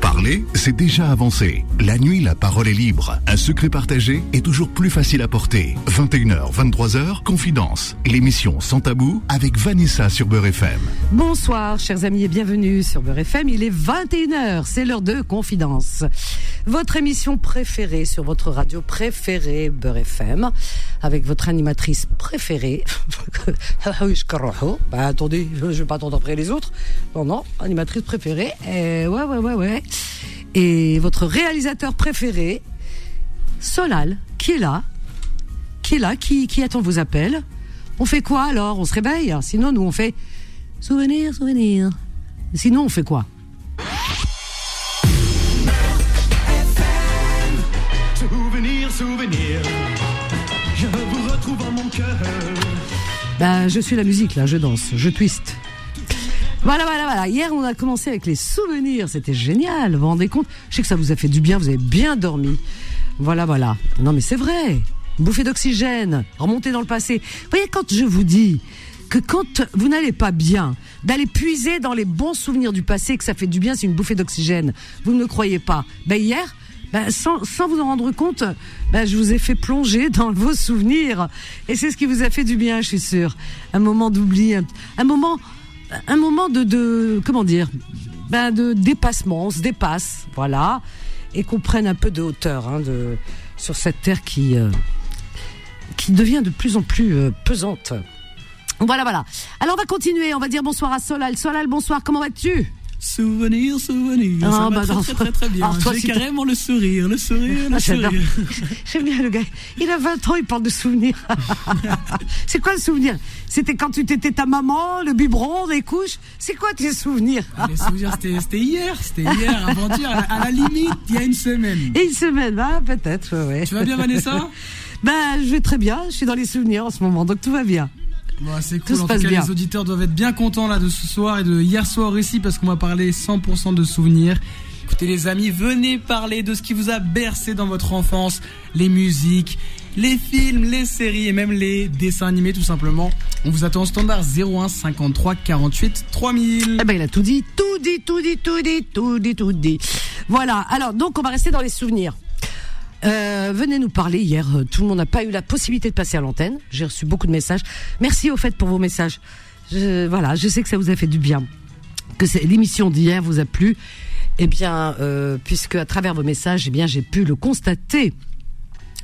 parler, c'est déjà avancé. La nuit, la parole est libre. Un secret partagé est toujours plus facile à porter. 21h, 23h, Confidence. L'émission Sans Tabou avec Vanessa sur Beurre FM. Bonsoir, chers amis, et bienvenue sur Beurre FM. Il est 21h, c'est l'heure de Confidence. Votre émission préférée sur votre radio préférée, Beurre FM, avec votre animatrice préférée. Ah bah, attendez, je ne vais pas attendre après les autres. Non, non, animatrice préférée. Eh, ouais, ouais, ouais, ouais. Et votre réalisateur préféré, Solal, qui est là, qui est là, qui, qui attend vos appels. On fait quoi alors On se réveille Ah, Sinon, nous, on fait souvenir, souvenir. Sinon, on fait quoi Souvenir, souvenir. Je vous retrouve en mon cœur. Ben, je suis la musique, là, je danse, je twiste. Voilà, voilà, voilà. Hier, on a commencé avec les souvenirs. C'était génial. Vous vous rendez compte Je sais que ça vous a fait du bien. Vous avez bien dormi. Voilà, voilà. Non, mais c'est vrai. Bouffée d'oxygène. Remonter dans le passé. Vous voyez, quand je vous dis que quand vous n'allez pas bien, d'aller puiser dans les bons souvenirs du passé, que ça fait du bien, c'est une bouffée d'oxygène. Vous ne me croyez pas. Ben, hier, ben, sans, sans vous en rendre compte, ben, je vous ai fait plonger dans vos souvenirs. Et c'est ce qui vous a fait du bien, je suis sûre. Un moment d'oubli, un, un moment, un moment de, de comment dire, ben, de dépassement. On se dépasse, voilà, et qu'on prenne un peu de hauteur hein, de, sur cette terre qui, euh, qui devient de plus en plus euh, pesante. Voilà, voilà. Alors, on va continuer. On va dire bonsoir à Solal. Solal, bonsoir. Comment vas-tu Souvenir, souvenir. Ah, ça va bah très, non. très, très, très bien. Alors, toi, J'ai si t'as- carrément le sourire, le sourire, le Ah, j'adore. sourire. J'aime bien le gars. Il a 20 ans, il parle de souvenirs. c'est quoi le souvenir C'était quand tu t'étais ta maman, le biberon, les couches. C'est quoi tes souvenirs Ah, Les souvenirs, c'était c'était hier, c'était hier, avant-hier, à, la- à la limite, il y a une semaine. Et une semaine, ah, peut-être, ouais, ouais. Tu vas bien, Vanessa Ben, je vais très bien. Je suis dans les souvenirs en ce moment, donc tout va bien. Bon, c'est Tout cool. se en passe tout cas, bien. les auditeurs doivent être bien contents là de ce soir et de hier soir aussi parce qu'on va parler 100% de souvenirs. Écoutez les amis, venez parler de ce qui vous a bercé dans votre enfance, les musiques, les films, les séries et même les dessins animés tout simplement. On vous attend au standard 01 53 48 3000. Eh ben, il a tout dit, tout dit, tout dit, tout dit, tout dit, tout dit. Voilà. Alors, donc, on va rester dans les souvenirs. Euh, venez nous parler hier. euh, Tout le monde n'a pas eu la possibilité de passer à l'antenne. J'ai reçu beaucoup de messages. Merci au fait pour vos messages. Je, voilà, je sais que ça vous a fait du bien, que c'est- l'émission d'hier vous a plu. Eh bien, euh, puisque à travers vos messages, eh bien, j'ai pu le constater.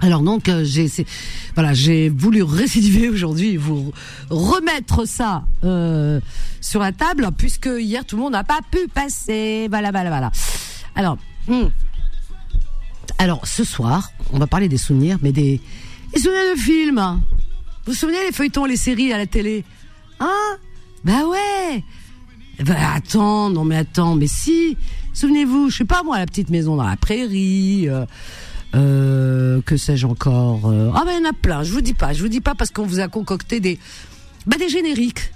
Alors donc euh, j'ai c'est- voilà j'ai voulu récidiver aujourd'hui et vous remettre ça euh, sur la table puisque hier tout le monde n'a pas pu passer voilà voilà voilà alors hmm. alors ce soir on va parler des souvenirs mais des, des souvenirs de films hein. vous vous souvenez les feuilletons les séries à la télé hein bah ouais ben attends, non mais attends, mais si. Souvenez-vous, je sais pas moi, la petite maison dans la prairie. euh, euh, que sais-je encore euh, Ah ben il y en a plein. Je vous dis pas, je vous dis pas parce qu'on vous a concocté des, bah des génériques.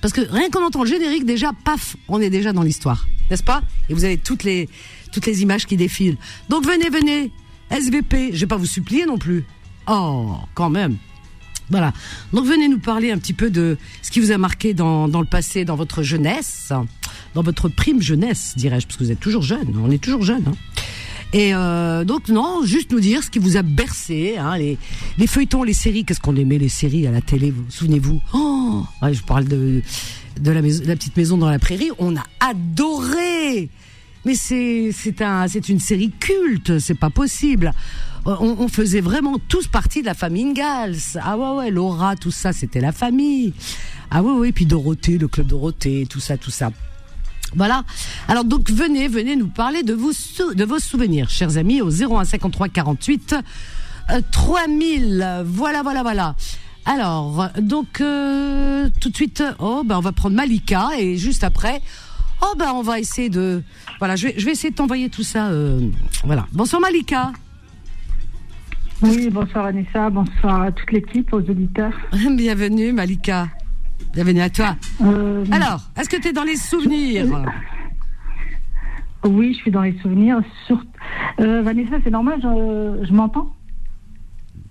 Parce que rien qu'on entend le générique, déjà, paf, on est déjà dans l'histoire, n'est-ce pas Et vous avez toutes les, toutes les images qui défilent. Donc venez, venez, SVP, je vais pas vous supplier non plus. Oh, quand même. Voilà. Donc venez nous parler un petit peu de ce qui vous a marqué dans, dans le passé, dans votre jeunesse, hein, dans votre prime jeunesse, dirais-je, parce que vous êtes toujours jeune, on est toujours jeune. hein. Et euh, donc non, juste nous dire ce qui vous a bercé, hein, les, les feuilletons, les séries, qu'est-ce qu'on aimait les séries à la télé, vous, souvenez-vous oh, ouais, Je parle de, de la, maison, la petite maison dans la prairie, on a adoré mais c'est c'est un c'est une série culte, c'est pas possible. Euh, On, on faisait vraiment tous partie de la famille Ingalls. Ah ouais ouais, Laura, tout ça, c'était la famille. Ah ouais ouais, puis Dorothée, le club Dorothée, tout ça, tout ça. Voilà. Alors donc venez, venez nous parler de vos sou- de vos souvenirs, chers amis, au 01 53 48 euh, 3000. Voilà, voilà, voilà. Alors donc euh, tout de suite, oh ben on va prendre Malika et juste après, oh ben on va essayer de, voilà, je vais, je vais essayer de t'envoyer tout ça. euh, voilà. Bonsoir Malika. Oui, bonsoir Anissa, bonsoir à toute l'équipe, aux auditeurs. Bienvenue Malika. Bienvenue à toi. Euh, Alors, est-ce que tu es dans les souvenirs Oui, je suis dans les souvenirs. Sur... Euh, Vanessa, c'est normal, je, je m'entends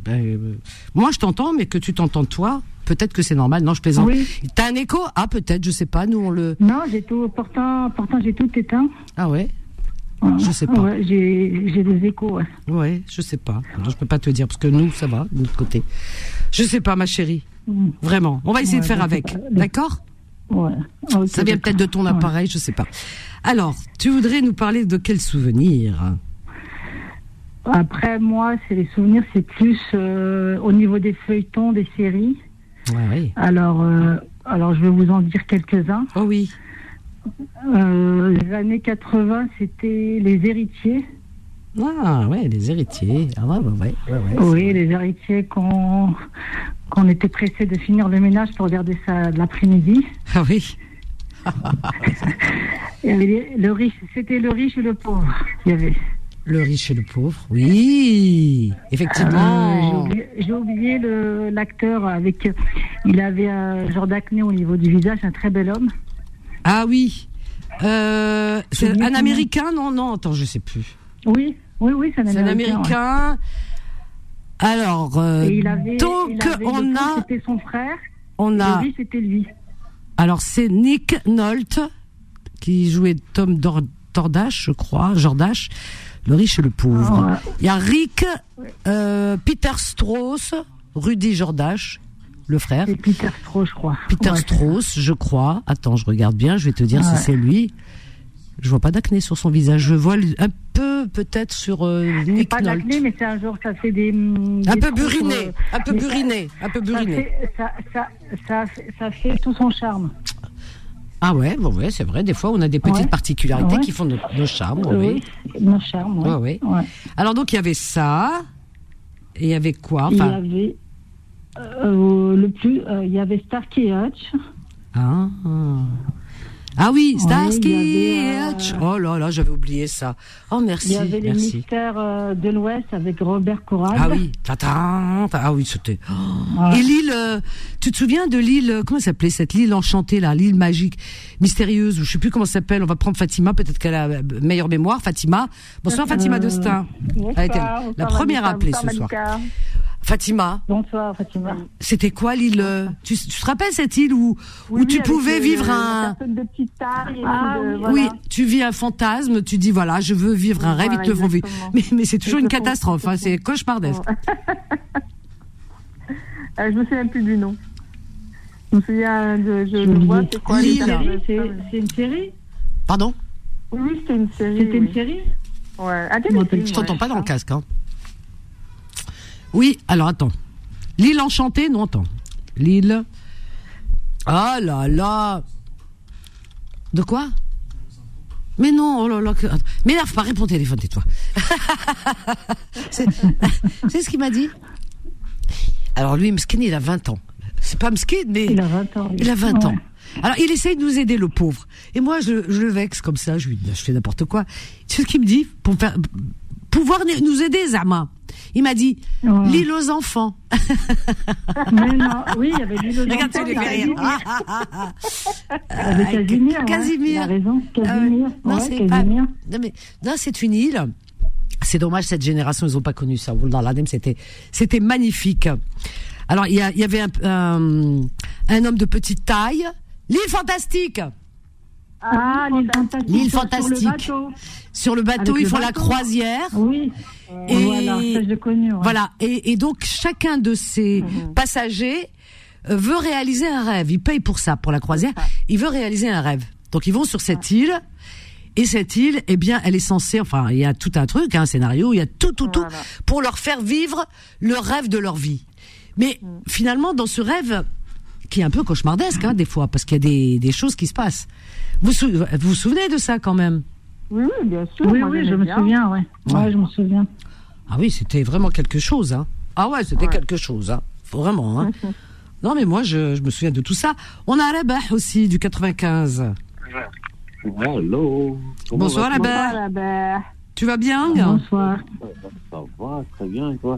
Ben, euh, Moi, je t'entends, mais que tu t'entends toi, peut-être que c'est normal. Non, je plaisante. Oui. T'as un écho Ah, peut-être, je sais pas. Nous, on le. Non, j'ai tout, pourtant, pourtant j'ai tout éteint. Ah ouais Je sais pas. Ouais, j'ai j'ai des échos. ouais. Ouais, je sais pas. Je peux pas te dire parce que nous, ça va de notre côté. Je sais pas, ma chérie. Mm. Vraiment. On va essayer Ouais, euh, de faire je avec. sais pas. D'accord Ouais. Ok, Ça vient d'accord. peut-être de ton Ouais. appareil, je sais pas. Alors, tu voudrais nous parler de quel souvenir Après, moi, c'est les souvenirs, c'est plus euh, au niveau des feuilletons, des séries. Ouais, ouais. Alors, euh, alors je vais vous en dire quelques-uns. Oh oui. Euh, les années 80, c'était Les Héritiers. Ah ouais, les héritiers. Ah ouais, ouais, ouais. ouais, ouais. Oui, Les Héritiers, qu'on qu'on était pressé de finir le ménage pour regarder ça de l'après-midi. Ah oui. Il y avait les- le riche, c'était le riche et le pauvre. Il y avait. Le riche et le pauvre. Oui. Euh, Effectivement. j'ai oublié- J'ai oublié le- l'acteur avec. Il avait un genre d'acné au niveau du visage, un très bel homme. ah oui. Euh, c'est Souvenir un commun. américain Non, non. Attends, je sais plus. Oui, oui, oui, c'est un C'est un américain. ouais. américain. Alors, euh, Et il avait, donc il avait on le pauvre, a, C'était son frère. on a. Et lui, c'était lui. Alors c'est Nick Nolte qui jouait Tom Dor- Dordache, je crois, Jordache, le riche et le pauvre. Ah, Il y a Rick, euh, Peter Strauss, Rudy Jordache, le frère. C'est Peter Strauss, je crois. Peter Ouais. Strauss, je crois. Attends, je regarde bien, je vais te dire Ouais. si c'est lui. Je vois pas d'acné sur son visage. Je vois le- un peu peut-être sur euh, C'est Nick pas Nolte. d'acné, mais c'est un genre, ça fait des. euh, Un peu buriné, un peu mais- buriné, un peu Ça buriné. fait, ça, ça, ça, fait- ça fait tout son charme. Ah ouais, bon ouais, c'est vrai. Des fois, on a des petites Ouais. particularités Ouais. qui font nos, nos charmes. oui. Mon charme, ouais. Ouais, ouais. Ouais. Alors donc il y avait ça. Et il y avait quoi enfin, Il y avait euh, le plus, euh, il y avait Starkey et Hutch. ah, ah oui, Ouais, Starsky il y et avait, Hutch. euh, Oh là là, j'avais oublié ça. Oh Il merci, y avait les merci. mystères euh, de l'Ouest avec Robert Corral. Ah oui, ta ta, ta- ah oui, c'était. oh. Ouais. Et l'île, euh, tu te souviens de l'île, euh, comment ça s'appelait cette île enchantée là, l'île magique, mystérieuse, ou je sais plus comment ça s'appelle. On va prendre Fatima, peut-être qu'elle a euh, meilleure mémoire. Fatima, bonsoir Fatima Euh, Dostin. Elle était la première à appeler ce soir. Fatima, Bonsoir Fatima. C'était quoi l'île euh, tu, tu te rappelles cette île où, où tu euh, pouvais vivre un... De petites tailles. Ah, oui. Oui, tu vis un fantasme, tu dis voilà, je veux vivre un rêve, Voilà, ils te le font vivre. exactement. Mais, mais c'est toujours Ils une te font- catastrophe, ils te hein, font- c'est cauchemardesque. Euh, je me souviens plus du nom. Je me souviens de. Je, J'ai je vois, oublié. c'est quoi Lille. les tailles de- C'est Oui, c'est une série Pardon oui, c'était une série. C'était oui. une série Ouais. Un Je téléfilm, Je t'entends Ah, ouais, pas dans le ça. casque. Hein. Oui, alors attends. L'île enchantée, non, attends. L'île... Ah là là De quoi mais non, oh là là, que- attends. m'énerve pas, réponds au téléphone, tais-toi. c'est c'est ce qu'il m'a dit. Alors lui, Mskin, il a 20 ans. C'est pas Mskin, mais... Il a 20 ans. Il a 20 ans. Ouais. Alors, il essaye de nous aider, le pauvre. Et moi, je, je le vexe comme ça, je lui je fais n'importe quoi. C'est ce qu'il me dit pour faire, pouvoir nous aider, Zama. Il m'a dit, Ouais. l'île aux enfants. Mais non, oui, il y avait Lilo Regarde, tu Dantès, lui il fais avait rire. Lilo- Ah, ah, ah, ah. il avait Casimir. ouais. Casimir. Il a raison. Ah ouais. Casimir. Non, ouais, c'est pas. Casimir. Non, mais non, c'est une île. C'est dommage, cette génération, ils ont pas connu ça. Wallah, l'adem, c'était, c'était magnifique. Alors, il y, a- il y avait un, un, un homme de petite taille. L'île fantastique. Ah, l'île fantastique. L'île sur- sur fantastique. le bateau. Sur le bateau, Avec ils le font la bateau. croisière. Oui. Et- Voilà, ça je l'ai connu. ouais. Mhm. Voilà. Et, et donc, chacun de ces passagers euh, veut réaliser un rêve. Il paye pour ça, pour la croisière. Il veut réaliser un rêve. Donc, ils vont sur cette île. Et cette île, eh bien, elle est censée, enfin, il y a tout un truc, un scénario, il y a tout, tout, tout, Voilà. pour leur faire vivre le rêve de leur vie. Mais Mm. finalement, dans ce rêve, qui est un peu cauchemardesque, hein, des fois, parce qu'il y a des, des choses qui se passent. Vous sou- vous vous souvenez de ça quand même Oui, oui, bien sûr. Oui, moi, oui, j'aimais je me bien. souviens, ouais. Ouais. Ouais, je me souviens. Ah oui, c'était vraiment quelque chose. Hein. Ah ouais, c'était Ouais. quelque chose. Hein. Vraiment. Hein. non, mais moi, je, je me souviens de tout ça. On a Rabah aussi, du 95. Hello. Comment Bonsoir vas-tu Rabah. Voilà, ben, Tu vas bien Bonsoir. Ça va, très bien, et toi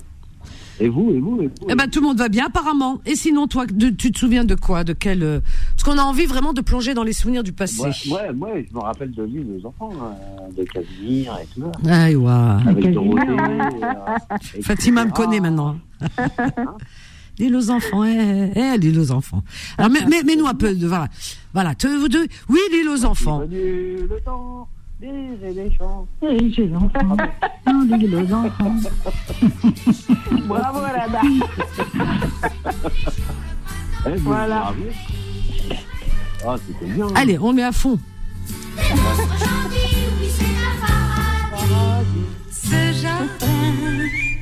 Et vous, et vous, et vous Eh ben, tout le monde va bien, apparemment. Et sinon, toi, de- tu te souviens de quoi De quel euh, Parce qu'on a envie vraiment de plonger dans les souvenirs du passé. ouais, ouais, ouais, je me rappelle de lui, les enfants, euh, de Casimir et tout ça. Aïe, ouah. Avec Casimir, Dorothée. euh, Fatima me etc. connaît maintenant. L'île aux enfants, eh, eh, l'île aux enfants. Alors, mais, mais, mais nous un peu, de, voilà. Voilà, te- vous deux, oui, l'île aux enfants. Est venu le temps Des éléphants. Et j'ai l'enfant. Non, j'ai les enfants. Bravo la dame. Eh, vous Voilà. vous rappelez Ah, c'était bien. Allez, on met à fond. Ce jardin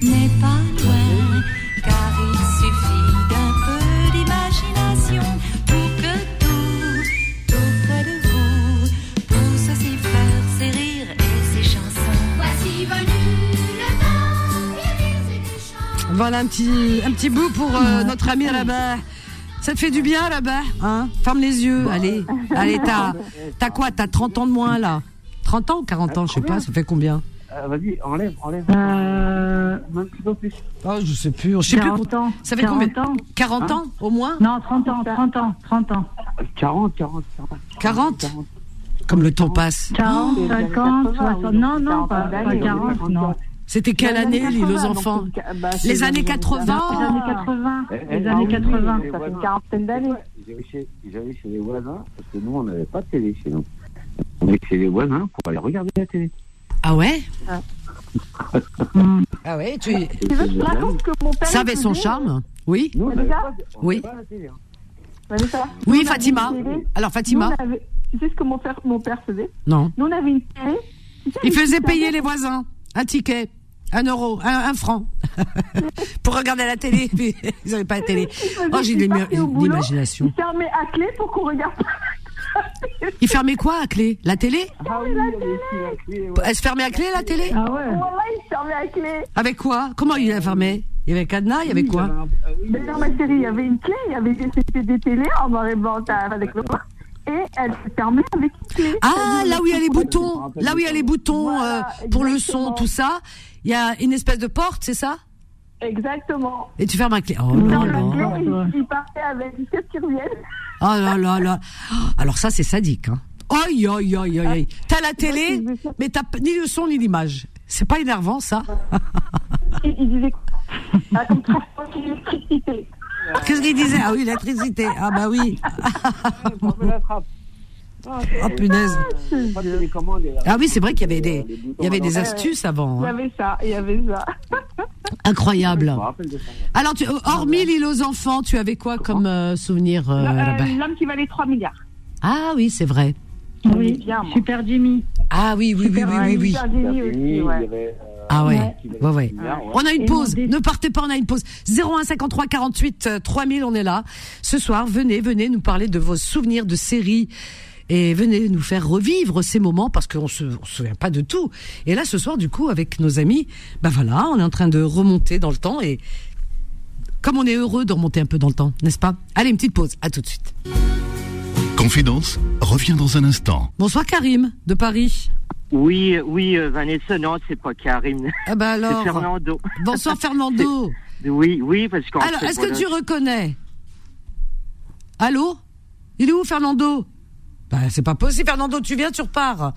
n'est pas loin, car il suffit d'un peu d'imagination pour que tout, tout près de vous, pousse ses fleurs, ses rires et ses chansons. Voici venu le temps des rires et des chants. Voilà un petit, un petit bout pour euh, notre ami là-bas. Ça te fait du bien là-bas hein Ferme les yeux, allez. Allez, t'as t'as quoi T'as 30 ans de moins là 30 ans ou 40 ans, je sais pas, ça fait combien Euh, Vas-y, enlève, enlève. Euh, Un petit peu plus. Ah, je sais plus, je sais plus. 40 ans. Ça fait combien 40 ans Hein 40 ans au moins Non, 30 ans, 30 ans, 30 ans. 40, 40, 40. 40 Comme le temps passe. 40, Oh, 50, 80, 60. Non, non, 40 pas, d'années, pas oui, 40, non. C'était quelle année, les deux deux enfants bah, Bah, Les années 80 Les années 80. Eh, ah Les années 80. Ça fait une quarantaine d'années. J'allais chez, j'allais chez les voisins, parce que nous, on n'avait pas de télé chez nous. On est chez les voisins pour aller regarder la télé. Ah ouais Hmm. Ah ouais, tu... Tu veux que je te raconte que mon père. Ça avait son étudiait charme Oui Nous, on n'avait Vanessa pas, de- on Oui. n'avait pas la télé. hein. Vanessa, Oui, Fatima. une télé. Alors, nous, Fatima on avait- Tu sais ce que mon père, mon père faisait Non. Nous, on avait une télé. Tu sais, Il les faisait petites payer les voisins un ticket, un euro, un, un franc pour regarder la télé. Puis, Ils n'avaient pas la télé. faisait- Oh, j'ai il de l'ima- partait au boulot, l'imagination. Il fermait à clé pour qu'on regarde pas. Ils fermaient quoi à clé La télé Ah oui, on avait aussi la clé, ouais. Oh Elle se fermait à clé la télé Ah ouais. Voilà, il fermait à clé. Avec quoi Comment il la fermait Il y avait cadenas, il y avait J'avais quoi un- ah oui, Mais dans ma série, il y avait une clé, il y avait des, c'était des télés en noir et blanc t'as- avec le bras. Et elle se fermait avec une clé. Ah, là où il y a les je me boutons, rappelle là où il y a les boutons euh, Voilà, pour le exactement. son, tout ça, il y a une espèce de porte, c'est ça Exactement. Et tu fermes à clé. Oh là Dans le là. clé, il, il partait avec une caisse qui revienne. Oh là là là. Alors ça, c'est sadique. Hein. Aïe, aïe, aïe, aïe, aïe. T'as la télé, mais t'as p- ni le son ni l'image. C'est pas énervant, ça Il, il disait quoi Ah, Comme trois fois qu'il y a l'électricité. Qu'est-ce qu'il disait Ah oui, l'électricité. Ah bah oui. on me l'attrape. Ah, Oh punaise. pas de télécommande, et là, Ah oui, c'est vrai qu'il y avait des, les boutons il y avait des dans- astuces avant. Il y hein. avait ça, il y avait ça. Je Incroyable. Bah, me rappelle de ça. Alors, tu, hormis l'île aux enfants, tu avais quoi comme euh, souvenir euh, Euh, là-bas L'homme qui valait 3 milliards. Ah oui, c'est vrai. Oui, Oui, bien, moi. Super Jimmy. Ah oui, oui, oui, oui, oui, oui. Super Il y Jimmy avait- aussi, il y ouais. avait, euh, Ah ouais. qui valait Ouais, ouais. milliards, ouais. On a une Et pause. mon dé- Ne partez pas, on a une pause. 01 53 48 euh, 3000, on est là. Ce soir, venez, venez nous parler de vos souvenirs de séries. Et venez nous faire revivre ces moments parce qu'on se, on se souvient pas de tout. Et là, ce soir, du coup, avec nos amis, ben voilà, on est en train de remonter dans le temps et comme on est heureux de remonter un peu dans le temps, n'est-ce pas Allez, une petite pause. À tout de suite. Confidence revient dans un instant. Bonsoir Karim de Paris. Oui, euh, oui, euh, Vanessa, non, c'est pas Karim, Eh Ah ben, bah c'est alors. Fernando. Bonsoir Fernando. Oui, oui, parce qu'en Alors, fait, est-ce que voilà, tu reconnais Allô Il est où, Fernando Bah, c'est pas possible, Fernando, tu viens, tu repars.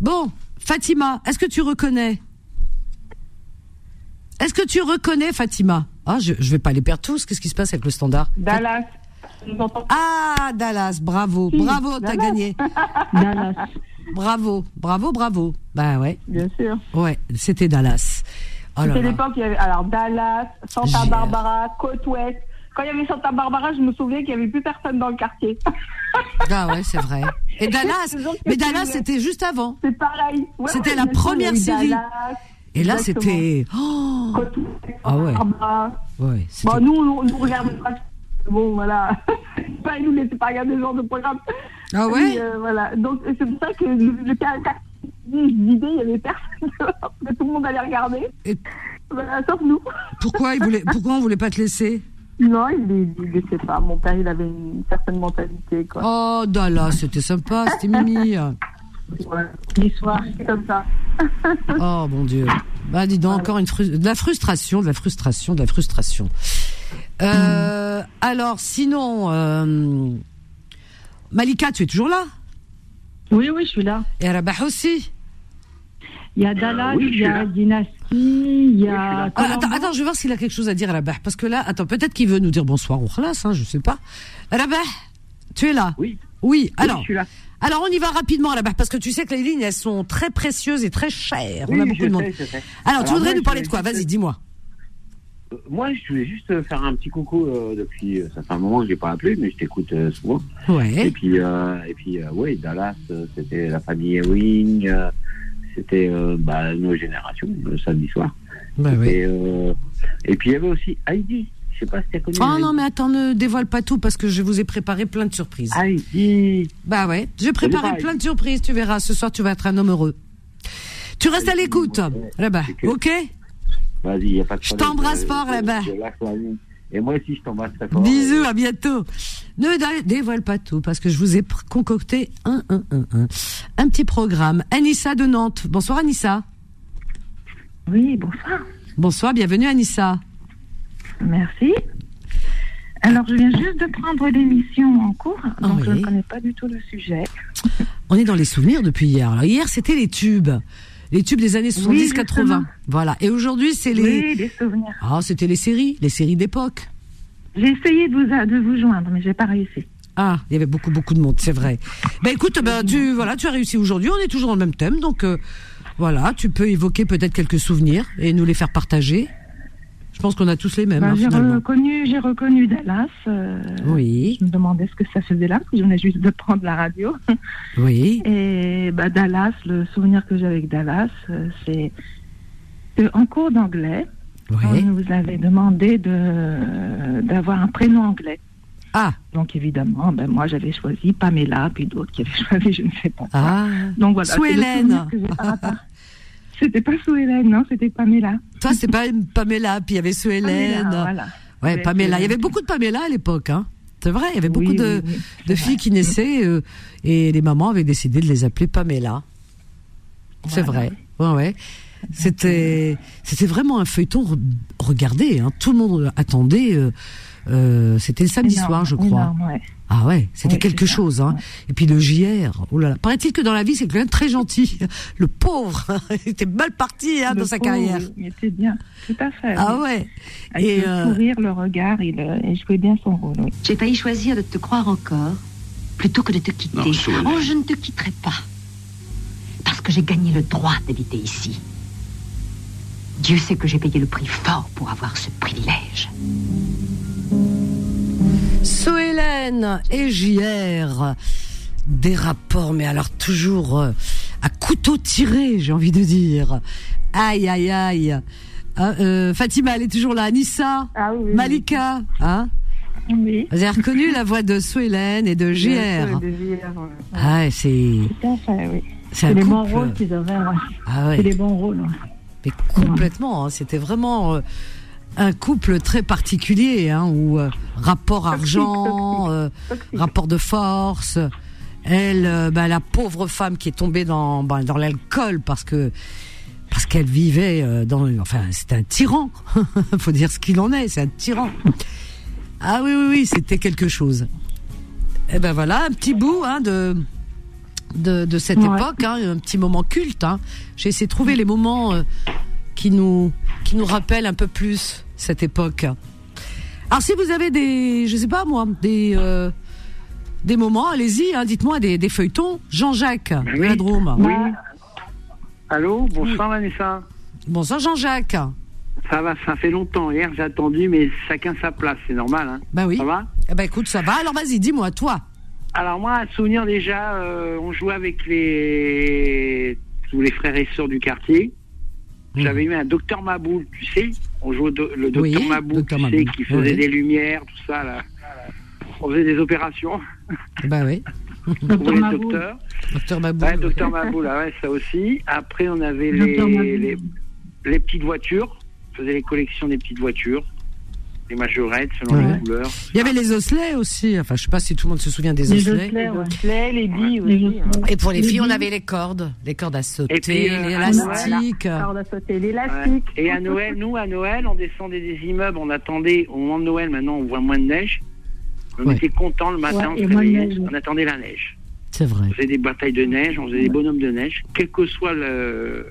Bon, Fatima, est-ce que tu reconnais Est-ce que tu reconnais, Fatima Ah, je, je vais pas les perdre tous, qu'est-ce qui se passe avec le standard Dallas. Tu nous entends Ah, Dallas, bravo, bravo, t'as gagné. Dallas. Bravo, bravo, bravo. Bah ouais, Bien sûr. ouais, c'était Dallas. Oh là C'était là. l'époque, il y avait alors Dallas, Santa J'ai- Barbara, Côte-Ouest. Quand il y avait Santa Barbara, je me souviens qu'il n'y avait plus personne dans le quartier. Ah ouais, c'est vrai. Et Dallas, C'est toujours que mais tu Dallas, le- c'était juste avant. C'est pareil. Ouais, C'était ouais, la bien sûr, première il y a eu série. Dallas, Et là, Exactement. c'était. Oh Côte-Ouest, Ah ouais. Santa Barbara. Ouais, c'était- Bon, Bah, nous, on ne regarde pas. Bon, voilà. Pas, ils nous laissaient pas regarder ce genre de programme. Ah ouais Mais, euh, Voilà. Donc, c'est pour ça que le, le caractère d'idée, il n'y avait personne. dehors. Tout le monde allait regarder. Et- Voilà, sauf nous. Pourquoi, il voulait... Pourquoi on voulait pas te laisser Non, il ne sais pas. Mon père, il avait une certaine mentalité, quoi. Oh, Dala, c'était sympa, c'était Mimi. Voilà. L'histoire, c'est comme ça. Oh, mon Dieu. Bah, dis donc, encore une frus- de la frustration, de la frustration, de la frustration. Euh, Alors, sinon, euh, Malika, tu es toujours là Oui, oui, je suis là. Et Rabah aussi Il y a Dallas, Ah oui, je il suis y a là. Dynasty, il y a. Ah, attends, attends, je vais voir s'il a quelque chose à dire, Rabah. Parce que là, attends, peut-être qu'il veut nous dire bonsoir ou khalas, hein, je sais pas. Rabah, tu es là Oui. Oui, alors. je suis là. Alors on y va rapidement là-bas parce que tu sais que les lignes elles sont très précieuses et très chères. on a Oui, beaucoup je de monde. sais, je sais. Alors, tu Alors, voudrais moi, nous je parler de voulais quoi juste- Vas-y, dis-moi. Euh, Moi, je voulais juste euh, faire un petit coucou euh, depuis. euh, ça fait un moment que je n'ai pas appelé, mais je t'écoute euh, souvent. Et Ouais. puis, euh, et puis euh, ouais, Dallas, euh, c'était la famille Ewing, euh, c'était euh, bah, nos générations, le samedi soir. Bah oui. Et, euh, et puis, il y avait aussi Heidi. Je sais pas si t'as connu. Oh non mais attends, ne dévoile pas tout parce que je vous ai préparé plein de surprises. Heidi. Heidi. Bah ouais, j'ai préparé pareil. plein de surprises, tu verras. Ce soir, tu vas être un homme heureux. Tu restes à l'écoute, Ouais. là-bas, Ok. ok Vas-y, il n'y a pas de Je problème. t'embrasse Euh, fort, je- là-bas. je lâche la ligne. Et moi aussi, je t'embrasse très fort. Bisous, à bientôt. Ne dé- dévoile pas tout, parce que je vous ai pr- concocté un, un, un, un, un petit programme. Anissa de Nantes. Bonsoir, Anissa. Oui, bonsoir. Bonsoir, bienvenue, Anissa. Merci. Alors, je viens juste de prendre l'émission en cours, Ah donc je oui. ne connais pas du tout le sujet. On est dans les souvenirs depuis hier. Alors, hier, c'était les tubes. Les tubes des années 70-80. Oui, justement. voilà. Et aujourd'hui, c'est les... Oui, des souvenirs. Ah, c'était les séries, les séries d'époque. J'ai essayé de vous, de vous joindre, mais j'ai pas réussi. Ah, il y avait beaucoup, beaucoup de monde, c'est vrai. Ben écoute, ben, tu, voilà, tu as réussi aujourd'hui, on est toujours dans le même thème, donc euh, voilà, tu peux évoquer peut-être quelques souvenirs et nous les faire partager. Je pense qu'on a tous les mêmes, Ben, hein, j'ai finalement. reconnu, j'ai reconnu Dallas. euh, Oui, Je me demandais ce que ça faisait là, parce que je venais juste de prendre la radio. oui. Et bah, Dallas, le souvenir que j'ai avec Dallas, euh, c'est qu'en cours d'anglais, on Ouais. nous avait demandé de- d'avoir un prénom anglais. Ah, Donc évidemment, ben, moi j'avais choisi Pamela, puis d'autres qui avaient choisi je ne sais pas. quoi. ah. Donc voilà. Sous c'est le Hélène. souvenir que j'ai par rapport. C'était pas sous Hélène, non, c'était Pamela. Toi, c'est pas Pamela, puis il y avait Sue Hélène. Pamela, Ah voilà. Ouais, Avec, Pamela. Il y euh, avait beaucoup de Pamela à l'époque, hein. C'est vrai, il y avait beaucoup oui, de, oui, oui, de c'est filles vrai. qui naissaient euh, et les mamans avaient décidé de les appeler Pamela. C'est Voilà. vrai. Ouais, ouais. C'était, c'était vraiment un feuilleton re- regardé. Hein. Tout le monde attendait. euh, euh, c'était le samedi Énorme, soir, je crois. énorme, ouais. Ah ouais, c'était Oui, quelque c'est ça, chose. Hein. ouais. Et puis le JR. Oh là là. Paraît-il que dans la vie, c'est quelqu'un de très gentil. Le pauvre, il était mal parti hein, Le dans sa pauvre, carrière. Il était bien, tout à fait. Ah oui. ouais. Avec Et, le euh, sourire, le regard, il, euh, il jouait bien son rôle. oui. J'ai failli choisir de te croire encore Ah, plutôt que de te quitter. Non, Solène. oh, je ne te quitterai pas. Parce que j'ai gagné le droit d'habiter ici. Dieu sait que j'ai payé le prix fort pour avoir ce privilège. So Hélène et JR, des rapports, mais alors toujours euh, à couteau tiré, j'ai envie de dire. Aïe, aïe, aïe. Ah, euh, Fatima, elle est toujours là. Anissa, Ah oui, oui, oui. Malika, hein Oui. Vous avez reconnu la voix de So Hélène et de JR. De JR, ouais. Ah, c'est Tout à fait, oui. c'est C'est un les couple. bons rôles qu'ils avaient, ouais. Ah ouais. C'est les bons rôles. ouais. Mais complètement, hein, c'était vraiment euh, un couple très particulier, hein, où euh, rapport argent, euh, rapport de force. Elle, euh, bah, la pauvre femme qui est tombée dans, bah, dans l'alcool parce que parce qu'elle vivait euh, dans, enfin, c'est un tyran. Faut dire ce qu'il en est, c'est un tyran. Ah oui, oui, oui, c'était quelque chose. Et ben voilà, un petit bout hein, de, de, de cette Ouais. époque, hein, un petit moment culte. hein. J'ai essayé de trouver les moments euh, qui, nous, qui nous rappellent un peu plus cette époque. Alors si vous avez des, je sais pas moi, des, euh, des moments, allez-y, hein, dites-moi des, des feuilletons. Jean-Jacques, Oui. la Drôme. Oui. Bah, Allô, bonsoir Vanessa. Bonsoir Jean-Jacques. Ça va, ça fait longtemps. Hier, j'ai attendu, mais chacun sa place, c'est normal. Hein. Bah oui. Ça va Eh ben écoute, ça va. Alors vas-y, dis-moi, toi. Alors moi, un souvenir déjà, euh, on jouait avec les tous les frères et sœurs du quartier. Mhm. J'avais eu un docteur Maboul, tu sais. On jouait au do- le docteur Oui, Maboul, Dr tu sais, Maboul, qui faisait oui. des lumières, tout ça. Là. On faisait des opérations. Bah oui. On voulait le docteur. Docteur Mabou. Ouais, docteur Maboul, ah ouais, ça aussi. Après, on avait Docteur les, Maboul. les, les petites voitures. On faisait les collections des petites voitures. Les majorettes, selon Ouais. les couleurs. Il y avait les osselets aussi. Enfin, je sais pas si tout le monde se souvient des Les osselets. Osler, ouais. les billes aussi. Et pour les filles, on billes. avait les cordes, les cordes à sauter, Et puis, euh, les à Noël, élastiques. Corde à sauter, Ouais. l'élastique. Et à Noël, nous, à Noël, on descendait des immeubles, on attendait au moment de Noël, maintenant on voit moins de neige. On Ouais. était contents le matin, Ouais, et on, moins de faisait- neige, ouais. on attendait la neige. C'est vrai. On faisait des batailles de neige, on faisait des bonhommes de neige, quel que soit le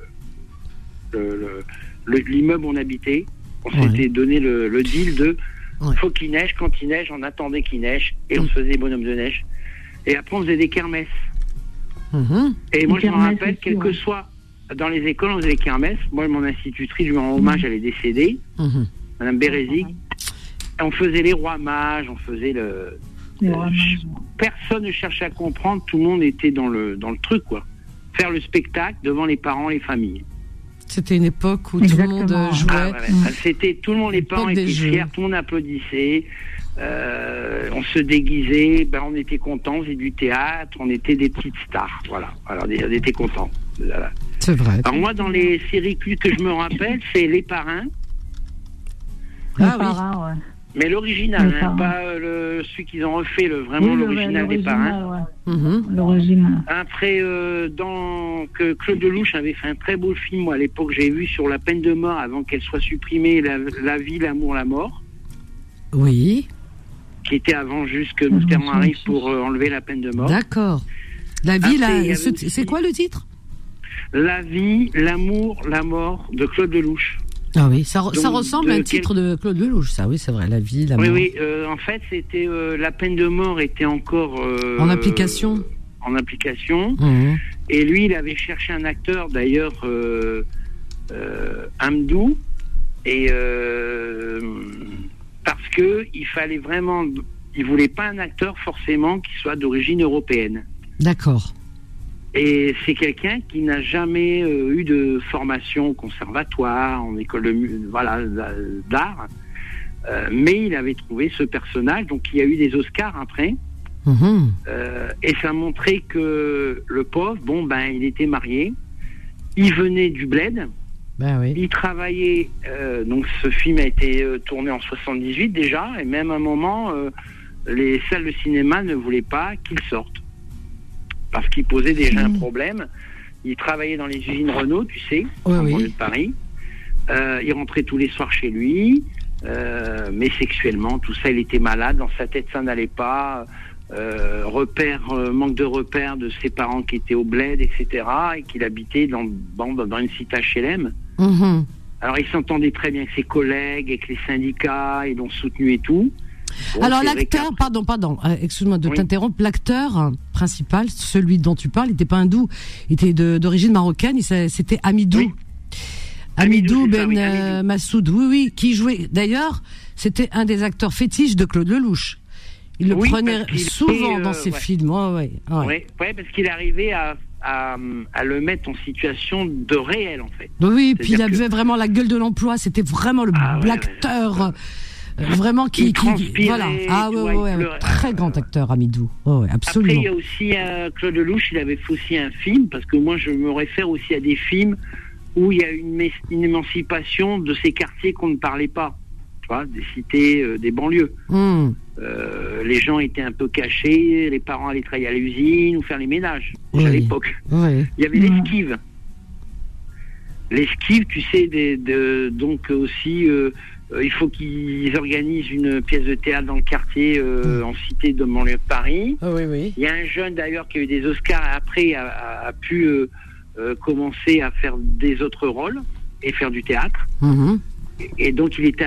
le- le- le- l'immeuble où on habitait. On Ouais. s'était donné le, le deal de Ouais. faut qu'il neige, quand il neige, on attendait qu'il neige et on se faisait des bonhommes de neige. Et après on faisait des kermesses. Mm-hmm. Et moi, Les je me kermesses rappelle, aussi, quel que ouais. soit dans les écoles, on faisait les kermesses. Moi, mon institutrice, je lui rends hommage, elle est décédée, Mhm. Madame Bérézic. Et On faisait les rois mages, on faisait le. Les Euh, rois mages, Personne ne cherchait à comprendre, tout le monde était dans le, dans le truc, quoi. Faire le spectacle devant les parents, les familles. C'était une époque où tout le monde euh, jouait. Ah, ouais, ouais. C'était tout le monde, les parents des étaient jeux. fiers, tout le monde applaudissait. euh, on se déguisait, ben, on était contents, on faisait du théâtre, on était des petites stars. Voilà, voilà on était- on était contents. Voilà. C'est vrai. Alors moi, dans les séries cultes que je me rappelle, c'est Les Parrains, Ah oui. mais l'original, Les hein, Parrains. pas euh, le, celui qu'ils ont refait, le, vraiment Oui, le- l'original des l'original, Parrains. Mhm. L'original. Après, euh, dans, que Claude Lelouch avait fait un très beau film, moi, à l'époque, j'ai vu sur la peine de mort avant qu'elle soit supprimée, la, la vie, l'amour, la mort, Oui, qui était avant juste que Mitterrand arrive pour euh, enlever la peine de mort. d'accord. La vie, Après, là, il y avait ce- c'est quoi le titre La vie, l'amour, la mort de Claude Lelouch. Ah oui, ça, re- ça Donc, ressemble de à un quel- titre de Claude Lelouch, ça, oui, c'est vrai. La vie, la Oui, mort. oui. euh, en fait, c'était euh, la peine de mort était encore euh, En application. En application. Mhm. Et lui, il avait cherché un acteur, d'ailleurs, euh, euh, Hamdou, et euh, parce que il fallait vraiment, il voulait pas un acteur forcément qui soit d'origine européenne. D'accord. Et c'est quelqu'un qui n'a jamais euh, eu de formation au conservatoire, en école de mu- voilà d'art, Euh, mais il avait trouvé ce personnage, donc il y a eu des Oscars après. Mhm. Euh, et ça montrait que le pauvre, bon, ben, il était marié, il venait du bled, Ben oui. il travaillait, euh, donc ce film a été euh, tourné en 78 déjà, et même à un moment, euh, les salles de cinéma ne voulaient pas qu'il sorte, parce qu'il posait déjà Hmm. un problème. Il travaillait dans les usines Renault, tu sais, Ouais, en oui. banlieue de Paris. Euh, il rentrait tous les soirs chez lui, euh, mais sexuellement, tout ça, il était malade, dans sa tête, ça n'allait pas. Euh, repères, euh, manque de repères de ses parents qui étaient au bled, etc., et qu'il habitait dans, dans, dans une cité HLM. Mhm. Alors, il s'entendait très bien avec ses collègues, avec les syndicats, ils l'ont soutenu et tout. Bon, Alors c'est vrai l'acteur, pardon, pardon, euh, excuse-moi de Oui. t'interrompre, l'acteur euh, principal, celui dont tu parles, il n'était pas hindou, il était de- d'origine marocaine, il s'a- c'était Amidou. Amidou, Ben euh, Massoud, oui, oui, qui jouait, d'ailleurs, c'était un des acteurs fétiches de Claude Lelouch. Il le Oui, prenait parce qu'il souvent était, euh, dans ses ouais. films, ouais, ouais, qu'à- ouais. Ouais, ouais, parce qu'il arrivait à, à, à le mettre en situation de réel, en fait. Bah oui, puis il C'est-à-dire Ah avait vraiment la gueule de l'emploi, c'était vraiment le l'acteur euh, vraiment qui, Il qui- transpirait, voilà. Ah tu ouais, vois, ouais, il ouais, un pleurait. très grand acteur Amidou. Ouais, ouais, absolument. Après, il y a aussi euh, Claude Lelouch, il avait fait aussi un film, parce que moi, je me réfère aussi à des films où il y a une, mé- une émancipation de ces quartiers qu'on ne parlait pas, tu vois, des cités, euh, des banlieues. Hmm. Euh, les gens étaient un peu cachés, les parents allaient travailler à l'usine ou faire les ménages, Oui. à l'époque. Ouais. Il y avait l'esquive. L'esquive, tu sais, des, de, donc euh, aussi, euh, euh, il faut qu'ils organisent une pièce de théâtre dans le quartier, euh, en cité de banlieue de Paris. Il y a un jeune d'ailleurs qui a eu des Oscars et après a, a- a pu euh, euh, commencer à faire des autres rôles et faire du théâtre. Mhm. Et donc il était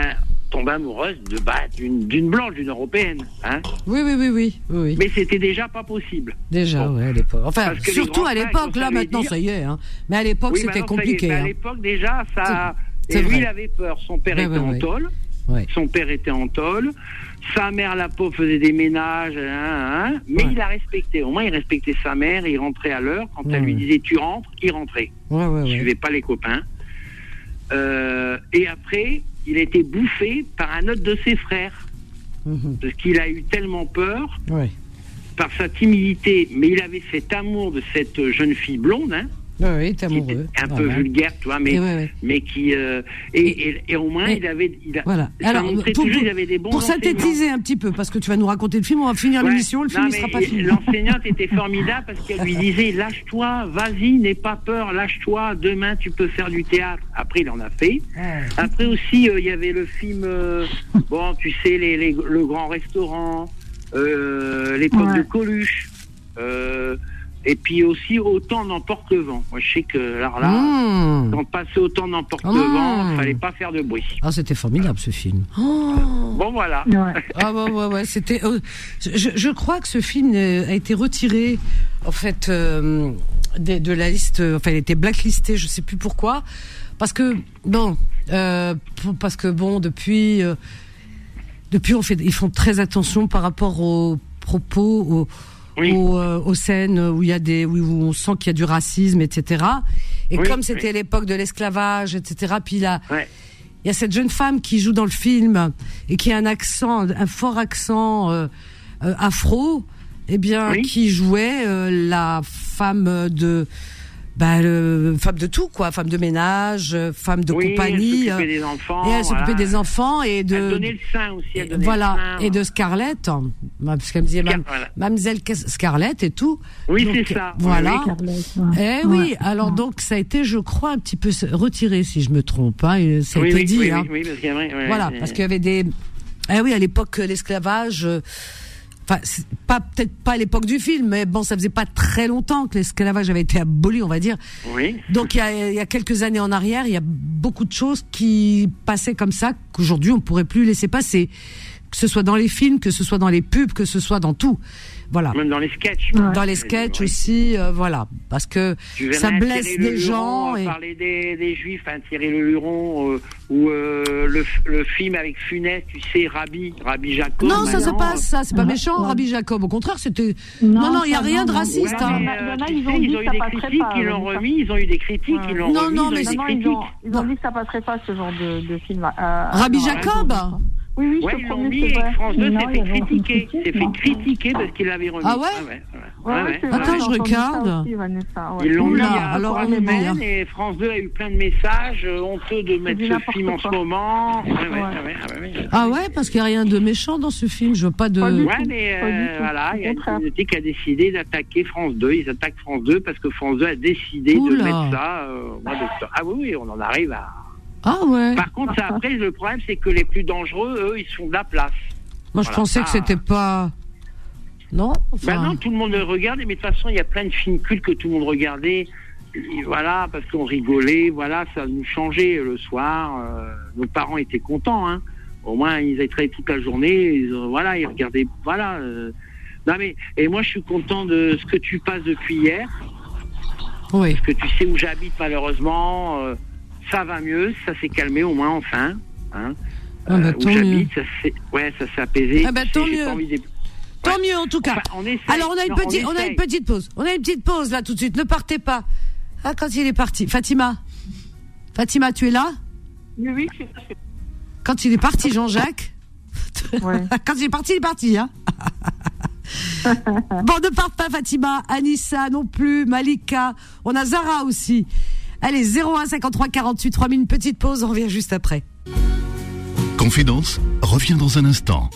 tombé amoureux de bah, d'une d'une blanche, d'une européenne. hein. Oui, oui, oui, oui, oui, oui. Mais c'était déjà pas possible. Déjà, ouais, à l'époque. Enfin, Parce que les surtout grands à frères, l'époque, quand là, ça maintenant, veut dire- ça y est. Hein. Mais à l'époque, Oui, c'était maintenant, ça y est, compliqué. mais à hein. l'époque déjà, ça. C'est Et lui, vrai. il avait peur. Son père Ouais, était ouais, en ouais. tôle. Ouais. Son père était en tôle. Sa mère, la pauvre, faisait des ménages. hein, hein, hein. mais il a respecté. Au moins, il respectait sa mère. Il rentrait à l'heure. Quand Ouais, elle lui ouais. disait tu rentres, il rentrait. Ouais, ouais, Il ouais. suivait pas les copains. Euh, et après, il a été bouffé par un autre de ses frères. Mhm. Parce qu'il a eu tellement peur Ouais. par sa timidité. Mais il avait cet amour de cette jeune fille blonde. hein, Ouais, ouais, t'es amoureux. un Ah, peu bah. vulgaire, tu vois, mais, Et ouais, ouais. mais qui. euh, et, et- et au moins, il avait. Il a, Voilà. ça Alors, montrait pour, toujours, pour- il avait des bons pour enseignants. synthétiser un petit peu, parce que tu vas nous raconter le film, on va finir Ouais. l'émission, le film Non, il sera mais pas fini. L'enseignante était formidable parce qu'elle lui disait lâche-toi, vas-y, n'aie pas peur, lâche-toi, demain tu peux faire du théâtre. Après, il en a fait. Ah. Après aussi, euh, il y avait le film, euh, bon, tu sais, les, les- le grand restaurant, euh, l'époque Ouais. de Coluche, euh, Et puis aussi autant d'emporte-vent. Moi, je sais que alors là, Mmh. quand passait autant d'emporte-vent, Mmh. fallait pas faire de bruit. Ah, c'était formidable ce film. Oh. Bon voilà. Ah Mmh. ouais, ouais, ouais, c'était. euh, je, je crois que ce film euh, a été retiré, en fait, euh, des- de, la liste. euh, Enfin, il était blacklisté, je sais plus pourquoi. Parce que, bon, euh, pour- parce que bon, depuis, euh, depuis, on fait, ils font très attention par rapport aux propos, aux, aux, euh, aux scènes où il y a des, où où on sent qu'il y a du racisme, etc. Et Oui, comme c'était oui. l'époque de l'esclavage, etc. Puis là, il y a cette jeune femme qui joue dans le film et qui a un accent, un fort accent euh, euh, afro, eh bien, Oui. qui jouait euh, la femme de. Bah, le- femme de tout quoi, femme de ménage, euh, femme de Oui, elle compagnie. s'occupait euh, des enfants, Et elle s'occupait voilà. des enfants et de. Elle donnait le sein aussi. Elle donnait voilà. Le sein. Et de Scarlett, hein, parce qu'elle me disait, Scar- Mam- voilà. mademoiselle Cas- Scarlett et tout. Oui, Donc, euh, c'est ça. Oui, Voilà. oui, Eh oui, alors donc ça a été, je crois, un petit peu retiré, si je me trompe. Hein, et ça a oui, été oui, dit. oui, hein. oui, oui, parce qu'il y a- ouais, ouais, voilà, ouais. parce qu'il y avait des. Eh oui, à l'époque, euh, l'esclavage. euh, Enfin, c'est pas peut-être pas à l'époque du film, mais bon, ça faisait pas très longtemps que l'esclavage avait été aboli, on va dire. Oui. Donc il y, a, il y a quelques années en arrière, il y a beaucoup de choses qui passaient comme ça qu'aujourd'hui on pourrait plus laisser passer, que ce soit dans les films, que ce soit dans les pubs, que ce soit dans tout. Voilà. hein. Même dans les sketchs. Dans les sketchs aussi, euh, voilà, parce que Tu verrais ça un blesse Thierry des Le Luron, gens. euh, et- Parler des, des juifs, un Thierry Le Luron, euh, ou euh, le, f- le film avec Funès, tu sais, Rabbi, Rabbi Jacob. Non, ça se maintenant, passe, ça, c'est pas méchant, Rabbi Jacob. Au contraire, c'était. Non, non, il y a ça, rien non, de non. raciste. Ouais, hein. mais, euh, tu sais, ils ont eu des critiques, ils l'ont remis, ils ont eu des critiques, ils l'ont Non, remis, ils non, ont mais eu des c'est- critiques. Ils ont, ils ont dit que ça passerait pas ce genre de, de film. euh, Rabbi non, Jacob Oui, oui, Ouais, je te ils l'ont promets, mis c'est et vrai. France 2 Non, s'est il y fait avait aucune critiquer, s'est non. fait critiquer parce qu'ils l'avaient remis. Ah ouais ouais, ouais, ouais, Attends, ouais. je regarde. Ils l'ont mis Oula, à alors trois on est semaines bien. et France 2 a eu plein de messages euh, honteux de mettre dit ce film en ce moment. Ouais, ouais, ouais, ouais, ouais. Ah ouais, parce qu'il y a rien de méchant dans ce film. Je veux pas de. Ouais, mais euh, voilà, il y a une communauté qui a décidé d'attaquer France 2. Ils attaquent France 2 parce que France 2 a décidé Oula. de mettre ça euh, au mois d'octobre. Ah oui, oui, on en arrive à. Ah ouais. Par contre, ça, après, le problème, c'est que les plus dangereux, eux, ils sont de la place. Moi, je Voilà. Bah pensais que Ah. c'était pas. Non. Enfin. Maintenant, tout le monde le regarde, mais de toute façon, il y a plein de films cultes que tout le monde regardait. Et Voilà, parce qu'on rigolait, voilà, ça nous changeait le soir. euh, nos parents étaient contents, hein. Au moins, ils avaient travaillé toute la journée, ils, euh, voilà, ils regardaient, voilà. euh. Non, mais, et moi, je suis content de ce que tu passes depuis hier. Oui. Parce que tu sais où j'habite, malheureusement. euh, ça va mieux, ça s'est calmé, au moins, enfin. hein. Ah, bah, Euh, tant où j'habite, mieux. ça s'est ouais, ça s'est apaisé. Ah, bah, Tu sais, tant j'ai mieux. pas envie d'ép- Tant mieux en tout cas. Alors on a une Non, on petite, on, a essaye. une petite pause. On a une petite pause là tout de suite. Ne partez pas. Ah quand il est parti, Fatima. Fatima, tu es là Oui, oui, je suis là, je suis Quand il est parti, Jean-Jacques. quand il est parti, il est parti. Hein bon, ne part pas, Fatima, Anissa non plus, Malika. On a Zara aussi. Allez, 01 53 48 3000. Une petite pause. On revient juste après. Confidence revient dans un instant.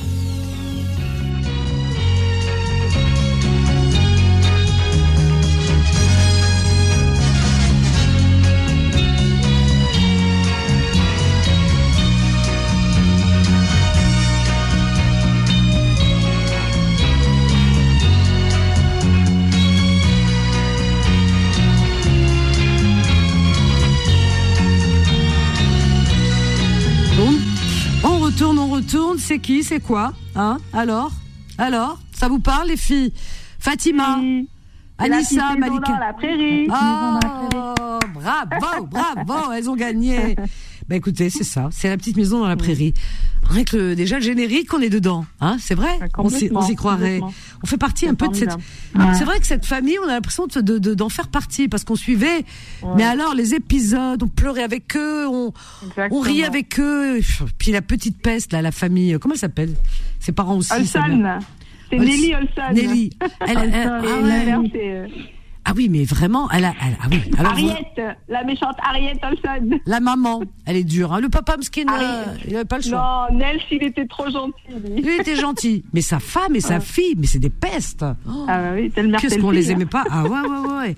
Bon. On retourne, on retourne. C'est qui C'est quoi Hein Alors Alors Ça vous parle, les filles Fatima C'est la petite Anissa, maison Malika Ah. dans la prairie. Oh, bravo, bravo Elles ont gagné Bah écoutez, c'est ça. C'est la petite maison dans la prairie. Rien que le- déjà le générique, on est dedans. Hein c'est vrai On s'y- On s'y Ah, complètement, croirait. complètement. On fait partie un peu de cette... formidable. Ouais. C'est vrai que cette famille, on a l'impression de- de- de- d'en faire partie parce qu'on suivait. Mais alors, les épisodes, on pleurait avec eux, on, on riait avec eux. Puis la petite peste, là, la famille, euh, comment elle s'appelle Ses parents aussi. Olson. sa mère. C'est Ols- Nelly Olson. Nelly. Elle- elle- Olson. ah, Et ouais. la mère, c'est, euh, Ah oui, mais vraiment, elle a. elle- ah oui, alors, Ariette, la méchante Ariette Olson. La maman, elle est dure. hein. Le papa Mskin, euh, il n'avait pas le choix. Non, Nelch, il était trop gentil. lui. Il était gentil. Mais sa femme et sa fille, mais c'est des pestes. Ah bah oui, telle mère, Qu'est-ce telle qu'on fille, les hein. aimait pas Ah ouais, ouais, ouais.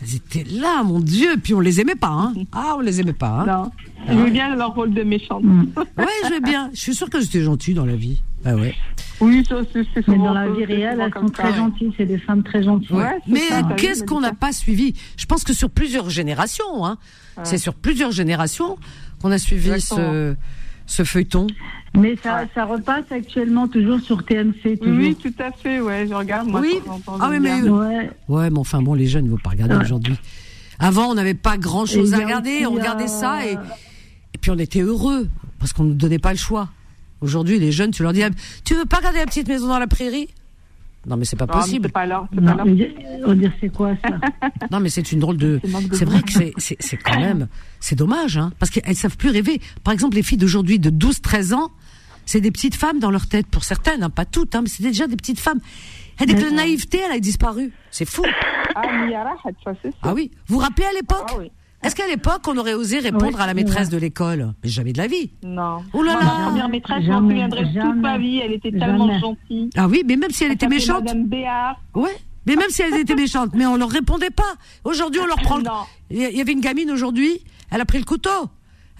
Elles étaient là, mon Dieu. Puis on les aimait pas. Hein. Ah, on les aimait pas. Hein. Mm. Non. Je veux bien leur rôle de méchante. Ouais, je vais bien. Je suis sûre que j'étais gentille dans la vie. Ah ouais. Oui, ça, c'est c'est Mais souvent dans la comme- vie c'est réelle, souvent elles comme sont ça, très ouais. gentilles, c'est des femmes très gentilles. mais qu'est-ce qu'on n'a pas suivi Je pense que sur plusieurs générations, hein, Ouais. c'est sur plusieurs générations qu'on a suivi ce, Exactement. ce feuilleton. Mais ça, ça repasse actuellement toujours sur TMC. Toujours. Oui, tout à fait, ouais, je regarde. Moi, Oui. de temps en temps, Ah je oui, mais- regarde. Ouais. Ouais, mais enfin bon, les jeunes ne vont pas regarder Ouais. aujourd'hui. Avant, on n'avait pas Et grand-chose Eh à il y a regarder, aussi, on regardait euh, ça et, et puis on était heureux parce qu'on ne nous donnait pas le choix. Aujourd'hui, les jeunes, tu leur dis, Ah, tu veux pas regarder la petite maison dans la prairie Non, mais c'est pas Non, Oh, mais possible. c'est pas leur- c'est Non, pas leur- on dit- on dit, c'est quoi ça Non, mais c'est une drôle de. manque de C'est goût. vrai que c'est- c'est c'est quand même. C'est dommage, hein, parce qu'elles savent plus rêver. Par exemple, les filles d'aujourd'hui de 12-13 ans, c'est des petites femmes dans leur tête, pour certaines, hein, pas toutes, hein, mais c'est déjà des petites femmes. Et dès que euh, la naïveté, elle a disparu. C'est fou. Ah, mais il y a rahat, ça, c'est sûr. Ah oui. Vous vous rappelez à l'époque Ah Est-ce qu'à l'époque, on aurait osé répondre Oui, à la maîtresse ouais. de l'école Mais jamais de la vie. Non. Oh là Moi, là. Ma première maîtresse, je m'en Jamais, souviendrai toute jamais, ma vie. Elle était tellement jamais. gentille. Ah oui, mais même si elle était s'appelait méchante. Madame Béard. Ouais. Mais même si elles étaient méchantes, mais on leur répondait pas. Aujourd'hui, on leur prend. le- Il y a- il y avait une gamine aujourd'hui, elle a pris le couteau.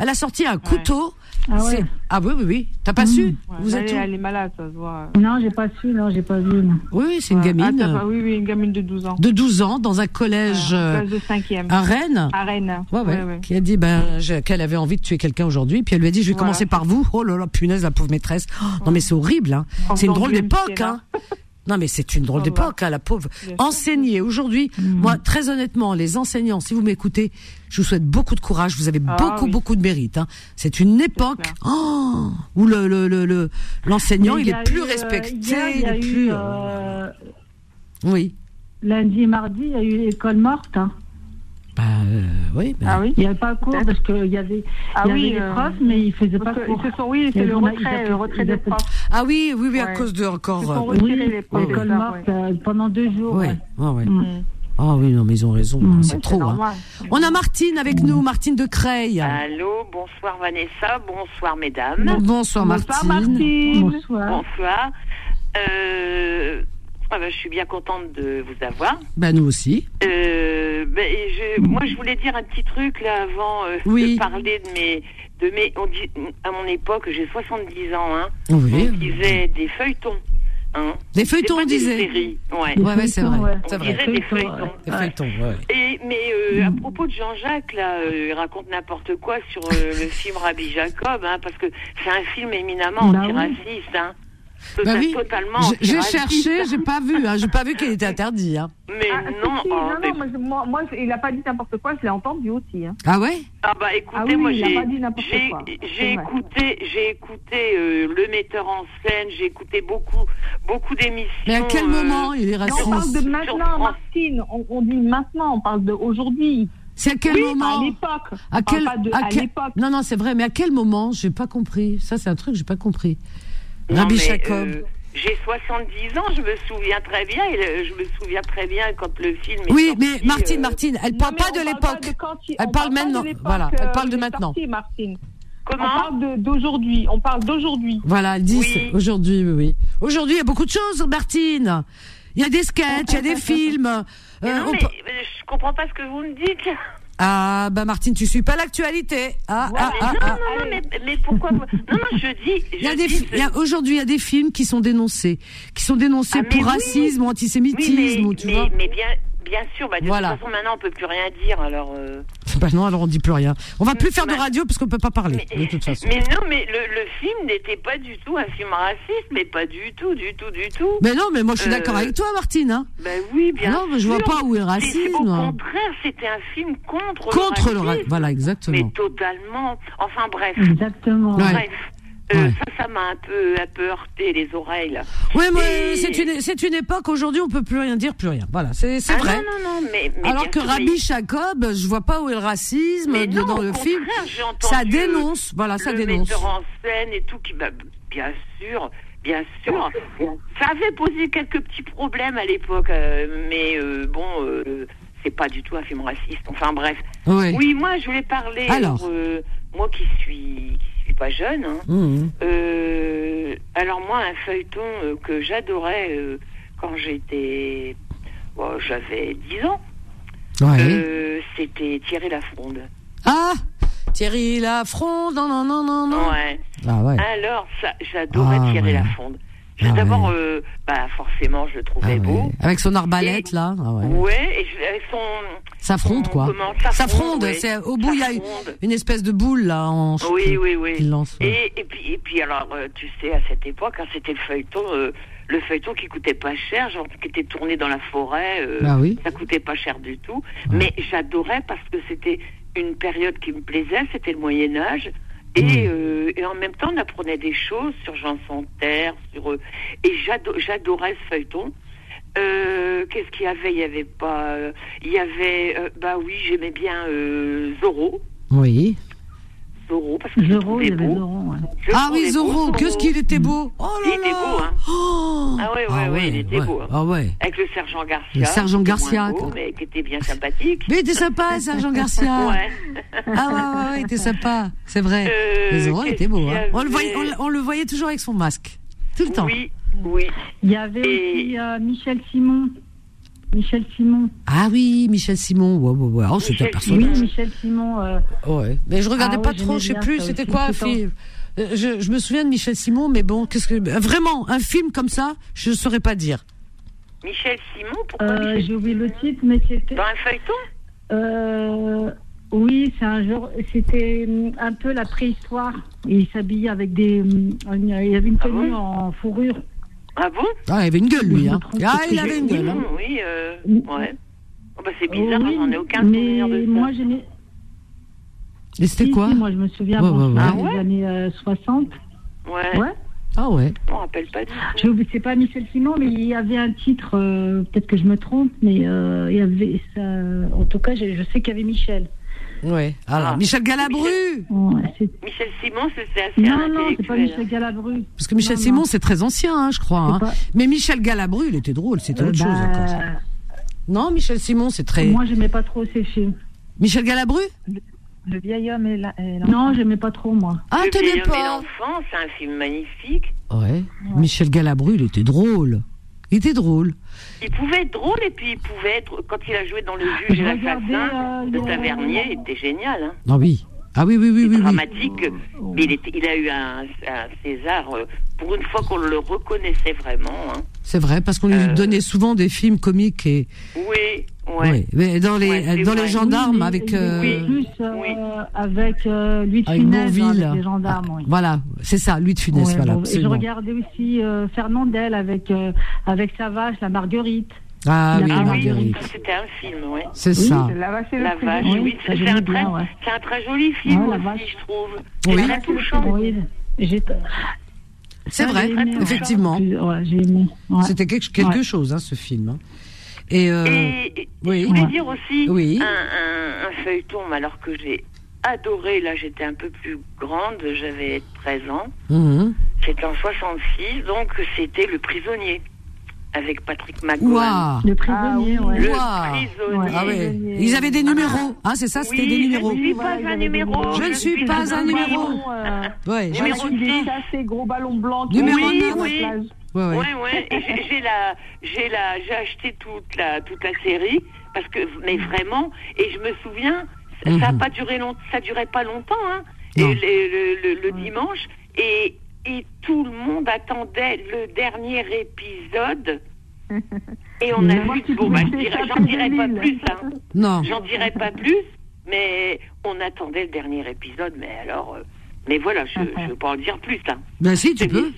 Elle a sorti un couteau. Ah ouais. Mmh. C'est- ah oui, oui, oui. T'as pas su Vous elle, êtes où est- elle est malade, ça se voit. Non, j'ai pas su, non, j'ai pas vu. non. Oui, oui, c'est une Ah, gamine t'as pas- euh, oui, oui, une gamine de 12 ans. de 12 ans dans un collège euh, Classe de 5e. à Rennes. À Rennes. Ouais, ouais, Ouais, ouais. qui a dit ben, je- qu'elle avait envie de tuer quelqu'un aujourd'hui. Puis elle lui a dit Je vais Voilà. commencer par vous. Oh là là, punaise, la pauvre maîtresse. Oh, Non, mais c'est horrible. hein. En C'est une faisant drôle Dieu, qui d'époque. est là. hein. Non, mais c'est une drôle d'époque, hein, la pauvre. Enseigner aujourd'hui, moi, très honnêtement, les enseignants, si vous m'écoutez, je vous souhaite beaucoup de courage. Vous avez Ah, beaucoup, oui. beaucoup de mérite. hein. C'est une époque oh, où l'enseignant, le, le, le- l'enseignant, Mais il y a est plus eu, euh, respecté. hier, il y a il est eu, plus- euh, Oui. lundi et mardi, il y a eu l'école morte. hein. Bah, euh, oui. bah, Il n'y avait pas cours parce qu'il y avait, Ah il y avait oui, les euh, profs, mais ils ne faisaient pas parce que cours. ils se sont- oui, c'est Et le on a- retrait, ils appelaient- le retrait ils des appelaient- profs. Ah oui, oui, oui, à Ouais. cause de encore. Ils se sont euh, retirés, oui, les profs, oui, l'école oui. morte euh, pendant deux jours. Ouais, ouais. ouais, ouais. Mm. Ah oui, non, mais ils ont raison, Mm. hein, Oui, c'est c'est trop. hein. normal. On a Martine avec nous, Martine de Creil. Allô, Oh, bonsoir Vanessa, bonsoir mesdames. Bonsoir, Bonsoir, Martine. Martine. Bonsoir. Bonsoir. Euh, ah ben, je suis bien contente de vous avoir. Bah, nous aussi. Euh, ben, et je, moi, je voulais dire un petit truc là avant euh, Oui. de parler de mes, de mes, on dit à mon époque, j'ai 70 ans, hein, Oui. on disait des feuilletons. Hein. Des feuilletons, C'était pas on des disait. séries, Ouais. Des Ouais, ouais, c'est feuilletons, vrai, ouais. c'est On vrai. disait des Feuilletons, ouais. feuilletons. Des feuilletons, ouais, ouais. Et, mais euh, à propos de Jean-Jacques, là, euh, il raconte n'importe quoi sur euh, le film Rabbi Jacob, hein, parce que c'est un film éminemment Bah oui. antiraciste. Hein. Bah Tota- oui. Totalement J'ai- J'ai antiraciste. cherché, j'ai pas vu, hein, j'ai pas vu qu'il était interdit. hein. Mais Ah, si, non, si, oh, non, mais- non, moi, je- moi, moi, je- il n'a pas dit n'importe quoi, je l'ai entendu aussi. hein. Ah ouais Ah bah Ah écoutez, oui, moi il a j'ai pas dit n'importe j'ai- quoi. j'ai C'est vrai. écouté j'ai écouté euh, le metteur en scène, j'ai écouté beaucoup beaucoup d'émissions. Mais à quel euh, moment il est Mais on parle raciste de maintenant, Martine. On, on dit maintenant, on parle de aujourd'hui. C'est à quel Oui, moment À l'époque. à On parle quel, Ah, pas de- à à quel- l'époque. Non, non, c'est vrai, mais à quel moment J'ai pas compris. Ça, c'est un truc que j'ai pas compris. Non, Rabbi mais, Jacob. euh, j'ai 70 ans, je me souviens très bien. et le- je me souviens très bien quand le film. Est Oui, sorti, mais Martine, euh, Martine, elle parle pas de l'époque. Ah, euh, Elle parle maintenant. Voilà, euh, elle parle de maintenant. Martine. Comment On parle de- d'aujourd'hui. On parle d'aujourd'hui. Voilà, elles disent aujourd'hui, oui, oui. Aujourd'hui, il y a beaucoup de choses, Martine. Il y a des sketchs, il y a des films. mais Euh, non, on mais, peut- euh, je comprends pas ce que vous me dites. Ah, bah Martine, tu suis pas l'actualité. Ah, Voilà, ah, mais ah, non, ah. non, non, mais, mais pourquoi vous- Non, non, je dis. Il y a je des dis fi- il y a- aujourd'hui, il y a des films qui sont dénoncés, qui sont dénoncés Ah, mais pour oui. racisme ou antisémitisme, Oui, mais, ou, tu mais- vois. mais bien, bien sûr, bah, de Voilà. toute façon, maintenant, on peut plus rien dire. Alors, euh, Bah non, alors on dit plus rien. On va plus faire de Ma- radio parce qu'on peut pas parler, bah, Mais- de toute façon. Mais non, mais le, le film n'était pas du tout un film raciste, mais pas du tout, du tout, du tout. Mais non, mais moi je suis Euh, d'accord avec toi, Martine. Hein. Ben oui, bien Non, mais je vois sûr. pas où est le C'est- racisme. Au contraire, c'était un film contre, Contre le le ra- racisme. voilà, exactement. Mais totalement. Enfin, bref. Exactement. Ouais. Bref. Euh, Ouais. Ça, ça m'a un peu, un peu heurté les oreilles. là. Oui, mais Et- c'est une, c'est une époque, aujourd'hui, on peut plus rien dire, plus rien. Voilà, c'est c'est Ah vrai. Non, non, non, mais, mais Alors bien que sûr, Rabbi mais- Jacob, je vois pas où est le racisme Mais de- non, dans au le film. contraire, j'ai entendu Ça dénonce, voilà, ça le dénonce. metteur en scène et tout qui m'a- bien sûr, bien sûr. Ça avait posé quelques petits problèmes à l'époque, euh, mais euh, bon, euh, c'est pas du tout un film raciste. Enfin bref. Oui. moi je voulais parler. Alors. euh, moi qui suis, qui suis pas jeune. hein, Mmh. euh, alors moi un feuilleton euh, que j'adorais euh, quand j'étais, bon, j'avais 10 ans. Ouais. euh, C'était Thierry Lafronde. Ah Thierry Lafronde, non, non, non, non, non. Ouais. Ah ouais. Alors, ça, j'adorais Ah Thierry ouais. Lafonde. Je- D'abord, euh, bah, forcément, je le trouvais beau. Avec son arbalète, là. Ah ouais. Ouais, et je- avec son. Ça fronde, quoi. comment ça Ça fronde, fronde, ouais. c'est au bout, il y a une, fronde. une espèce de boule, là, en Oui, oui, oui. euh, qu'il lance. ouais. Et, et puis, et puis alors, euh, tu sais, à cette époque, hein, c'était le feuilleton, euh, le feuilleton qui coûtait pas cher, genre qui était tourné dans la forêt. euh, Bah oui. Ça coûtait pas cher du tout. Mais j'adorais parce que c'était une période qui me plaisait, c'était le Moyen Âge. Et, Mm. euh, et en même temps, on apprenait des choses sur Jean Santerre, sur euh, et j'ado- j'adorais ce feuilleton. Euh, Qu'est-ce qu'il y avait Il y avait pas. euh, il y avait. euh, bah oui, j'aimais bien euh, Zorro. Oui. Zorro parce que je le trouvais beau. Je Ah oui, trouvais Zorro, beau, qu'est-ce qu'il était beau Oh là Il était beau, hein. ah ouais, ouais, ouais, il était ouais. beau. hein. Ah ouais. Avec le sergent Garcia. Oh Le sergent qui était moins Garcia, beau, quoi. mais qui était bien sympathique. Mais il était sympa, Sergent Garcia. ouais. Ah ouais, ouais, ouais, il était sympa, c'est vrai. Euh, Les Zorro qu'est-ce était beau. qu'il y hein. On, le voyait, on, avait le- on le voyait toujours avec son masque, tout le temps. Oui, oui. Il y avait aussi euh, Michel Simon. Michel Simon. Ah oui, Michel Simon. Ouais, ouais, ouais. Oh, c'est un personnage. Oh, Oui, Michel Simon. euh, Ouais. Mais je regardais Ah pas ouais, trop, j'aimais je sais bien plus, ça c'était aussi, quoi, tout le fille Euh, je, je me souviens de Michel Simon, mais bon, qu'est-ce que euh, vraiment un film comme ça, je saurais pas dire. Michel Simon, pourquoi euh, Michel J'ai oublié le titre, mais c'était. Dans un feuilleton Euh, oui, c'est un jour. C'était hum, un peu la préhistoire. Et il s'habillait avec des. hum, une- il avait une tenue en fourrure. Ah bon Ah, il avait une gueule lui. Hein. Ah, il avait une Oui, gueule. hein. Oui, euh, ouais. Oh, bah, c'est bizarre, Mm. Oui, j'en ai aucun mais souvenir de ça. moi, j'aimais. Et c'était Si, quoi si, Moi, je me souviens Ouais, bon, ouais, ouais. c'était Ah dans les ouais années euh, 60. Ouais. Ouais. Ah ouais. Je m'en rappelle pas du tout. Je oublié, c'est pas Michel Simon, mais il y avait un titre, euh, peut-être que je me trompe, mais euh, il y avait ça. En tout cas, je, je sais qu'il y avait Michel. Ouais. Ah. Alors, Ah, Michel Galabru. Ouais, c'est- Michel Simon, c'est c'est assez non, un non, c'est pas intellectuel. Michel Galabru. Parce que Michel Non, Simon, non. c'est très ancien, hein, je crois. C'est hein. pas- Mais Michel Galabru, il était drôle, c'était Euh, autre chose. bah, encore. Non, Michel Simon, c'est très. Moi, j'aimais pas trop ces films. Michel Galabru Le vieil homme et la. et l'enfant. Non, j'aimais pas trop, moi. Ah, Le t'aimais vieil homme et pas l'enfant, c'est un film magnifique. Ouais. Michel Galabru, il était drôle. Il était drôle. Il pouvait être drôle et puis il pouvait être quand il a joué dans le juge Je et regardais, l'assassin, euh, le le- tavernier il était génial, hein. Ah oui. Ah oui, oui, oui, oui. oui. dramatique. Oh. Mais il, était- il a eu un, un César euh, pour une fois qu'on le reconnaissait vraiment. hein. C'est vrai, parce qu'on lui donnait souvent des films comiques et. Oui, ouais. Ouais. Mais dans les, Ouais, c'est dans les vrai. gendarmes avec. euh, Oui, plus euh, avec euh, Louis de Avec Ah, Funès, hein, Bourvil. avec les gendarmes. oui. Voilà, c'est ça, lui de Funès, Ouais, voilà. bon, et je absolument. regardais aussi euh, Fernandel avec, euh, avec sa vache, la Marguerite. Ah Il a oui, fait la Ah oui, Marguerite. ça, c'était un film, ouais. C'est Oui, ça. La vache et le La prud'homme. vache, Oui, oui, ça, c'est j'aimais un, bien, très- ouais. c'est un très joli film Ouais, la aussi, vache. je trouve. Oui. C'est La très vache touchant. Oui, j'ai- C'est Ça, vrai, j'ai aimé, ouais. effectivement. Ouais, j'ai aimé. Ouais. C'était quelque, quelque Ouais. chose, hein, ce film. hein. Et, euh, Et, et oui. je voulais dire aussi Oui. un, un- un feuilleton, mais alors que j'ai adoré, là j'étais un peu plus grande, j'avais 13 ans, Mhm. c'était en 66, donc c'était Le Prisonnier, avec Patrick McGowan. Ah Ouah. Le prisonnier, ouais. Le Ouah. prisonnier. Ah ouais. Ils avaient des numéros, hein, c'est ça, c'était Oui, des numéros. Je ne suis pas un numéro. Je ne suis pas un numéro. Ouais, euh, Numéro j'en- six. Assez gros ballon blanc. qui Numéro roule Oui, sur la oui. plage. Ouais, ouais. Ouais, ouais. Et j'ai- j'ai la, j'ai la, j'ai acheté toute la, toute la série parce que, mais vraiment, et je me souviens, ça n'a Mhm. pas duré long, ça durait pas longtemps, hein. Et Non. le, le- le- le dimanche, et, et tout le monde attendait le dernier épisode. Et on a Moi vu, qui bon, bah, pouvais je dirais- faire j'en dirais pas Belle-Île. plus, hein. Non. J'en dirais pas plus, mais on attendait le dernier épisode, mais alors, euh, mais voilà, je, je veux pas en dire plus, hein. Ben si, tu peux.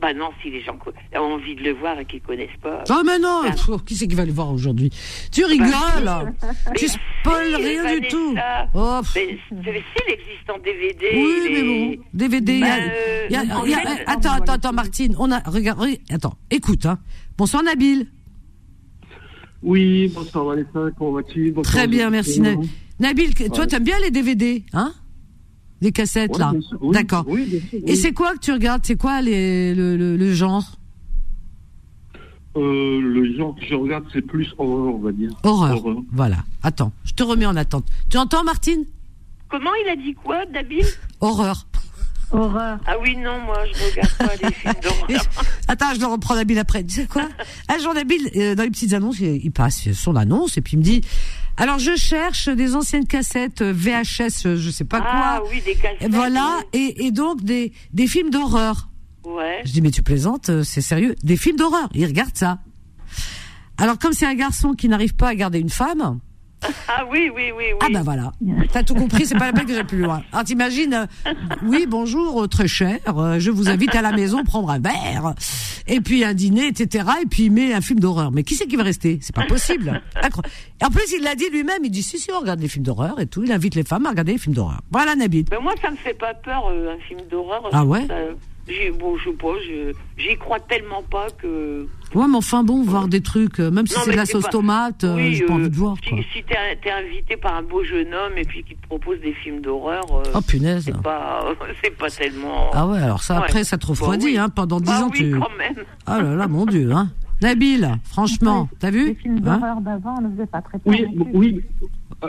Bah non, si les gens co- ont envie de le voir et qu'ils connaissent pas. Ah mais non, Ah. pff, qui c'est qui va le voir aujourd'hui Tu rigoles Mais Tu spoil bah, si, rien Vanessa, du tout. Oh, pff. Mais, mais si, il existe en DVD. Oui, il mais est- bon, DVD. il y a- Bah, euh, il y a- en il y a- fait- attends, attends, attends, Martine, on a, regarde, regarde- attends, écoute, hein. Bonsoir Nabil. Oui, bonsoir Vanessa, comment vas-tu Bonsoir, Très bien, Jean-Pierre. merci. Na- Nabil, que- toi, Ouais. t'aimes bien les DVD, hein Les cassettes, Ouais, là. bien sûr, oui, D'accord. oui, bien sûr, Et oui. c'est quoi que tu regardes C'est quoi les, le, le- le genre Euh, le genre que je regarde, c'est plus horreur, on va dire. Horreur. Voilà. Attends, je te remets en attente. Tu entends, Martine Comment il a dit quoi, Nabil Horreur. Horreur. Ah oui, non, moi, je regarde pas les films d'horreur. Attends, je le reprends Nabil après. Tu sais quoi Un jour Nabil, euh, dans les petites annonces, il il passe son annonce et puis il me dit Alors je cherche des anciennes cassettes euh, VHS, euh, je sais pas Ah quoi. oui, des cassettes, Voilà, et, et donc des, des films d'horreur. Ouais. Je dis mais tu plaisantes, euh, c'est sérieux Des films d'horreur, il regarde ça. Alors comme c'est un garçon qui n'arrive pas à garder une femme, Ah oui, oui, oui, oui. ah bah voilà, t'as tout compris, c'est pas la peine que j'aille plus loin. Alors t'imagines, euh, oui bonjour euh, très cher, euh, je vous invite à la maison prendre un verre, et puis un dîner, etc. Et puis il met un film d'horreur. Mais qui c'est qui va rester C'est pas possible. Incro- Et en plus il l'a dit lui-même, il dit si si on regarde les films d'horreur et tout, il invite les femmes à regarder les films d'horreur. Voilà Nabil. Mais moi, ça me fait pas peur, euh, un film d'horreur. Ah ouais Ça, j'ai- Bon, je sais pas, je- j'y crois tellement pas que. Ouais mais enfin bon, voir des trucs, euh, même si Non, c'est mais de la c'est sauce pas- tomate, euh, Oui, j'ai pas euh, envie de voir. Si, quoi. si t'es t'es invité par un beau jeune homme et puis qu'il te propose des films d'horreur. euh, Oh, punaise. C'est pas, c'est pas tellement. Ah ouais, alors ça, après, Ouais. ça te Bah refroidit, oui. hein, pendant 10 Bah ans, oui, tu... quand même. Ah là là, mon Dieu, hein. Nabil, franchement, t'as vu Les films Hein d'horreur d'avant, on ne faisait pas très Oui, oui. Euh,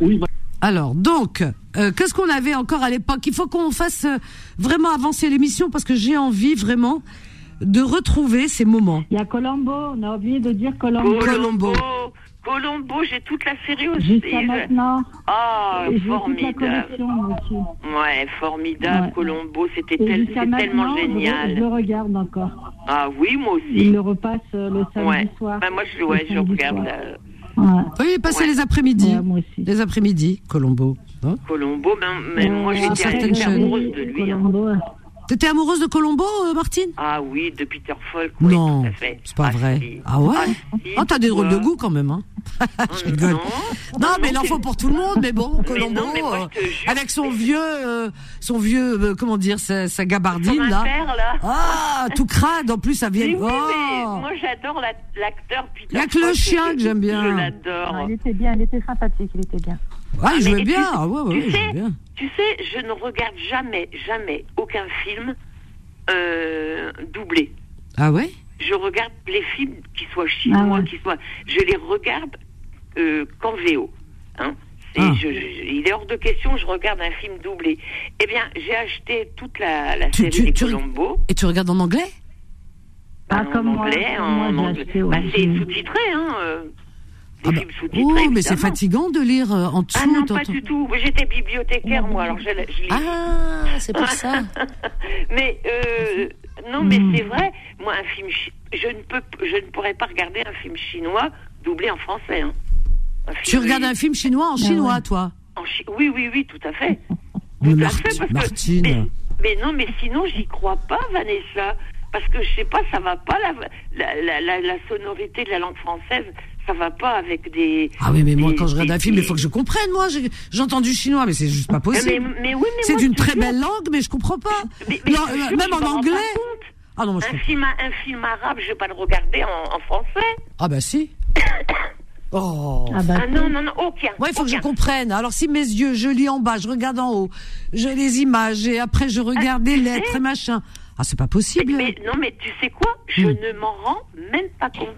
oui Alors, donc, euh, qu'est-ce qu'on avait encore à l'époque Il faut qu'on fasse euh, vraiment avancer l'émission, parce que j'ai envie, vraiment, de retrouver ces moments. Oh, Il y a Colombo, on a oublié de dire Colombo. Colombo. Colombo, j'ai toute la série aussi. Jusqu'à maintenant. Ah, Et j'ai toute la formidable. collection, monsieur. Ouais, formidable. Colombo, c'était Et tel- jusqu'à c'est tellement maintenant, je, je le génial. regarde encore. Ah oui, moi Il aussi. le repasse euh, le samedi Ouais. soir. Bah, moi, je, ouais, je regarde euh, Oui, il passait les après-midi. les après-midi, Colombo. hein Colombo. Ben, mais moi, sur j'étais certaines j'étais chaînes. amoureuse de lui. hein. T'étais amoureuse de Colombo, euh, Martine Ah oui, de Peter Falk. Non, c'est pas vrai. Ah ouais Ah, t'as des drôles de goût quand même, hein Je rigole. Non, mais il en faut pour tout le monde, mais bon, Colombo, euh, avec son vieux, euh, son vieux, euh, comment dire, sa, sa gabardine, Son là. impair, là. Ah, tout crade, en plus, ça vient... Mais oui, oh. mais moi j'adore la- l'acteur Peter Il y a que le Falk, chien je- que j'aime bien. Je l'adore. Il était bien, il était sympathique, il était bien. Ah, il Mais jouait tu- bien, ah ouais, ouais, tu ouais, il sais, jouait bien. Tu sais, je ne regarde jamais, jamais aucun film euh, doublé. Ah ouais Je regarde les films qui soient Ah chinois, qui soient. Je les regarde euh, qu'en VO. hein. C'est- Ah. je- je- il est hors de question, je regarde un film doublé. Eh bien, j'ai acheté toute la, la Tu- série tu- Ah, des tu- Colombo. Et tu regardes en anglais en anglais, en anglais. Bah, c'est sous-titré, hein. euh, Ah bah, Oh, mais c'est fatigant de lire euh, en dessous. Ah non, pas t'entends- du tout. J'étais bibliothécaire, moi, alors je, l'ai- je l'ai Ah, c'est pour ça. Hmm. mais, euh, non, mais c'est vrai, moi, un film. chi- Je ne, peux, je ne pourrais pas regarder un film chinois doublé en français. hein. Un film- Tu regardes un film chinois Bah en chinois, toi en chi- Oui, oui, oui, tout à fait. Mais à Marti- fait, parce que- Martine. Mais non, mais sinon, j'y crois pas, Vanessa. Parce que je sais pas, ça va pas, la, la, la, la- la sonorité de la langue française, ça va pas avec des. Ah oui, mais moi, quand je regarde un film, il faut que je comprenne, moi. J'ai- J'entends du chinois, mais c'est juste pas possible. Ah, Mais- mais oui, mais c'est moi, d'une je te très jure. belle langue, mais je comprends pas. mais Non, je te euh, jure, même je en m'en rends anglais. pas compte. Ah non, moi, je un comprends. film, un film arabe, je vais pas le regarder en, en français. Ah bah si. Oh. Ah bah Ah non, si. non, non, aucun. Ouais, il faut que je aucun. comprenne. Alors si mes yeux, je lis en bas, je regarde en haut, j'ai les images et après je regarde les lettres et machin. Ah, c'est pas possible. Hmm. Mais non, mais tu sais quoi Je ne m'en rends même pas compte.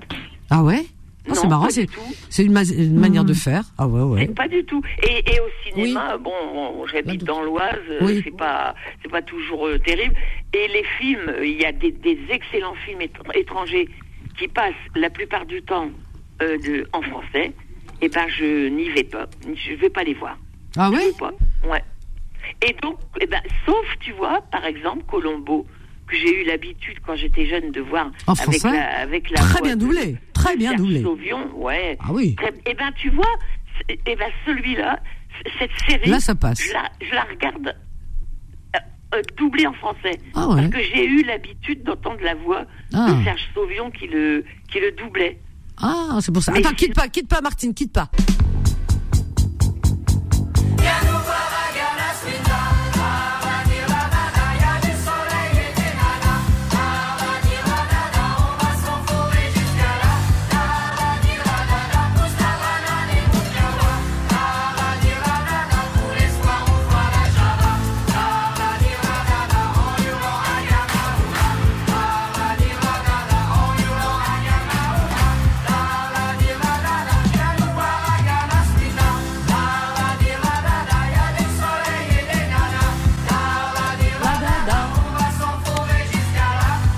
Ah ouais Ah, C'est Non, marrant, pas c'est du tout. c'est une, ma- une manière de faire. Ah ouais, ouais. Pas du tout. Et, et au cinéma, bon, on- j'habite dans l'Oise, euh, Bah, Oui. c'est pas, c'est pas toujours euh, terrible. Et les films, euh, il y a des, des excellents films étr- étrangers qui passent la plupart du temps euh, de, en français. Et ben, je n'y vais pas. Je vais pas les voir. Ah ouais pas. Ouais. Et donc, eh ben, sauf, tu vois, par exemple, Colombo, que j'ai eu l'habitude quand j'étais jeune de voir En avec français la, avec la Très voix bien de- doublé. Très bien Serge doublé. Sauvion, ouais. Ah oui. Très- Eh ben, tu vois, c'est- eh ben, celui-là, c- cette série. Là, ça passe. Je la, je la regarde euh, euh, doublée en français. Ah ouais. Parce que j'ai eu l'habitude d'entendre la voix Ah. de Serge Sauvion qui le, qui le doublait. Ah, c'est pour ça. Mais Attends, si- quitte pas, quitte pas, Martine, quitte pas.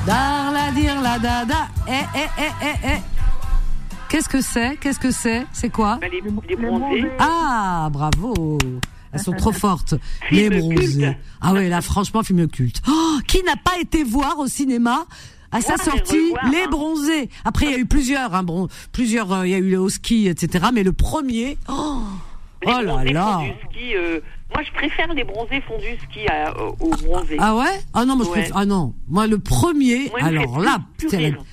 Dar la dire la dada. Eh, eh, eh, eh, eh. Qu'est-ce que c'est Qu'est-ce que c'est C'est quoi Ben, les, bronzés. Ah, bravo Elles sont trop fortes. les Film bronzés. culte. Ah ouais, là, franchement, film culte. Oh, qui n'a pas été voir au cinéma à sa Ouais, sortie, revoir, les hein. bronzés. Après, il y a eu plusieurs, hein, bron- plusieurs. euh, Il y a eu le au ski, etc. Mais le premier, oh, oh là là. Fondus ski, euh, moi, je préfère les bronzés fondus ski à- au- aux bronzés. Ah ouais Ah non, moi je Ouais. préfère- Ah non, moi le premier. Moi, il me fait alors plus- là, plus c'était la- rire.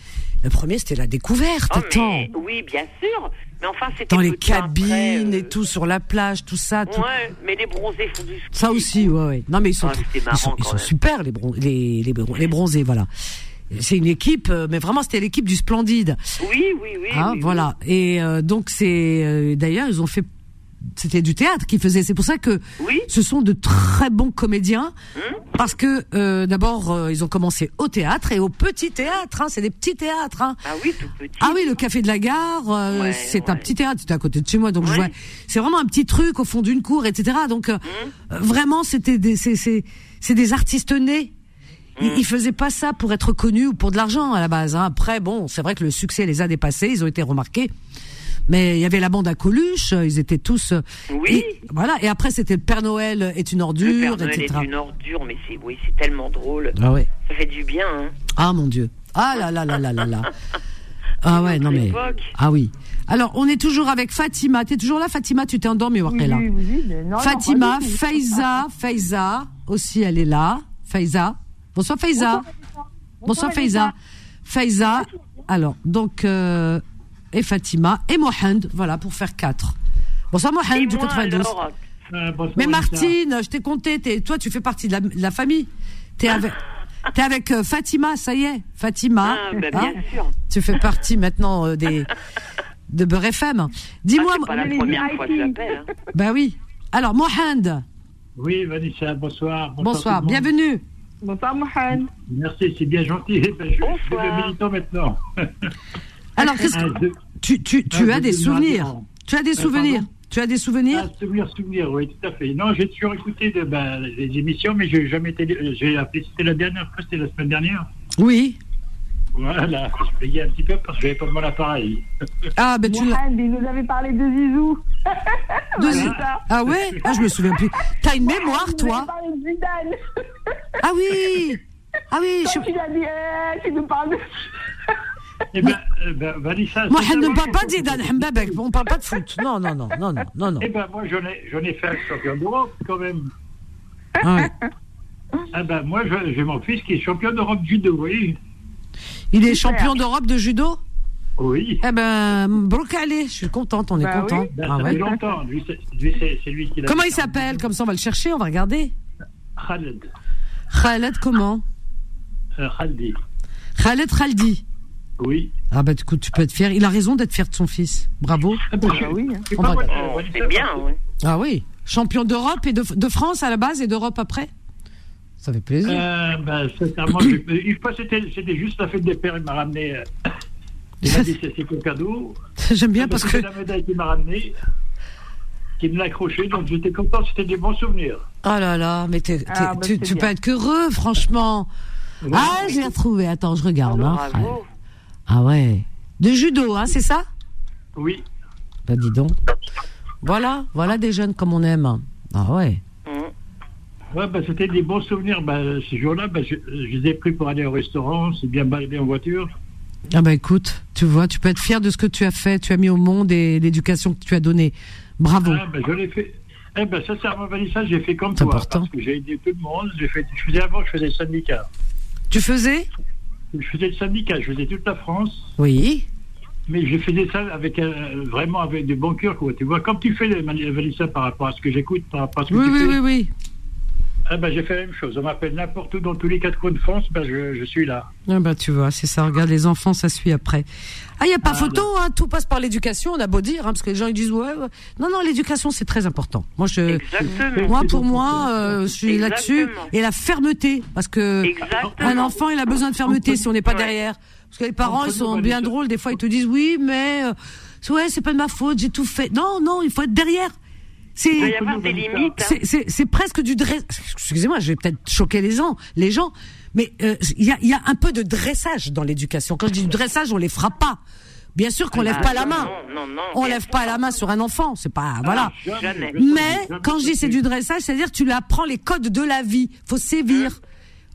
le premier, c'était la découverte. Oh, Attends. mais- oui, bien sûr. Mais enfin, c'était Dans les peu de temps cabines après, euh, et tout sur la plage, tout ça. Tout... Ouais, mais les bronzés fondus ski. Ça aussi, ouais, ouais. Non, mais ils sont, Ah, c'était marrant ils sont, ils quand sont même. super, les, bron- les, les, bron- les bronzés, voilà. C'est une équipe, euh, mais vraiment, c'était l'équipe du Splendide. Oui, oui, oui. Hein, oui, voilà. Et euh, donc, c'est. euh, D'ailleurs, ils ont fait. C'était du théâtre qu'ils faisaient. C'est pour ça que ce sont de très bons comédiens. Hum. Parce que, euh, d'abord, euh, ils ont commencé au théâtre et au petit théâtre. Hein, c'est des petits théâtres. Hein. Ah oui, tout petit. Ah oui, le Café de la Gare, euh, c'est un petit théâtre, c'était à côté de chez moi, donc je vois. C'est vraiment un petit truc au fond d'une cour, etc. Donc Hum. euh, euh, vraiment, c'était des, c'est, c'est, c'est des artistes nés. Ils, Hum. ils faisaient pas ça pour être connus ou pour de l'argent à la base. hein. Après, bon, c'est vrai que le succès les a dépassés, ils ont été remarqués. Mais il y avait la bande à Coluche, euh, ils étaient tous. euh, Oui. et- voilà. Et après, c'était le Père Noël est une Le Père ordure, Noël etc. est une ordure, mais c'est oui, c'est tellement drôle. Ah ouais. Ça fait du bien. Hein. Ah mon dieu. Ah là là là là là là. Ah ouais, non mais. époque. Ah oui. Alors, on est toujours avec Fatima. T'es toujours là, Fatima Tu t'es endormie, Warkela Oui, oui, oui, mais non, non, hein? Fatima, pas du tout. Faiza, Faiza, aussi elle est là. Faiza. Bonsoir Faiza. Bonsoir Faiza. Faiza. Alors, donc, euh, et Fatima, et Mohand, voilà, pour faire quatre. Bonsoir Mohand du 92. Mais Martine, je t'ai compté, t'es- toi tu fais partie de la, de la famille. T'es avec, t'es avec euh, Fatima, ça y est, Fatima. hein. Ah, bah, bien sûr. Tu fais partie maintenant euh, des de Beurre FM. Dis-moi, Ah, C'est pas la moi- première fois que j'appelle. hein. bah oui. Alors Mohand, Oui, Vanessa, bonsoir. bonsoir, tout le monde. bienvenue. Bonsoir, Mohan. Merci, c'est bien gentil. Ben, Je, je suis le militant maintenant. Alors, qu'est-ce que- tu, tu, tu as des souvenirs Tu as Euh, des souvenirs Tu as des souvenirs Souvenirs, souvenirs, oui, tout à fait. Non, j'ai toujours écouté de, ben, les émissions, mais j'ai jamais été. euh, J'ai appelé, c'était la dernière fois, c'était la semaine dernière. Oui. Voilà, je payais un petit peu parce que j'avais pas de mon appareil. Ah, ben tu il nous avait parlé de Zizou. Deux- Ah ouais Ah, je me souviens plus. T'as une mémoire, toi parlé de Zidane. Ah oui Ah oui Quand tu l'as dit, eh, tu nous parles de... Eh ben, euh, ben, Vanessa. Mohand, ne c'est- parle pas d'Idan Hambabek, on parle pas de foot. Non, non, non, non, non, non. non. Eh ben, moi, j'en ai, j'en ai fait un champion d'Europe, quand même. Ah ouais. Ah ben, moi, je- j'ai mon fils qui est champion d'Europe judo, vous voyez. Il est champion d'Europe de judo Oui. Eh ben, Brocalé, je suis contente, on est Ben content. oui. Ben, Ah ça ouais. fait longtemps. Lui, c'est lui, c'est- c'est lui qui l'a. Comment il s'appelle Comme ça, on va le chercher, on va regarder. Khaled. Khaled comment Euh, Khaldi. Khaled Khaldi. Oui. Ah bah écoute, tu peux être fier. Il a raison d'être fier de son fils. Bravo. Ah, bah, C'est On pas va- moi, Oh, Vanessa, c'est bien, parce que- oui. Ah oui, champion d'Europe et de, de France à la base et d'Europe après. Ça fait plaisir. Euh, ben, sincèrement, je, je pense que c'était- c'était juste la fête des pères, il m'a ramené. euh, il m'a dit c'est c'est ton cadeau. J'aime bien parce que. la médaille qu'il m'a ramené, qui me l'a accroché, donc j'étais content, c'était des bons souvenirs. Oh là là, mais t'es- t'es- Ah, bah, tu, c'est tu bien. peux être qu'heureux, franchement. Ouais. Ah, j'ai retrouvé. Attends, je regarde. hein. Bravo. Ah ouais. De judo, hein, c'est ça Oui. Bah dis donc. Voilà, voilà des jeunes comme on aime. Ah ouais. Ouais, ben, c'était des bons souvenirs. Ben, ce jour-là, ben, je, je les ai pris pour aller au restaurant, c'est bien baladé en voiture. Ah bah écoute, tu vois, tu peux être fier de ce que tu as fait, tu as mis au monde et l'éducation que tu as donnée. Bravo. Ah, ben, je l'ai fait. Eh ben, sincèrement, Vanessa, j'ai fait comme C'est toi. important. Parce que j'ai aidé tout le monde. J'ai fait, je faisais avant, je faisais le syndicat. Tu faisais Je faisais le syndicat, je faisais toute la France. Oui. Mais je faisais ça avec euh, vraiment avec du bon cœur, quoi. Tu vois, comme tu fais, Vanessa, par rapport à ce que j'écoute, par rapport à ce que Oui, tu oui, fais. oui, oui. Ah, ben, j'ai fait la même chose. On m'appelle n'importe où, dans tous les quatre coins de France, ben, je, je suis là. Ah bah tu vois, c'est ça. Regarde les enfants, ça suit après. Ah, il n'y a pas Ah, photo, hein, tout passe par l'éducation, on a beau dire, hein, parce que les gens ils disent ouais, ouais. Non, non, l'éducation c'est très important. Moi, je, Exactement. moi pour moi, euh, je suis là-dessus. Exactement. Et la fermeté, parce que un enfant il a besoin de fermeté si on n'est pas derrière. Parce que les parents ils sont bien drôles, des fois ils te disent oui, mais euh, ouais, c'est pas de ma faute, j'ai tout fait. Non, non, il faut être derrière. C'est- Il doit y avoir des limites, hein. c'est- c'est- C'est presque du dress. Excusez-moi, je vais peut-être choquer les gens, les gens, mais euh, il y, a, il y a un peu de dressage dans l'éducation. Quand je dis du dressage, on les frappe pas. Bien sûr qu'on Ah, lève pas la main. non, non, non, on bien lève pas la main sur un enfant, c'est pas voilà. Ah, jamais. Mais quand je dis c'est du dressage, c'est-à-dire tu lui apprends les codes de la vie, faut sévir.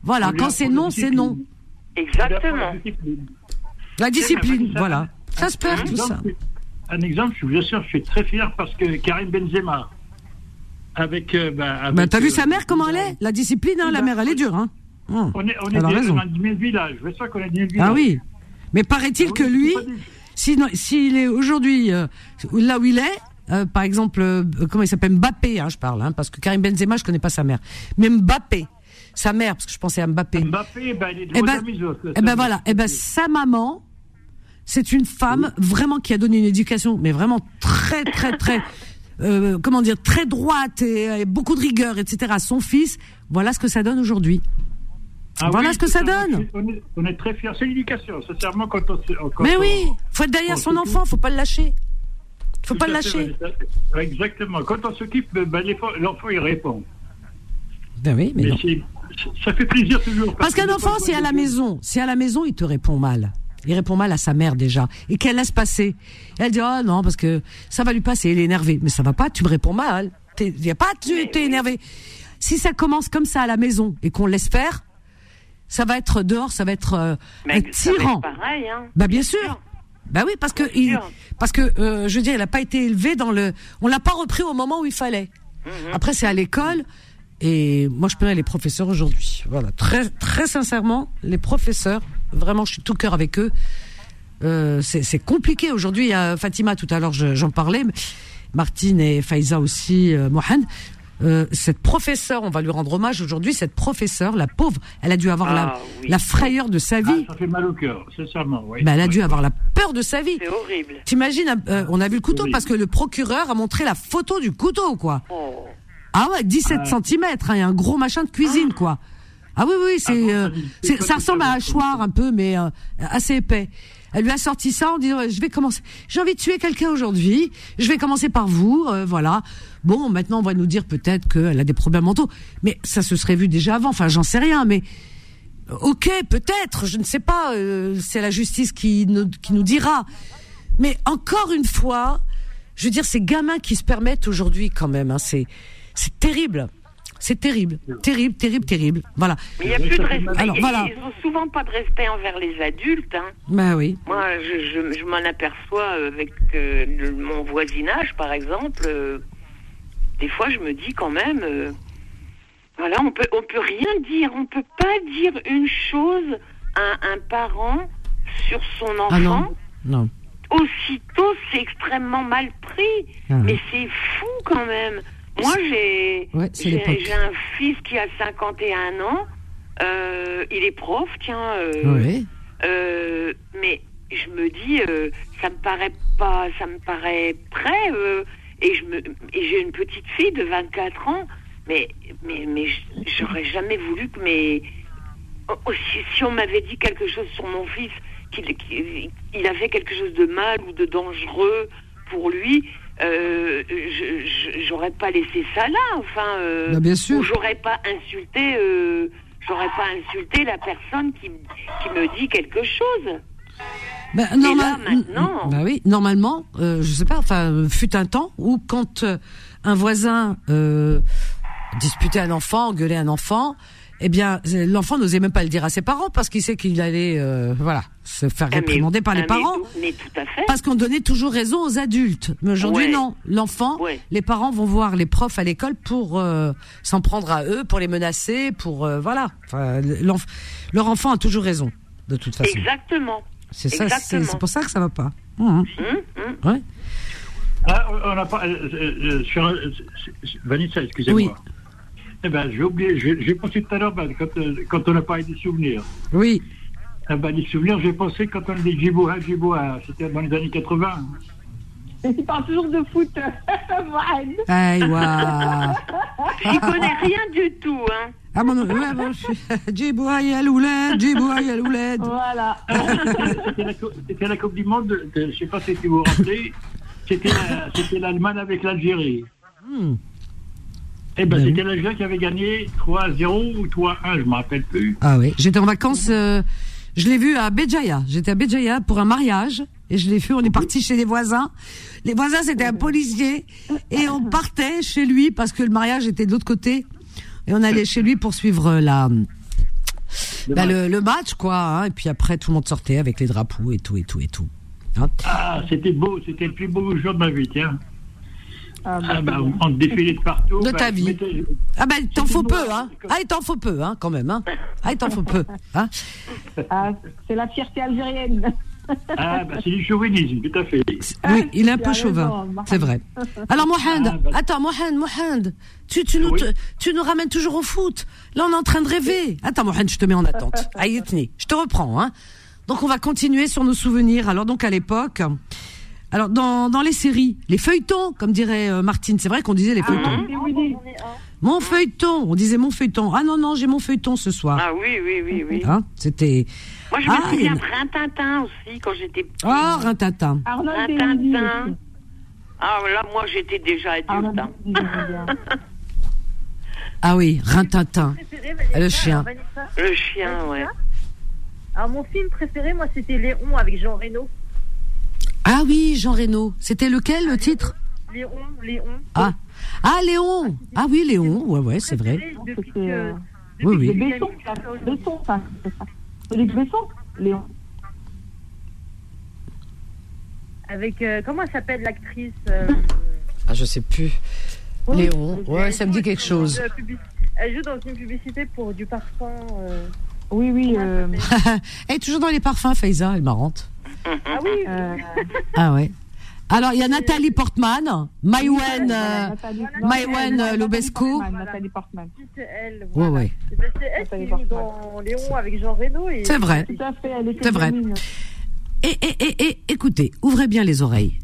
Voilà, On lui quand apprend c'est la non, c'est non. Exactement. La discipline, voilà. Ça se perd Un tout ça. exemple, Un exemple, je vous assure, je suis très fier parce que Karim Benzema, avec. euh, bah, avec, Bah, t'as euh, vu sa mère comment elle est La discipline, hein, la mère, elle est dure. Hein. Eh ben, Hum, On est, on est elle a des- raison. on a 10 000 villages. Je sais qu'on a 10 000 villages. Ah oui. Mais Ah paraît-il que lui, sinon- s'il est aujourd'hui euh, là où il est, euh, par exemple, euh, comment il s'appelle Mbappé, hein, je parle, hein, parce que Karim Benzema, je connais pas sa mère. Mais Mbappé, sa mère, parce que je pensais à Mbappé. Mbappé, bah, il est de Eh ben, Monamise, euh, eh ben voilà, eh ben sa maman, c'est une femme vraiment qui a donné une éducation, mais vraiment très très très, euh, comment dire, très droite et, et beaucoup de rigueur, etc. à Son fils, voilà ce que ça donne aujourd'hui. Ah voilà oui, ce que ça on est- donne. On est, on est très fiers. C'est l'éducation, sincèrement, quand on. se- quand Mais on- oui, faut être derrière on son s'occupe- enfant, faut pas le lâcher. Faut Tout pas le à fait, lâcher. ouais, Exactement. Quand on s'occupe, bah, l'enfant- l'enfant, il répond. Ben oui, mais non. c'est- Ça fait plaisir toujours. Parce qu'un que enfant, quand- c'est à la maison. C'est à la maison, il te répond mal. Il répond mal à sa mère déjà. Et qu'elle laisse passer. Elle dit, oh non, parce que ça va lui passer. Il est énervé. Mais ça va pas, tu me réponds mal. T'es y a pas, tu t'es énervé. Si ça commence comme ça à la maison et qu'on le laisse faire, ça va être dehors, ça va être euh, un ça va être tyran. pareil, hein. Bah bien sûr. Bah oui, parce que il, parce que euh, je veux dire, il n'a pas été élevé dans le, on l'a pas repris au moment où il fallait. Mhm. Après, c'est à l'école. Et moi, je connais les professeurs aujourd'hui. Voilà, très très sincèrement, les professeurs, vraiment, je suis tout cœur avec eux. Euh, c'est c'est compliqué aujourd'hui. euh, Fatima, tout à l'heure, je- j'en parlais. mais Martine et Faiza aussi, euh, Mohan. Euh, cette professeure, on va lui rendre hommage aujourd'hui. Cette professeure, la pauvre, elle a dû avoir la, Ah oui. la frayeur de sa vie. Ah, Ça fait mal au cœur, sincèrement. Oui. Bah, elle a dû avoir la peur de sa vie. C'est horrible. T'imagines, euh, on a vu le couteau parce que le procureur a montré la photo du couteau, quoi. Ah ouais, 17 Ah. cm, il y a un gros machin de cuisine, quoi. Ah oui, oui, c'est, euh, c'est- ça ressemble à un hachoir un peu, mais euh, assez épais. Elle lui a sorti ça en disant, je vais commencer, j'ai envie de tuer quelqu'un aujourd'hui, je vais commencer par vous, euh, voilà. Bon, maintenant on va nous dire peut-être qu'elle a des problèmes mentaux, mais ça se serait vu déjà avant, enfin j'en sais rien, mais Euh, Ok, peut-être, je ne sais pas, euh, c'est la justice qui nous, qui nous dira. Mais encore une fois, je veux dire, ces gamins qui se permettent aujourd'hui quand même, hein, c'est c'est terrible. C'est terrible, terrible, terrible, terrible. Voilà. Mais il n'y a plus de respect. Alors Et voilà. Ils n'ont souvent pas de respect envers les adultes. Hein. Bah oui. Moi, je, je, je m'en aperçois avec euh, le- mon voisinage, par exemple. euh, des fois, je me dis quand même, euh, voilà, on peut, on peut rien dire. On peut pas dire une chose à un parent sur son enfant. Ah non. Non. Aussitôt, c'est extrêmement mal pris. Ah ouais. Mais c'est fou quand même. Moi, j'ai Ouais, c'est j'ai- l'époque. j'ai un fils qui a 51 ans. Euh, il est prof, tiens. euh, Oui. euh, mais je me dis, euh, ça me paraît pas, ça me paraît prêt. euh, et je me, et j'ai une petite fille de 24 ans, mais mais mais j- j'aurais jamais voulu que mes oh, oh, si, si on m'avait dit quelque chose sur mon fils, qu'il qu'il- il avait quelque chose de mal ou de dangereux pour lui. Euh, je- je- j'aurais pas laissé ça là, enfin. euh, Bah, bien sûr. ou J'aurais pas insulté. euh, J'aurais pas insulté la personne qui, qui me dit quelque chose. Bah, Et là, maintenant- bah oui, normalement, euh, je sais pas, enfin, euh, fut un temps où quand euh, un voisin euh, disputait un enfant, engueulait un enfant, eh bien, euh, l'enfant n'osait même pas le dire à ses parents parce qu'il sait qu'il allait, euh, voilà, se faire Ah, mais- réprimander par ah, les mais parents. tout- Mais tout à fait. Parce qu'on donnait toujours raison aux adultes. Mais aujourd'hui, Ouais. non. L'enfant, les parents vont voir les profs à l'école pour euh, s'en prendre à eux, pour les menacer, pour. euh, voilà. Enfin, l'enf- leur enfant a toujours raison, de toute façon. Exactement. C'est ça, c'est Exactement. c'est pour ça que ça va pas. Mmh. Ouais. Ah, on n'a pas. euh, euh, sur, euh, Vanessa, excusez-moi. Eh ben, j'ai oublié, j'ai j'ai pensé tout à l'heure, ben, quand, euh, quand on a parlé des souvenirs. Oui. Eh ben, les souvenirs, j'ai pensé quand on dit Djibouha, Djibouha, c'était dans les années 80. Mais tu parles toujours de foot. euh, Mohamed. Aïe, ouah. J'y connais rien du tout, hein. Ah mon ouais, bon, je suis- Djibouha, Yalouled, Djibouha, Yalouled. Voilà. C'était la, cou- c'était la Coupe du Monde, de- de- je ne sais pas si vous vous rappelez, c'était la- c'était l'Allemagne avec l'Algérie. Hmm. Eh ben, Ben c'était l'Algérie qui avait gagné 3-0 ou 3-1, je ne me rappelle plus. Ah oui, j'étais en vacances euh, Je l'ai vu à Béjaïa. J'étais à Béjaïa pour un mariage. Et je l'ai vu, on est parti chez les voisins. Les voisins, c'était un policier. Et on partait chez lui parce que le mariage était de l'autre côté. Et on allait chez lui pour suivre euh, la, bah, le, le match, quoi. hein. Et puis après, tout le monde sortait avec les drapeaux et tout, et tout, et tout. Hein. Ah, c'était beau, c'était le plus beau jour de ma vie, tiens. Ah, bah, Ah, bah, on défilait de partout. De bah, ta je vie. mettais- Ah ben, il t'en faut peu, hein. Ah, il t'en faut peu, hein, quand même, hein. Ah, il t'en faut peu, hein. c'est la fierté algérienne. Ah, bah, c'est du chauvinisme, tout à fait. Oui, il est un peu as chauvin, raison, Mohamed. c'est vrai. Alors, Ah, Mohand, bah. attends, Mohand, Mohand, tu, tu, nous, te- tu nous ramènes toujours au foot. Là, on est en train de rêver. Attends, Mohand, je te mets en attente. Aïe, tenez, je te reprends, hein. Donc, on va continuer sur nos souvenirs. Alors, donc, à l'époque, alors, dans, dans les séries, les feuilletons, comme dirait euh, Martine, c'est vrai qu'on disait Ah les feuilletons. Mon feuilleton, on disait mon feuilleton. Ah non, non, j'ai mon feuilleton ce soir. Ah oui, oui, oui, oui. Hein, C'était. Moi, je Ah, me souviens il- de Rintintin aussi, quand j'étais petite. Oh, Rintintin. Rintintin. Ah, là, moi, j'étais déjà adulte. hein. Ah oui, Rintintin. Vanessa, Le chien. Vanessa. Le chien, ouais. Alors, mon film préféré, moi, c'était Léon avec Jean Reno. Ah oui, Jean Reno. C'était lequel Ah, le titre Léon, Léon. Ah. Ah, Léon. Ah oui, Léon. Ouais, ouais, c'est vrai. C'était euh, Oui, oui. Besson, ça, Besson, ça, c'est ça. Félix Besson, Léon. Avec, euh, comment elle s'appelle l'actrice euh, Ah, je sais plus. Léon. Ouais, ça me dit quelque chose. de la publici- Elle joue dans une publicité pour du parfum. euh, Oui, oui. euh, Elle est toujours dans les parfums, Faiza. Elle est marrante. Ah oui, Mm-hmm. oui. Euh, Ah ouais. Alors, il y a Nathalie Portman, Maïwen, euh, Maïwen euh, Lobesco. Nathalie Portman. C'est elle. Ouais, ouais. Eh ben, C'est elle qui joue dans Léon avec Jean Reno. et- C'est vrai. Tout à fait, elle était C'est vrai. mignonne. Et, et, et, et, écoutez, ouvrez bien les oreilles.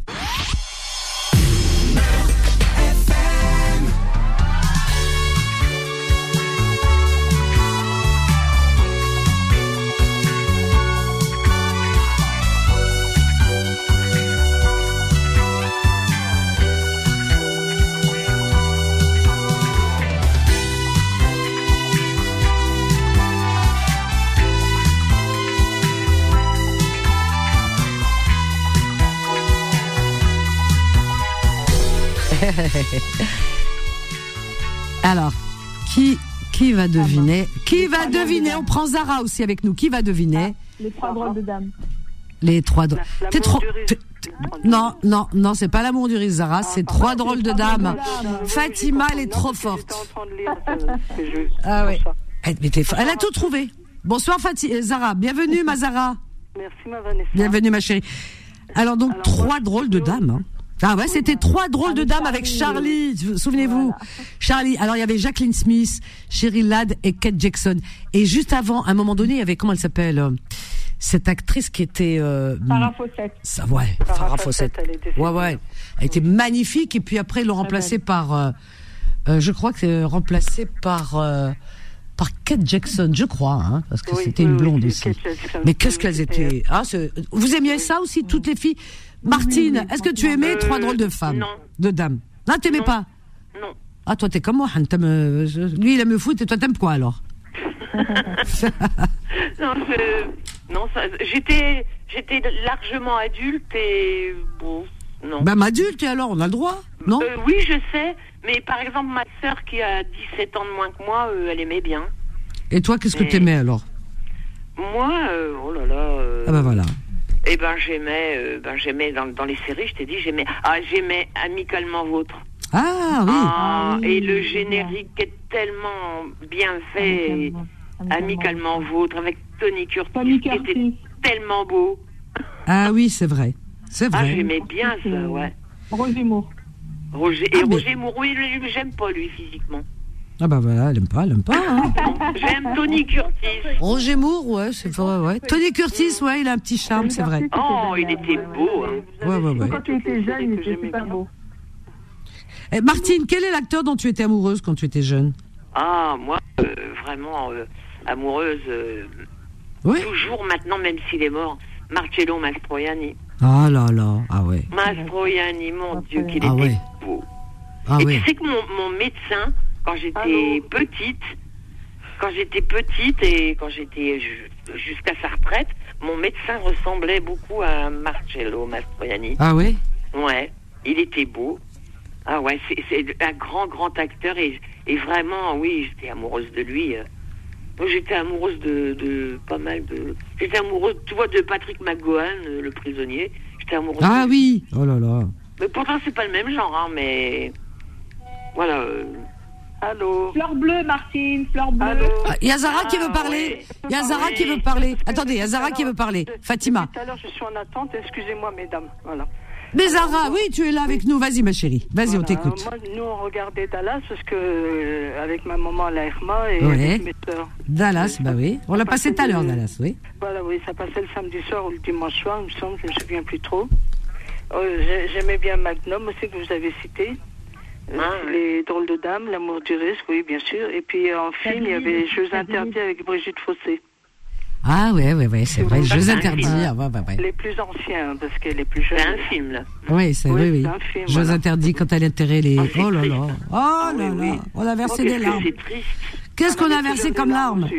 Alors, qui, qui Ah, va deviner Qui va deviner On prend Zara aussi avec nous. Qui va deviner Les trois drôles de dames. Les trois drôles. Ah. La- T'es trop. l'amour du Ah, riz. t'es- t'es- Non, non, non, c'est pas l'amour du riz, Zara, c'est trois drôles de dames. Ah, Fatima, elle est trop forte. Ah ouais. Elle, mais t'es fo- elle a tout trouvé. Bonsoir Fati euh, Zara, bienvenue ma Zara. Merci, ma Vanessa. Bienvenue ma chérie. Alors donc trois drôles de dames. hein. Ah ouais, c'était trois drôles de dames avec Charlie, sou- souvenez-vous. Charlie, alors il y avait Jacqueline Smith, Cheryl Ladd et Kate Jackson. Et juste avant, à un moment donné, il y avait comment elle s'appelle euh, Cette actrice qui était... euh, Sarah Fawcett. ça, ouais, Farah Farah Fawcett, Fawcett. elle est décédée. Ouais, ouais. Elle était magnifique. Et puis après, ils l'ont remplacée par. euh, euh, je crois que c'est remplacé par. euh, par Kate Jackson, je crois, hein, parce que c'était une blonde aussi. Mais qu'est-ce qu'elles étaient ah, c'est- Vous aimiez ça aussi, toutes les filles Martine, est-ce que tu aimais trois drôles de femmes De dames Non, t'aimais pas Euh, Non. Ah, toi, t'es comme moi, Han, t'aimes, euh, je- lui, il aime le foot, et toi, t'aimes quoi alors Non, je- non, ça- j'étais, j'étais largement adulte et bon, non. Bah, adulte, et alors, on a le droit, non Euh, oui, je sais, mais par exemple, ma sœur qui a 17 ans de moins que moi, euh, elle aimait bien. Et toi, qu'est-ce que mais- t'aimais alors Moi, euh, oh là là. euh, Ah, bah voilà. Eh ben j'aimais, euh, ben j'aimais dans, dans les séries. Je t'ai dit, j'aimais, ah j'aimais amicalement vôtre. Ah, oui. Ah, et le générique est tellement bien fait. et- Amicalement, vôtre avec Tony Curtis, qui était tellement beau. Ah oui, c'est vrai. C'est Ah, vrai. j'aimais bien ça, ouais. Roger Moore. Roger, et Roger Moore, oui, lui, j'aime pas lui physiquement. Ah bah voilà, elle aime pas, elle aime pas. hein. J'aime Tony Curtis. Roger Moore, ouais, c'est vrai, ouais. Tony Curtis, ouais, il a un petit charme, c'est vrai. Oh, il était beau. Hein. Ouais, ouais, ouais. Quand il était jeune, il était super beau. Eh, Martine, quel est l'acteur dont tu étais amoureuse quand tu étais jeune Ah, moi, euh, vraiment euh, amoureuse. euh, Oui. Toujours maintenant, même s'il est mort, Marcello Mastroianni. Ah là là, ah ouais. Mastroianni, mon Dieu, qu'il Ah était ouais. beau. Ah et ouais. tu sais que mon, mon médecin, quand j'étais petite, quand j'étais petite et quand j'étais ju- jusqu'à sa retraite, mon médecin ressemblait beaucoup à Marcello Mastroianni. Ah ouais Ouais, il était beau. Ah ouais, c'est- c'est un grand, grand acteur et, et vraiment, oui, j'étais amoureuse de lui. euh. Moi, J'étais amoureuse de, de pas mal de. J'étais amoureuse, tu vois, de Patrick McGowan, euh, le prisonnier. J'étais amoureuse. Ah de lui. oui Oh là là. Mais pourtant, c'est pas le même genre, hein, mais. Voilà. euh. Allô Fleur bleue, Martine, fleur bleue. Ah, Il y a Zara qui veut parler. Il y a Zara qui veut parler. Attendez, il y a Zara qui veut parler. Fatima. Tout à l'heure, je suis en attente. Excusez-moi, mesdames. Voilà. Mais Zara, oui, tu es là avec nous. Vas-y, ma chérie. Vas-y, on t'écoute. Alors, moi, nous, on regardait Dallas parce que, euh, avec ma maman, la Herma, et Ouais. avec mes sœurs. Dallas, bah oui. On l'a Ah, passé tout à l'heure, Dallas, oui. Voilà, oui, ça passait le samedi soir ou le dimanche soir, il me semble, je ne me souviens plus trop. Euh, j'ai- J'aimais bien Magnum aussi, que vous avez cité. Euh, Ah, Les drôles de dames, l'amour du risque, oui, bien sûr. Et puis euh, en film, il y avait Jeux interdits avec Brigitte Fossé. Ah ouais, ouais, ouais, c'est vrai. Jeux interdits. Ah ouais, ouais, ouais. Les plus anciens, parce qu'elle est plus jeune. C'est un film, là. Oui, c'est oui, oui. c'est un film, Jeux voilà. interdits quand elle enterrait les. Oh là là. Ah Oh là là. On a Oh, versé des larmes. Qu'est-ce qu'on a versé comme larmes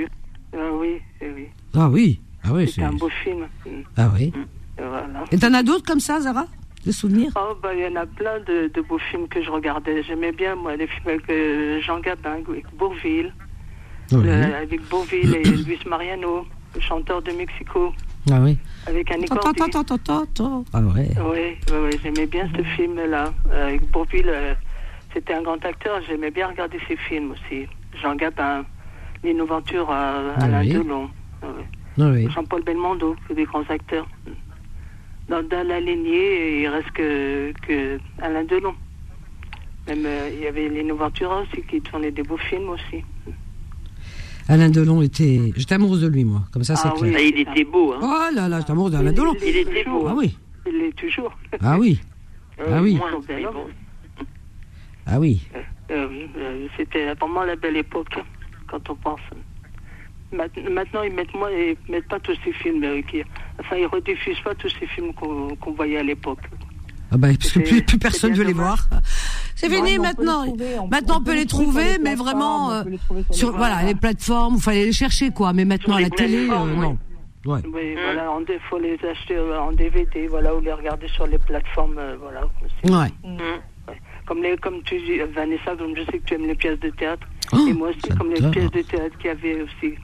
Ah oui, eh oui. Ah oui. Ah oui, C'est c'est. un beau film. Mm. Ah oui. Voilà. Et t'en as d'autres comme ça, Zara De souvenirs Oh, bah, il y en a plein de, de beaux films que je regardais. J'aimais bien, moi, les films avec euh, Jean Gabin, avec Bourville, Ah Oui. le- Euh, avec Bourville et Luis Mariano, le chanteur de Mexico, Ah oui. avec Annie Attends, Cordy. attends, attends, attends, attends. Ah ouais. Oui, oui, oui, j'aimais bien ce film-là. Euh, Avec Bourville, euh, c'était un grand acteur. J'aimais bien regarder ses films aussi. Jean Gabin, Nino Ventura, Alain oui. Delon, Ah oui. Ah oui. Jean-Paul Belmondo, que des grands acteurs. Dans, dans la lignée, il reste que, que Alain Delon. Même euh, il y avait Lino Ventura aussi qui tournait des beaux films aussi. Alain Delon était. J'étais amoureuse de lui, moi. Comme ça, c'est Ah oui. clair. Ah, il était beau, hein. Oh là là, j'étais amoureuse d'Alain Delon. Il était beau. hein. Ah oui. Il l'est toujours. Euh, Ah oui. Ah oui. Moins, mais bon. Ah oui. Euh, euh, C'était vraiment la belle époque hein, quand on pense. Mat- Maintenant, ils mettent moins, ils mettent pas tous ces films, euh, qui, enfin, ils rediffusent pas tous ces films qu'on qu'on voyait à l'époque. Ah bah, parce que plus, C'est- plus personne c'est veut bien les dommage. voir. C'est Non, fini mais on peut maintenant. les trouver, on- maintenant on on peut peut les les trouver trouver, sur les mais plateformes, vraiment on euh, peut les trouver sur les sur voilà les plateformes, il fallait les chercher quoi. Mais maintenant à la télé, euh, non. Ouais. Oui, voilà, on- il faut les acheter euh, en DVD, voilà, ou les regarder sur les plateformes, euh, voilà. aussi. Ouais. Comme, les, comme tu dis, euh, Vanessa, comme je sais que tu aimes les pièces de théâtre, et moi aussi, comme Oh, les j'adore. pièces de théâtre qu'il y avait aussi.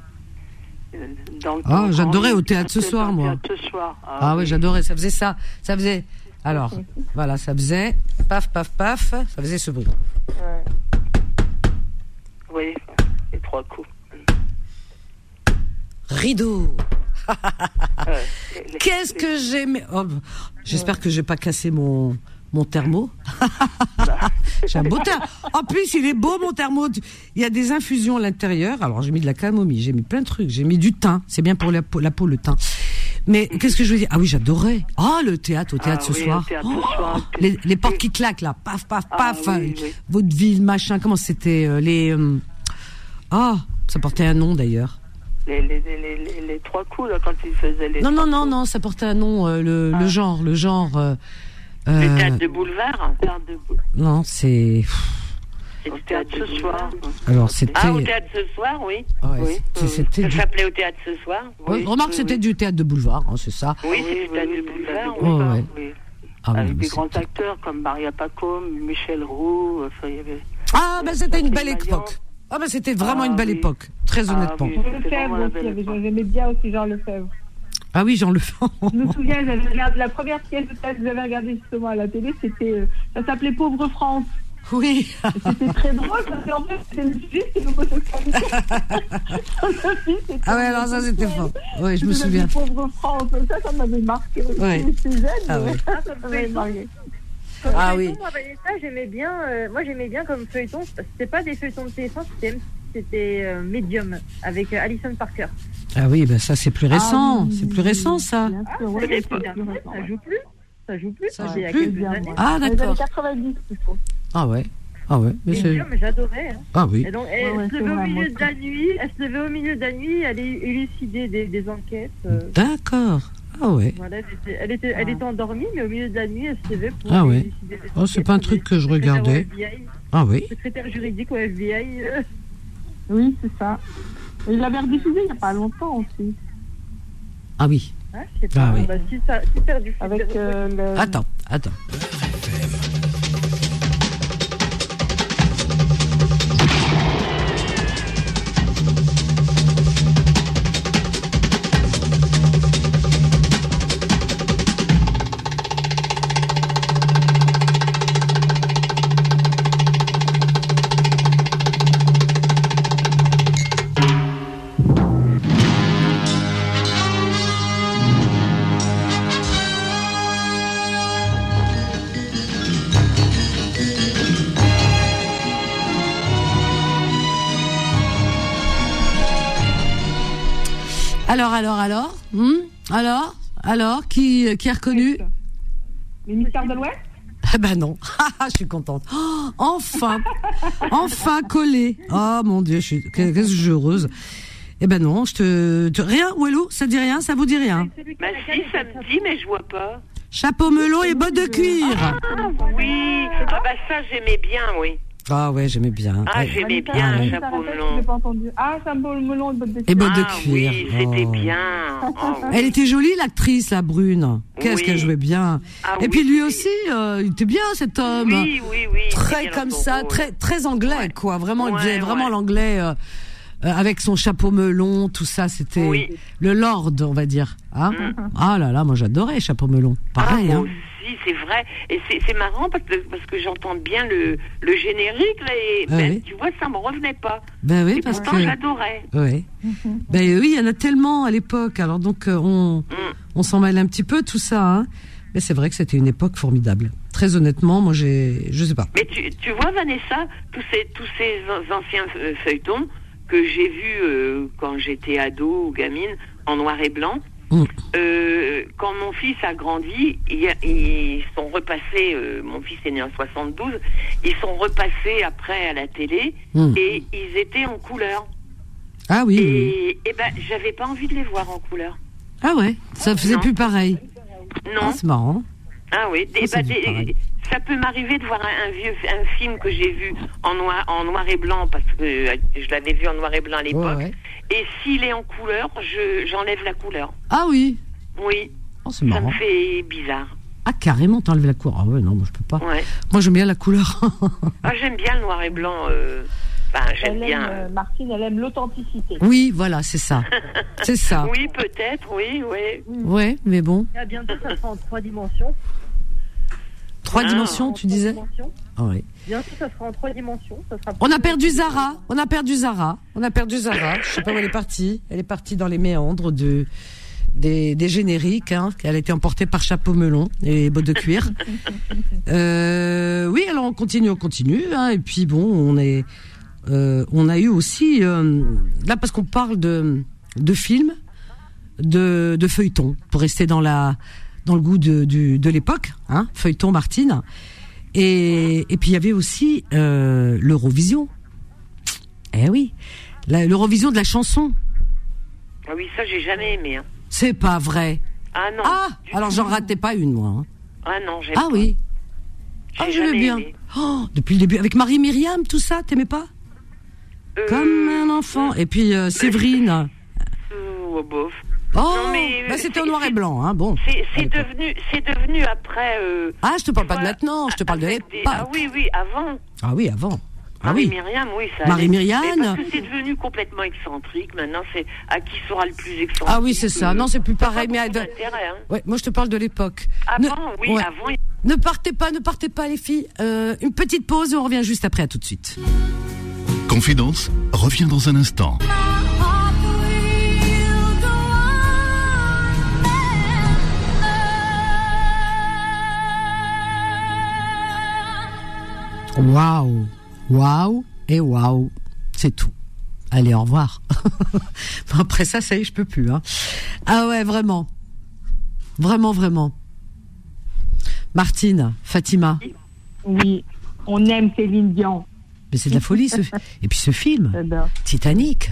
euh, Dans le Ah, temps, j'adorais quand- au théâtre ce soir, Au moi. théâtre ce soir, ah Ah ouais, oui. j'adorais. Ça faisait ça. Ça faisait. Alors voilà, ça faisait paf paf paf. Ça faisait ce bruit. Oui, les trois coups. Rideau. Ouais. Ah. Qu'est-ce que j'aimais. Oh, J'espère que j'ai pas cassé mon mon thermo. j'ai un beau thermo. En plus, il est beau mon thermo. Tu- Il y a des infusions à l'intérieur. Alors j'ai mis de la camomille, j'ai mis plein de trucs, j'ai mis du thym. C'est bien pour la peau, la peau le thym. Mais qu'est-ce que je veux dire Ah oui, j'adorais. Ah le théâtre au théâtre ce Ah oui, au soir. théâtre ce Oh, soir. les, les portes qui claquent là, paf paf Ah paf. oui, oui. Votre ville machin, comment c'était euh, les euh, Ah, ça portait un nom d'ailleurs. Les, les, les, les, les- les trois coups, là, quand ils faisaient les. Non, non, non, non, ça portait un nom, euh, le, le genre, le genre. euh, euh, boulevard Non, c'est. Au théâtre ce soir. Alors, c'était. Ah Ah, au théâtre ce soir, oui. Mmh. Ouais, c'est- c'était Ça du- s'appelait au théâtre ce soir. Ouais, remarque, c'était du théâtre de boulevard, hein, c'est ça. Oui, c'est du théâtre du boulevard. Oh, Ouais, ouais. Ah, oui, Avec mais des c'est- grands acteurs comme Maria Pacôme, Michel Roux, enfin, il y avait. Ah, ben c'était une belle époque. Ah, ben c'était vraiment une belle époque, très Ah, honnêtement. Lefebvre aussi, il y avait- j'aimais bien aussi Jean Lefebvre. Ah oui, Jean Lefebvre. Je me souviens, j'avais regardé- la première pièce de théâtre que j'avais regardée justement à la télé, c'était, euh, ça s'appelait Pauvre France. Oui. C'était très drôle parce qu'en fait, c'était le sujet, c'était l'homosexualité. Ah, ouais, alors ça, c'était fort. Oui, je me souviens. Pauvre France, ça, ça m'avait marqué aussi. Ouais. J'étais jeune, Ah mais ouais. ça m'avait marqué. Ah oui. Moi, Vanessa, j'aimais bien, euh, moi, j'aimais bien comme feuilleton. C'était pas des feuilletons de téléphone, c'était, c'était euh, Medium avec euh, Alison Parker. Ah oui, ben ça, c'est plus récent. C'est plus récent, ça. Ah, ça, ouais, y est, c'est c'est terminé, ça joue plus. Ça joue plus. Ça c'est joue il y a plus. quelques années. Ah, Dans les d'accord. années 90 plutôt. Ah, ouais. Ah, ouais. Mais Mais c'est. Dieu, mais j'adorais. hein. Ah oui. Et donc, elle Ouais, ouais, se c'est levait au vrai, moi milieu de la nuit, elle se levait au milieu de la nuit, elle é- élucidait des, des enquêtes. euh, D'accord. Ah, ouais. voilà, elle était, elle, était, elle Ah. était endormie, mais au milieu de la nuit, elle se levait pour Ah, ouais. élucider des Oh, c'est enquêtes. pas un truc que je Secrétaire au regardais. FBI, Ah, oui. Secrétaire juridique au FBI. Oui, c'est ça. Il l'avait rediffusé il n'y a pas longtemps aussi. Ah oui. Hein, je sais pas. Ah oui. Bah, si ça, si ça a du feedback- Avec euh, le. Attends, attends. Alors, alors, alors hmm Alors Alors Qui, qui a reconnu Les mystères de l'Ouest Ah ben non, je suis contente. Oh, enfin, enfin collé. Oh mon dieu, je suis, qu'est-ce que je suis heureuse. Eh ben non, je te, te- rien. Walou, ça te dit rien, ça vous dit rien. Bah si, ça me dit, mais je vois pas. Chapeau melon et bottes de cuir. Oui, ah bah ça j'aimais bien, oui. Ah ouais, j'aimais bien. Ah, Ouais. j'aimais Ah bien ouais. un chapeau melon. Je l'ai pas entendu. Ah, symbole melon et bottes de cuir. Et bottes Ah de cuir. Oh. bien. Oh, Elle était jolie, l'actrice, la brune. Qu'est-ce Ah Oui. qu'elle jouait bien. Ah et oui, puis lui aussi, euh, il était bien cet homme. Oui, oui, oui, il était Très bien comme dans son ça, rôle. très très anglais quoi. Vraiment, il Ouais, faisait vraiment l'anglais euh, euh, avec son chapeau melon, tout ça. C'était Oui. le lord, on va dire. Hein Mm. Ah là là, moi j'adorais chapeau melon. Pareil. Ah, hein. moi aussi, c'est vrai. Et c'est c'est marrant parce que, parce que j'entends bien le, le générique, là, et Ah ben, oui. tu vois, ça me revenait pas. Ben oui, et parce pourtant, que- j'adorais. Ouais. Ben oui, il y en a tellement à l'époque. Alors donc euh, on Mm. on s'en mêle un petit peu tout ça. hein. Mais c'est vrai que c'était une époque formidable. Très honnêtement, moi j'ai, je sais pas. Mais tu, tu vois, Vanessa, tous ces, tous ces an- anciens euh, feuilletons que j'ai vus euh, quand j'étais ado ou gamine, en noir et blanc, euh, quand mon fils a grandi, il y a- ils sont repassés, euh, mon fils est né en 72, ils sont repassés après à la télé Mm. et ils étaient en couleur. Ah oui. oui, oui. Et, et ben, j'avais pas envie de les voir en couleur. Ah ouais, ça faisait Non. plus pareil. Non. Ah, c'est marrant. Ah oui, des- Ça, c'est du bah, des- pareil. ça peut m'arriver de voir un, un vieux un film que j'ai vu en noir, en noir et blanc, parce que euh, je l'avais vu en noir et blanc à l'époque. Ouais, ouais. Et s'il est en couleur, je, j'enlève la couleur. Ah oui. Oui. Oh, c'est ça marrant. me fait bizarre. Ah carrément, t'enlèves la couleur. Ah ouais, non, moi je peux pas. Ouais. Moi j'aime bien la couleur. Ah, j'aime bien le noir et blanc. euh, Enfin, j'aime Elle aime, bien. euh, Martine, elle aime l'authenticité. oui, voilà, c'est ça. C'est ça. Oui, peut-être, oui, oui. Ouais, mais bon. Ah, bientôt, ça sera en trois dimensions. Trois Ah. dimensions, En tu trois disais dimensions. Ah ouais. Bientôt, ça sera en trois dimensions. Ça sera On a plus- perdu Zara. On a perdu Zara. On a perdu Zara. Je sais pas où elle est partie. Elle est partie dans les méandres de des, des génériques. Hein. Elle a été emportée par chapeau melon et bottes de cuir. Euh, oui, alors on continue, on continue. hein. et puis bon, on est, euh, on a eu aussi euh, là parce qu'on parle de de films, de, de feuilletons pour rester dans la dans le goût de du- de l'époque, hein, feuilleton Martine. Et, et puis il y avait aussi euh, l'Eurovision. Eh oui, La- l'Eurovision de la chanson. Ah oui, ça, j'ai jamais aimé. hein. C'est pas vrai. Ah non. Ah, alors j'en ratais pas une moi. hein. Ah non, j'aime Ah pas. oui. Ah, J'ai je veux jamais bien. aimé. Oh, depuis le début, avec Marie Myriam, tout ça, t'aimais pas Comme un enfant. Et puis euh, Séverine. Euh, bof. Oh, Non, mais, bah, euh, c'était c'est- en noir et c'est- blanc, hein, bon. C'est À c'est l'époque. devenu, c'est devenu après. euh, Ah, je te parle tu pas de vois, maintenant, je te parle de avec des- l'époque. Ah oui, oui, avant. Ah oui, avant. Bah, Ah Marie oui. Myriam, oui, ça. Marie allait. Myriam. Mais Parce que c'est devenu complètement excentrique. Maintenant, c'est à qui sera le plus excentrique. Ah oui, c'est ça. euh, Non, c'est plus ça a pareil, mais beaucoup à- d'intérêt, hein. Ouais, moi je te parle de l'époque. Avant, Ne- Ah oui, ouais. avant. il- Ne partez pas, ne partez pas les filles. Euh, une petite pause et on revient juste après, à tout de suite. Confidence revient dans un instant. Waouh, waouh et waouh, c'est tout. Allez, au revoir. Bon, Après ça, ça y est, je peux plus. hein. Ah ouais, vraiment, vraiment, vraiment. Martine, Fatima, Oui, on aime Céline Dion. mais c'est de la folie. Ce... Et puis ce film, J'adore. Titanic,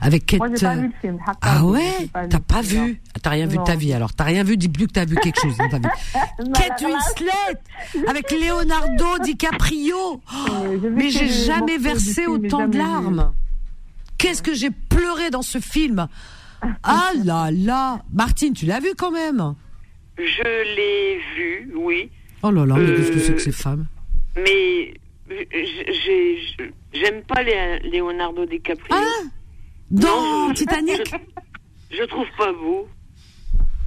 avec Kate. Moi, j'ai pas euh, vu le film. Hakka, Ah j'ai ouais, pas vu. t'as pas Non. vu, Ah, t'as rien vu de Non. ta vie. Alors t'as rien vu, dis plus que t'as vu quelque chose dans ta vie. Kate alors là- Winslet avec Leonardo DiCaprio. Oh, Euh, j'ai vu mais que j'ai le jamais morceau du versé film, mais autant de jamais vu. larmes. Qu'est-ce que j'ai pleuré dans ce film Ah là là Martine, tu l'as vu quand même Je l'ai vu, oui. Oh là là, mais qu'est-ce que Euh, c'est que ces femmes Mais j- j'ai- j- j'aime pas Lé- Leonardo DiCaprio. Ah Dans Titanic Je trouve pas beau.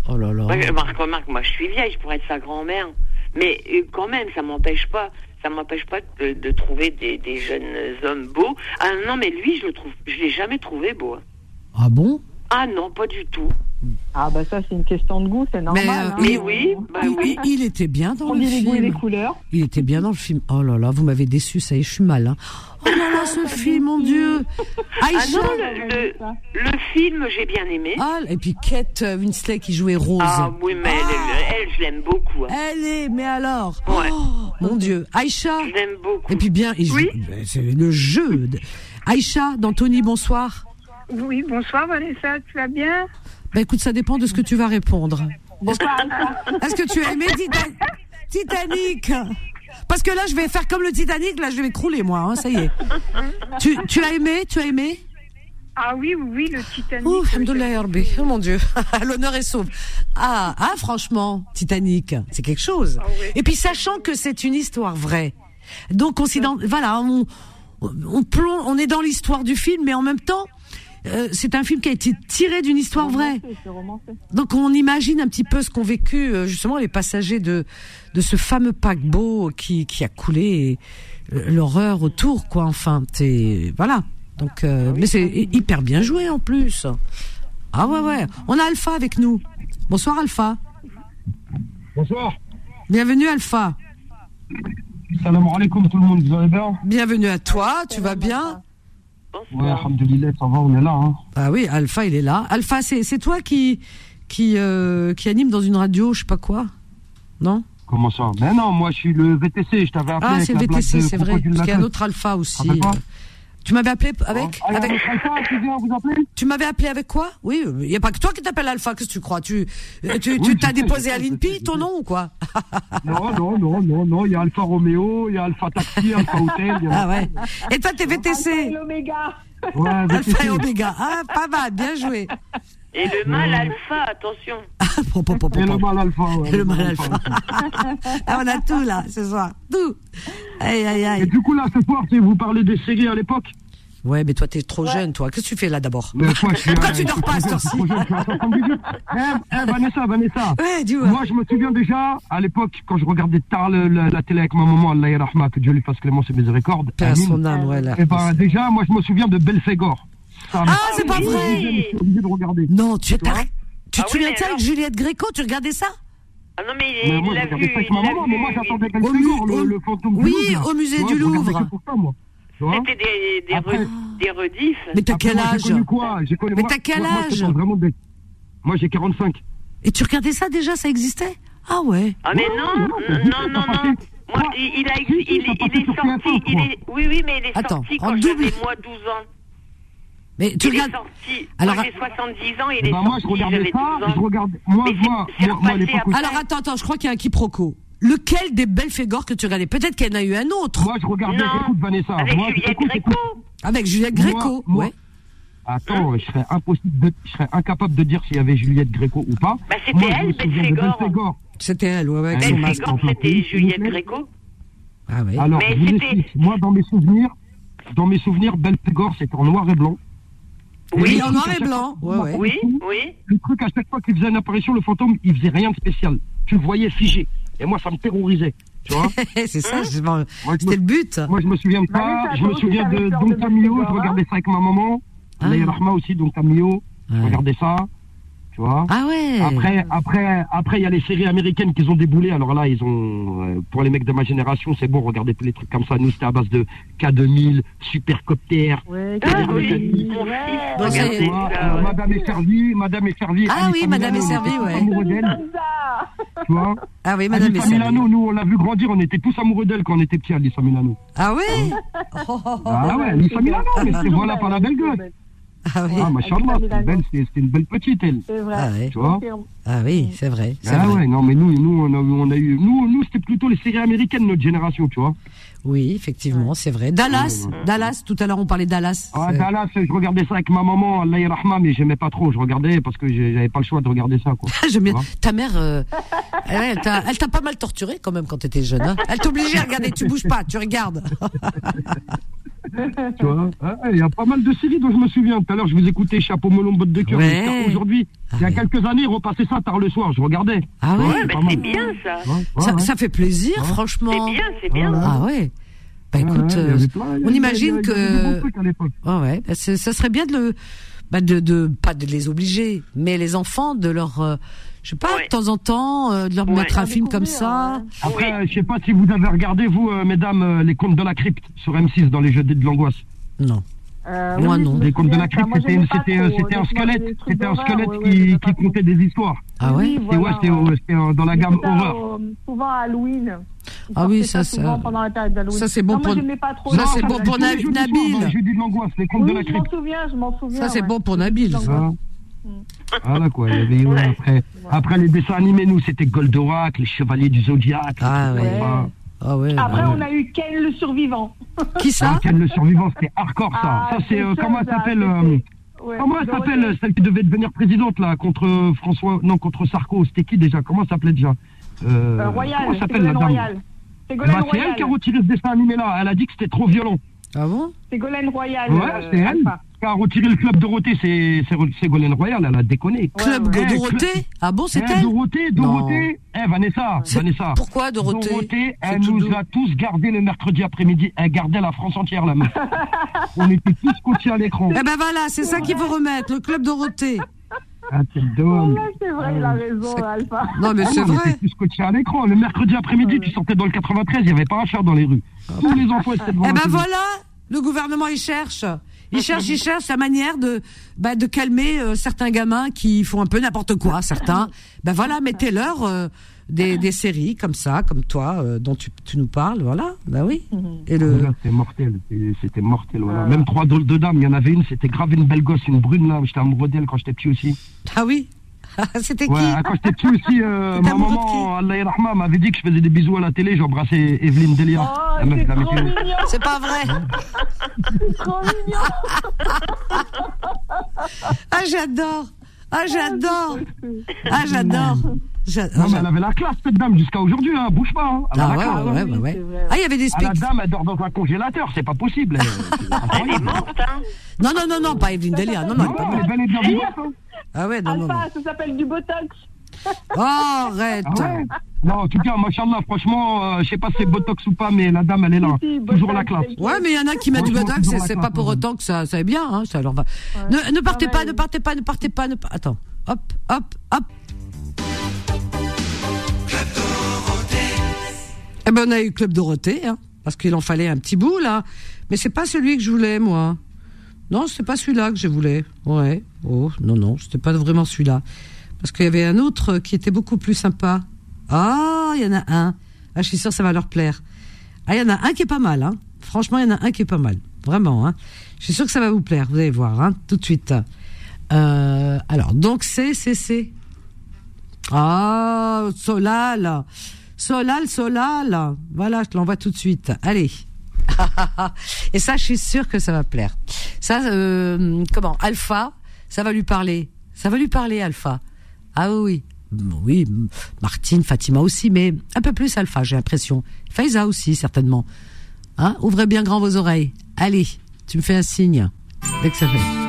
Oh là là. Ouais, remarque, remarque, moi je suis vieille, je pourrais être sa grand-mère. Mais euh, quand même, ça m'empêche pas. Ça m'empêche pas de, de trouver des, des jeunes hommes beaux. Ah non, mais lui, je le trouve, je l'ai jamais trouvé beau. hein. Ah bon Ah non, pas du tout. Ah bah ça c'est une question de goût, c'est normal. hein. il- bah, bah il, il était bien euh, dans On le dit les film. goûts et les couleurs. Il était bien dans le film. Oh là là, vous m'avez déçu, ça y est, je suis mal. hein. Oh là là, ce film, mon Dieu Ah Aïcha non, le, le- le film, j'ai bien aimé. Ah, et puis Kate Winslet qui jouait Rose. Ah oui, mais elle, elle, elle, je l'aime beaucoup. hein. Elle est, mais alors Oh, Mon Dieu, Aïcha Je l'aime beaucoup. Et puis bien, il joue- ben, c'est le jeu. de- Aïcha, d'Anthony, bonsoir. Oui, bonsoir Vanessa, tu vas bien Bah écoute, ça dépend de ce que tu vas répondre. Est-ce Bonsoir, que, est-ce que tu as aimé Titan- Titanic Parce que là, je vais faire comme le Titanic, là, je vais crouler, moi, hein, ça y est. Tu, tu as aimé Tu as aimé Ah oui, oui, oui, le Titanic. Ouh, Alhamdoulilah, ya Rabbi. Oh mon Dieu, l'honneur est sauve. Ah, ah, franchement, Titanic, c'est quelque chose. Ah Et puis, sachant que c'est une histoire vraie. Donc, on s'y dans- voilà, on, on, plonge, on est dans l'histoire du film, mais en même temps, euh, c'est un film qui a été tiré d'une Ah histoire vraie. C'est romancé. Donc on imagine un petit peu ce qu'ont vécu euh, justement les passagers de de ce fameux paquebot qui qui a coulé et euh, l'horreur autour quoi enfin c'est voilà donc euh, mais c'est hy- hyper bien joué en plus ah ouais ouais on a Alpha avec nous bonsoir Alpha bonsoir bienvenue Alpha Salam alaikum tout le monde, vous allez bien bienvenue à toi tu vas bien Ouais, alhamdoulilah, ça va, on est là. Hein. ah oui Alpha il est là Alpha c'est c'est toi qui qui euh, qui anime dans une radio je sais pas quoi non Comment ça Mais non, moi je suis le VTC, je t'avais appelé. ah avec c'est le la blague VTC de c'est vrai Coco du parce qu'il y a un Lacan. autre Alpha aussi euh. Rappelle-toi. Tu m'avais appelé avec, Ah, il y a avec... un autre Alpha qui vient vous appeler Tu m'avais appelé avec quoi Oui, il n'y a pas que toi qui t'appelles Alpha, qu'est-ce que tu crois Tu euh, tu Oui, tu je t'as sais, je déposé à sais, je l'INPI ton nom ou quoi Non, non, non, non, non, il y a Alpha Romeo, il y a Alpha Taxi, Alpha Hotel. il y en a- Ah ouais. Et toi t'es VTC Alpha et Oméga Ouais, Alpha VTC. et Oméga, ah pas mal, bien joué Et le mal alpha, attention. Et le mal Alpha. ouais, Le mal Alpha Ah, On a tout là ce soir, tout Aïe aïe aïe Et du coup là, ce soir, tu sais, vous parlez des séries à l'époque Ouais mais toi t'es trop jeune toi, qu'est-ce que tu fais là d'abord Mais toi, je suis- Pourquoi je tu dors suis pas à cette trop heure-ci jeune, je suis à 78. Ah Eh, eh, Vanessa, Vanessa. Moi, je me souviens déjà, à l'époque, quand je regardais tard le- la, la télé avec ma maman, Allah yarahma, que Dieu lui fasse clémence et miséricorde. Paix à Amine. son âme, ouais, là. Eh ben, déjà, moi, je me souviens de Belphégor. Ça, Ah c'est pas vrai Non tu t'as- Tu te souviens de ça avec Juliette Gréco, tu regardais ça Ah non, mais Mais il, moi, il je a regardais vu. ça avec il ma l'a maman, vu, mais moi, oui. j'attendais Belphégor, le, le fantôme du oui, Louvre. là. au musée Tu vois, du je regardais Louvre. que pour ça, moi. Tu vois C'était des, des, Après- re- des rediffs. Mais t'as Après, quel moi, âge J'ai connu quoi J'ai connu- Mais moi- t'as quel moi- moi, je te âge parle vraiment des- Moi, j'ai 45. Et tu regardais ça déjà, ça existait Ah ouais Ah mais Ouais, non, ouais, non, ouais, non, non, non. Moi, il, il a, il, il est sorti. Il est, oui, oui, mais il est Attends, sorti en quand double. j'avais moi 12 ans. Mais tu il regardes. est sorti. Alors, moi, j'ai 70 ans. Il Eh est ben, moi, sorti. je regardais j'avais 12 ça, ans. je regardais. Moi, moi, c'est moi, moi, à repassé l'époque. après. aussi- Alors attends, attends, je crois qu'il y a un quiproquo. Lequel des belles Fégor que tu regardais Peut-être qu'il y en a eu un autre. Moi, je regardais, Non. écoute, Vanessa, Avec moi, Juliette écoute, écoute. Gréco. Avec Juliette Moi, Gréco, moi, ouais. Attends, je serais, impossible de- je serais incapable de dire s'il y avait Juliette Gréco ou pas. Bah, c'était Moi, je me elle, souviens de Belphégor. Belphégor. C'était elle, ouais, ouais, avec Elle, son c'est masque. Gor, en c'était plus. Juliette Gréco. Ah ouais. Alors, Mais je vous c'était- explique. moi, dans mes souvenirs, dans mes souvenirs, Belphégor, c'était en noir et blanc. Oui, Et en le noir truc, et à chaque blanc. fois- Ouais, ouais. Oui, oui. Le truc, à chaque fois qu'il faisait une apparition, le fantôme, il faisait rien de spécial. Tu le voyais figé. Et moi, ça me terrorisait. Tu vois c'est ça, c'est- Moi, je c'était me- le but. Moi, je me souviens Bah, de ça. Vanessa, Ah, Je me toi souviens aussi, t'avais de peur Don de Camillo. Belphégor, Je regardais ça avec ma maman. Ah. Leïla Rahma aussi, Don Camillo. Je regardais ça. Tu vois Ah ouais. Après, après, après, il y a les séries américaines qui ont déboulé. Alors là, ils ont, euh, pour les mecs de ma génération, c'est bon, regardez tous les trucs comme ça. Nous, c'était à base de K2000, Supercopter. Ouais, Ah oui, K2000. mon fils, Voilà, regardez tu vois, ça, euh, ouais. Madame est servie, Madame est servie. Ah oui, Anita Madame Milano, est on était servie, tous ouais. amoureux d'elle, tu vois. Ah oui, Madame Anita est servie. Milano, nous, on l'a vu grandir, on était tous amoureux d'elle quand on était petits, Alissa Milano. Ah ouais hein, Ah ouais, Alissa Milano, mais c'est voilà par la belle gueule. Ah oui. Ah, machallah, c'est une belle- c'est- c'est une belle petite, elle. C'est vrai. Ah ouais. Tu vois Ah oui, c'est vrai. c'est Ah vrai. ouais, non, mais nous, nous, on a, on a eu. Nous, nous c'était plutôt les séries américaines, notre génération, tu vois. Oui, effectivement, c'est vrai. Dallas, Dallas, tout à l'heure on parlait Dallas. Ah, C'est- Dallas, je regardais ça avec ma maman, Allah Rahma, mais j'aimais pas trop. Je regardais parce que j'ai- j'avais pas le choix de regarder ça, quoi. J'aime bien. Ta mère, euh, elle elle t'a elle t'a pas mal torturé quand même quand t'étais jeune. hein. Elle t'obligeait à regarder, tu bouges pas, tu regardes. Tu vois Ah, ouais, Il y a pas mal de séries dont je me souviens. Tout à l'heure, je vous écoutais Chapeau melon, botte de cœur. Ouais. jusqu'à Aujourd'hui, il y a quelques années, repassait ça tard le soir. Je regardais. Ah ouais, mais pas mal. c'est bien ça. ça, ça fait plaisir, franchement. C'est bien, c'est bien. Ah ouais. Bah écoute, ouais, il y euh, avait plein, il y on avait- imagine il y avait des bons que. trucs à l'époque. Ouais, ouais. Bah, c'est- ça serait bien de le, bah, de, de- pas de les obliger, mais les enfants de leur, euh, je sais pas, de temps en temps, euh, de leur mettre un film comme ça. Après, euh, je sais pas si vous avez regardé, vous, euh, mesdames, euh, les contes de la crypte sur M6 dans les jeux de l'angoisse. Non. Euh, Moi oui, non. je me Les contes de souviens la de ça. crypte, Moi, c'était j'aimais pas c'était hein. un- trop, c'était un honnêtement, squelette, les trucs c'était un d'horreur, squelette ouais, ouais, qui, j'aimais qui contait des histoires. Ah ouais C'est- ouais, c'était au- c'était en- dans la Ils gamme faisaient ça, horreur. euh, souvent à Halloween. Ils Ah oui, sortaient ça, souvent ça- pendant la période d'Halloween. ça, c'est bon Non, moi, pour- j'aimais pas trop ça, les c'est trucs bon de pour la- Na- Nabil. J'ai dit de l'angoisse, les contes de la Oui, je m'en crypte. souviens, je m'en souviens. Ça, c'est ouais. bon pour Nabil. Ah. Voilà quoi, Ah, il y avait, ouais, après, après les dessins animés, nous c'était Goldorak, les Chevaliers du Zodiac. Ah ouais. Ah ouais. Ah, Après, on a eu Ken le survivant. Qui ça Ah, Ken le survivant, c'était hardcore ça. Ah, ça c'est, euh, c'est comment ça, elle s'appelle ça, euh, Ouais, Comment elle Dorothée. s'appelle euh, celle qui devait devenir présidente là contre euh, François non contre Sarko c'était qui déjà comment elle s'appelait déjà Euh, Euh, Royal, comment elle s'appelle la Ségolène dame Royal. Ségolène Bah, c'est elle qui a Royal. retiré ce dessin animé là elle a dit que c'était trop violent ah bon Ségolène Royal. ouais euh, c'est elle qui a retiré le club Dorothée c'est c'est Ro- Ségolène Royal elle a déconné Club Eh, Dorothée Club- Ah bon, c'est Eh, elle Dorothée Dorothée eh Vanessa Vanessa pourquoi Dorothée C'est elle tout nous doux. a tous gardés le mercredi après-midi elle gardait la France entière la meuf on était tous coachés à l'écran Eh ben voilà, c'est ça qu'il faut remettre, le club Dorothée. Ah, quel dommage. C'est vrai, il a raison, Alpha. Non, mais Ah c'est vrai. t'es plus scotché à l'écran. Le mercredi après-midi, tu sortais dans le 93, il n'y avait pas un chat dans les rues. Tous les enfants étaient devant Eh la ben télé. voilà, le gouvernement il cherche. Ah, Il cherche, il cherche la manière de, bah, de calmer euh, certains gamins qui font un peu n'importe quoi, certains. Ben voilà, mettez-leur euh, des, des séries comme ça, comme toi, euh, dont tu, tu nous parles, voilà. Ben oui. Et le... Ah. Voilà, C'était mortel, c'était- c'était mortel. Voilà. Même trois drôles de dames, il y en avait une, c'était grave une belle gosse, une brune là, j'étais amoureux d'elle quand j'étais petit aussi. Ah oui C'était Ouais, qui ah, quand j'étais petit aussi, euh, T'étais ma amoureux de maman, Allah Rahma, m'avait dit que je faisais des bisous à la télé, j'embrassais Evelyne Delia. Oh, la meuf c'est de la trop météo. mignon. C'est pas vrai. C'est trop mignon. Ah j'adore Ah j'adore Ah j'adore J'a- Non, ah, mais elle avait la classe cette dame jusqu'à aujourd'hui, hein. bouge pas. Hein. Elle a Ah la ouais, classe, ouais, hein. ouais, bah ouais. Oui, c'est vrai. Ah, il y avait des Ah, La speaks. dame, elle dort dans un congélateur, c'est pas possible. elle- c'est incroyable. Non, non, non, non, pas Evelyne Delia. Ah, Non, non, elle est pas elle est belle et bien vivante, hein. Ah ouais, non, non, non. Alpha, ça s'appelle du Botox. Oh, arrête Ah ouais Non, en tout cas, machallah, franchement, euh, je sais pas si c'est Botox ou pas, mais la dame, elle est là. Toujours la classe. Ouais, mais il y en a qui mettent du Franchement, botox, toujours c'est- la c'est classe, pas pour madame. autant que ça, ça est bien, hein, ça leur va. Ne, ne partez pas, ne partez pas, ne partez pas, ne pa- Attends, hop, hop, hop. Eh ben, on a eu Club Dorothée, hein, parce qu'il en fallait un petit bout, là. Mais c'est pas celui que je voulais, moi. Non, c'était pas celui-là que je voulais. Ouais. Oh, non, non, c'était pas vraiment celui-là. Parce qu'il y avait un autre qui était beaucoup plus sympa. Ah, il y en a un. Ah, je suis sûre que ça va leur plaire. Ah, il y en a un qui est pas mal, hein. Franchement, il y en a un qui est pas mal. Vraiment, hein. Je suis sûre que ça va vous plaire. Vous allez voir, hein, tout de suite. Euh, alors, donc, c'est, c'est, c'est. Ah, Solal. Solal, Solal. Voilà, je te l'envoie tout de suite. Allez. Et ça, je suis sûre que ça va plaire. Ça, euh, comment Alpha, ça va lui parler. Ça va lui parler, Alpha. Ah oui, oui. Oui, Martine, Fatima aussi, mais un peu plus Alpha, j'ai l'impression. Faiza aussi, certainement. Hein Ouvrez bien grand vos oreilles. Allez, tu me fais un signe. Dès que ça fait.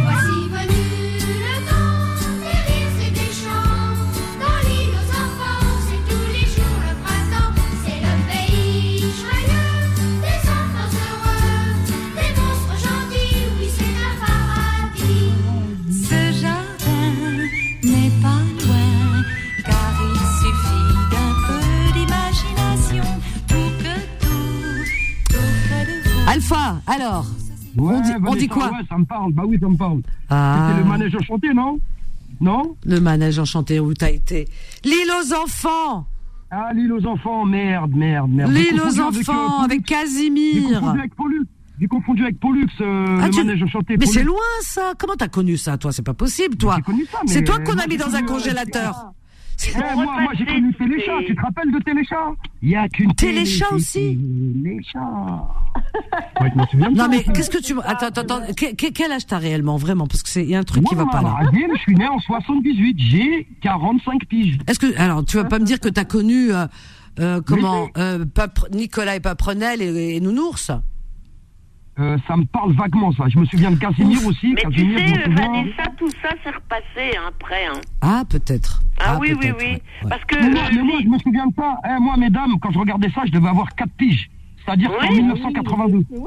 Voici venu le temps des rires et des chants. Dans l'île aux enfants, c'est tous les jours le printemps. C'est le pays joyeux, des enfants heureux, des monstres gentils. Oui, c'est un paradis. Ce jardin n'est pas loin, car il suffit d'un peu d'imagination pour que tout, tout près de vous. Alpha, alors Ouais, On dit- on Vanessa, dit quoi ouais, Ça me parle, bah oui, ça me parle. Ah. C'était le manège enchanté, non Non Le manège enchanté où t'as été. L'île aux enfants Ah, l'île aux enfants, merde, merde, merde. L'île J'ai aux confondu enfants, euh, avec J'ai confondu Casimir. avec Pollux. J'ai confondu avec Pollux, euh, Ah, le tu- manège enchanté. Mais Pollux. c'est loin ça. Comment t'as connu ça, toi C'est pas possible, toi. mais, C'est toi euh, qu'on moi, a mis j'ai dans un connu, euh, congélateur. Eh, moi, moi, j'ai connu Téléchat. Tu te rappelles de Téléchat Il y a qu'une Téléchat télé- aussi Téléchat. Ouais, je m'en souviens Non pas. mais qu'est-ce que tu attends attends, attends Que- que- quel âge t'as réellement vraiment parce que c'est il y a un truc Moi, qui va pas là. Adil, je suis né en 78. J'ai 45 piges. Est-ce que alors tu vas pas me dire que t'as connu euh, euh, comment euh, Papre- Nicolas et Paprenel et, et Nounours Euh, ça me parle vaguement, ça. Je me souviens de Casimir aussi. Mais tu Casimir, je me sais, euh, souviens. Vanessa, tout ça s'est repassé hein, après. Hein. Ah peut-être. Ah, Ah, oui, oui, peut-être, oui. Parce que. Mais moi, mais moi, je me souviens de ça. Eh, moi, mesdames, quand je regardais ça, je devais avoir 4 piges. C'est-à-dire qu'en 1982. oui,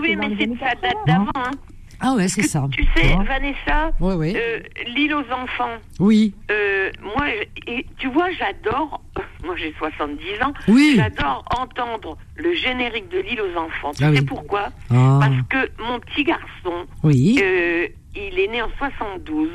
oui, mais c'est ça date d'avant. hein. Ah ouais, c'est ça. Tu Hein sais, Vanessa, Ouais, ouais. euh, l'île aux enfants. Oui. Euh, moi, et, tu vois, j'adore. Moi, j'ai 70 ans. Oui. J'adore entendre le générique de l'île aux enfants. Tu Ah sais oui. pourquoi Ah. Parce que mon petit garçon, Oui. euh, il est né en 72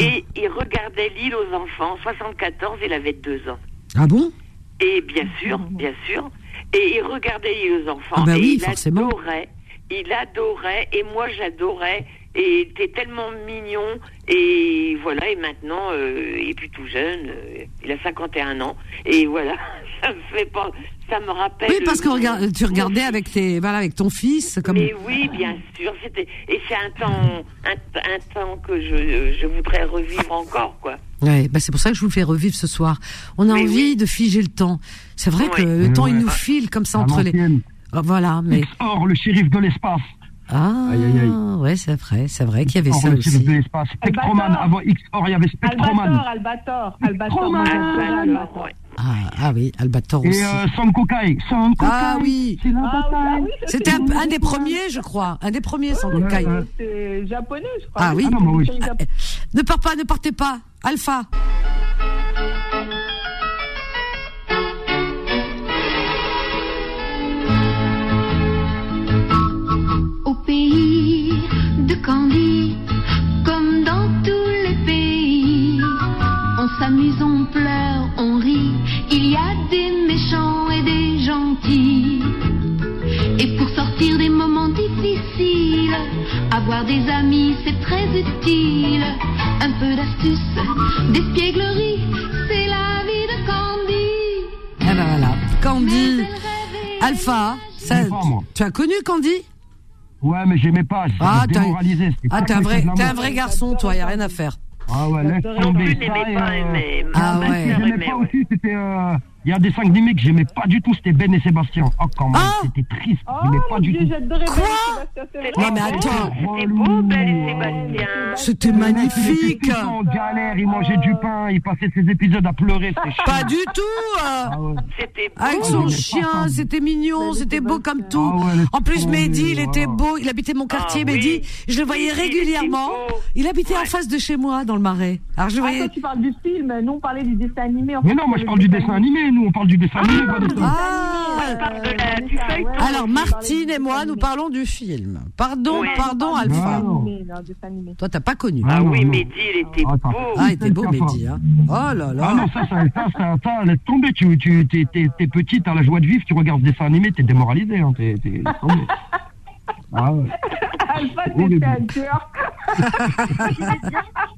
et il regardait l'île aux enfants en 74. Il avait deux ans. Ah bon Et bien sûr, bien sûr. Et il regardait les enfants. Mhm. Ah bah et oui, il forcément. adorait. Il adorait. Et moi, j'adorais. Et il était tellement mignon. Et voilà. Et maintenant, euh, il est plus tout jeune. euh, il a 51 ans. Et voilà. Ça me fait pas. Ça me rappelle. Oui parce que mon- regarde- tu mon regardais avec tes voilà avec ton fils comme mais oui, bien sûr. C'était et c'est un temps, un, un temps que je, je voudrais revivre encore, quoi. Ouais, bah c'est pour ça que je vous le fais revivre ce soir. On a envie de figer le temps. C'est vrai que le Ouais, temps, il ouais. nous file comme ça À entre les. l'ancienne. Ah, voilà, mais. Or, le shérif de l'espace. Ah, Aïe, aïe, aïe. ouais, c'est vrai, c'est vrai qu'il y avait Or, ça le shérif aussi. de l'espace. Spectroman. Avant X-Or, il y avait Spectroman. Albator, Albator, Albator. Roman. Albator. Ah, ah oui, Albator Et aussi. euh, Sankokai. Sankokai. ah oui, c'est la ah bataille. c'était un, un des premiers, je crois, un des premiers sans Kokai. C'est japonais, je crois. Ah oui. C'est une série Ah, eh, Ne pars pas, ne partez pas, Alpha. Ah, Au pays de Candy, comme dans tous les pays, on s'amuse, on pleure, on rit. Il y a des méchants et des gentils. Et pour sortir des moments difficiles, avoir des amis c'est très utile. Un peu d'astuce, d'espièglerie, c'est la vie de Candy. Eh ben voilà, Candy, Alpha, ça, J'ai pas, moi. tu as connu Candy Ouais, mais j'aimais pas. je Ah, me t'as démoralisais, c'était ah, pas t'es un quelque vrai, chose de t'es un l'amour. vrai garçon, toi, y a rien à faire. Ah ouais, laisse Non tomber. plus, ça, n'aimais pas, et, euh, mais Ah même si ouais. J'aimais pas aussi, c'était. euh, Il y a des 5 demi que j'aimais pas du tout, c'était Ben et Sébastien. Oh, quand même, Ah c'était triste. j'aimais Oh pas du tout. Ben Non mais attends, Oh, C'était beau, belle et Sébastien. C'était magnifique. Ils étaient en galère, ils mangeaient du pain, ils passaient ces épisodes à pleurer. Ah Pas du tout euh, Ah, Avec son chien, c'était mignon, c'était beau Ah comme tout. Ah En plus, Mehdi, oh. il était beau, il habitait mon Ah quartier, Mehdi. Je le voyais Mehdi, il était régulièrement. Il habitait en face de chez moi, dans le marais. Alors, je le Ah, voyais. toi, tu parles du film, nous on parlait du dessin animé. en Mais fait, non, moi je le parle du dessin animé, nous on parle du dessin animé. pas du tout. Ah. Alors, Martine et moi, nous parlons du film. Pardon, Ouais. pardon, Alpha. animé, non, dessin animé. Toi, t'as pas connu. Ah oui, mais Mehdi, il était Attends. beau. Ah, il était beau, Mehdi. hein. Oh là là. Ah non, ça, ça, ça, ça, ça laisse tomber. Tu, tu, t'es, t'es, t'es petit, t'as la joie de vivre, tu regardes des dessins animés, t'es démoralisé. Hein, t'es, t'es, laisse tomber. Ah ouais. Alpha, Horrible. c'était un tueur.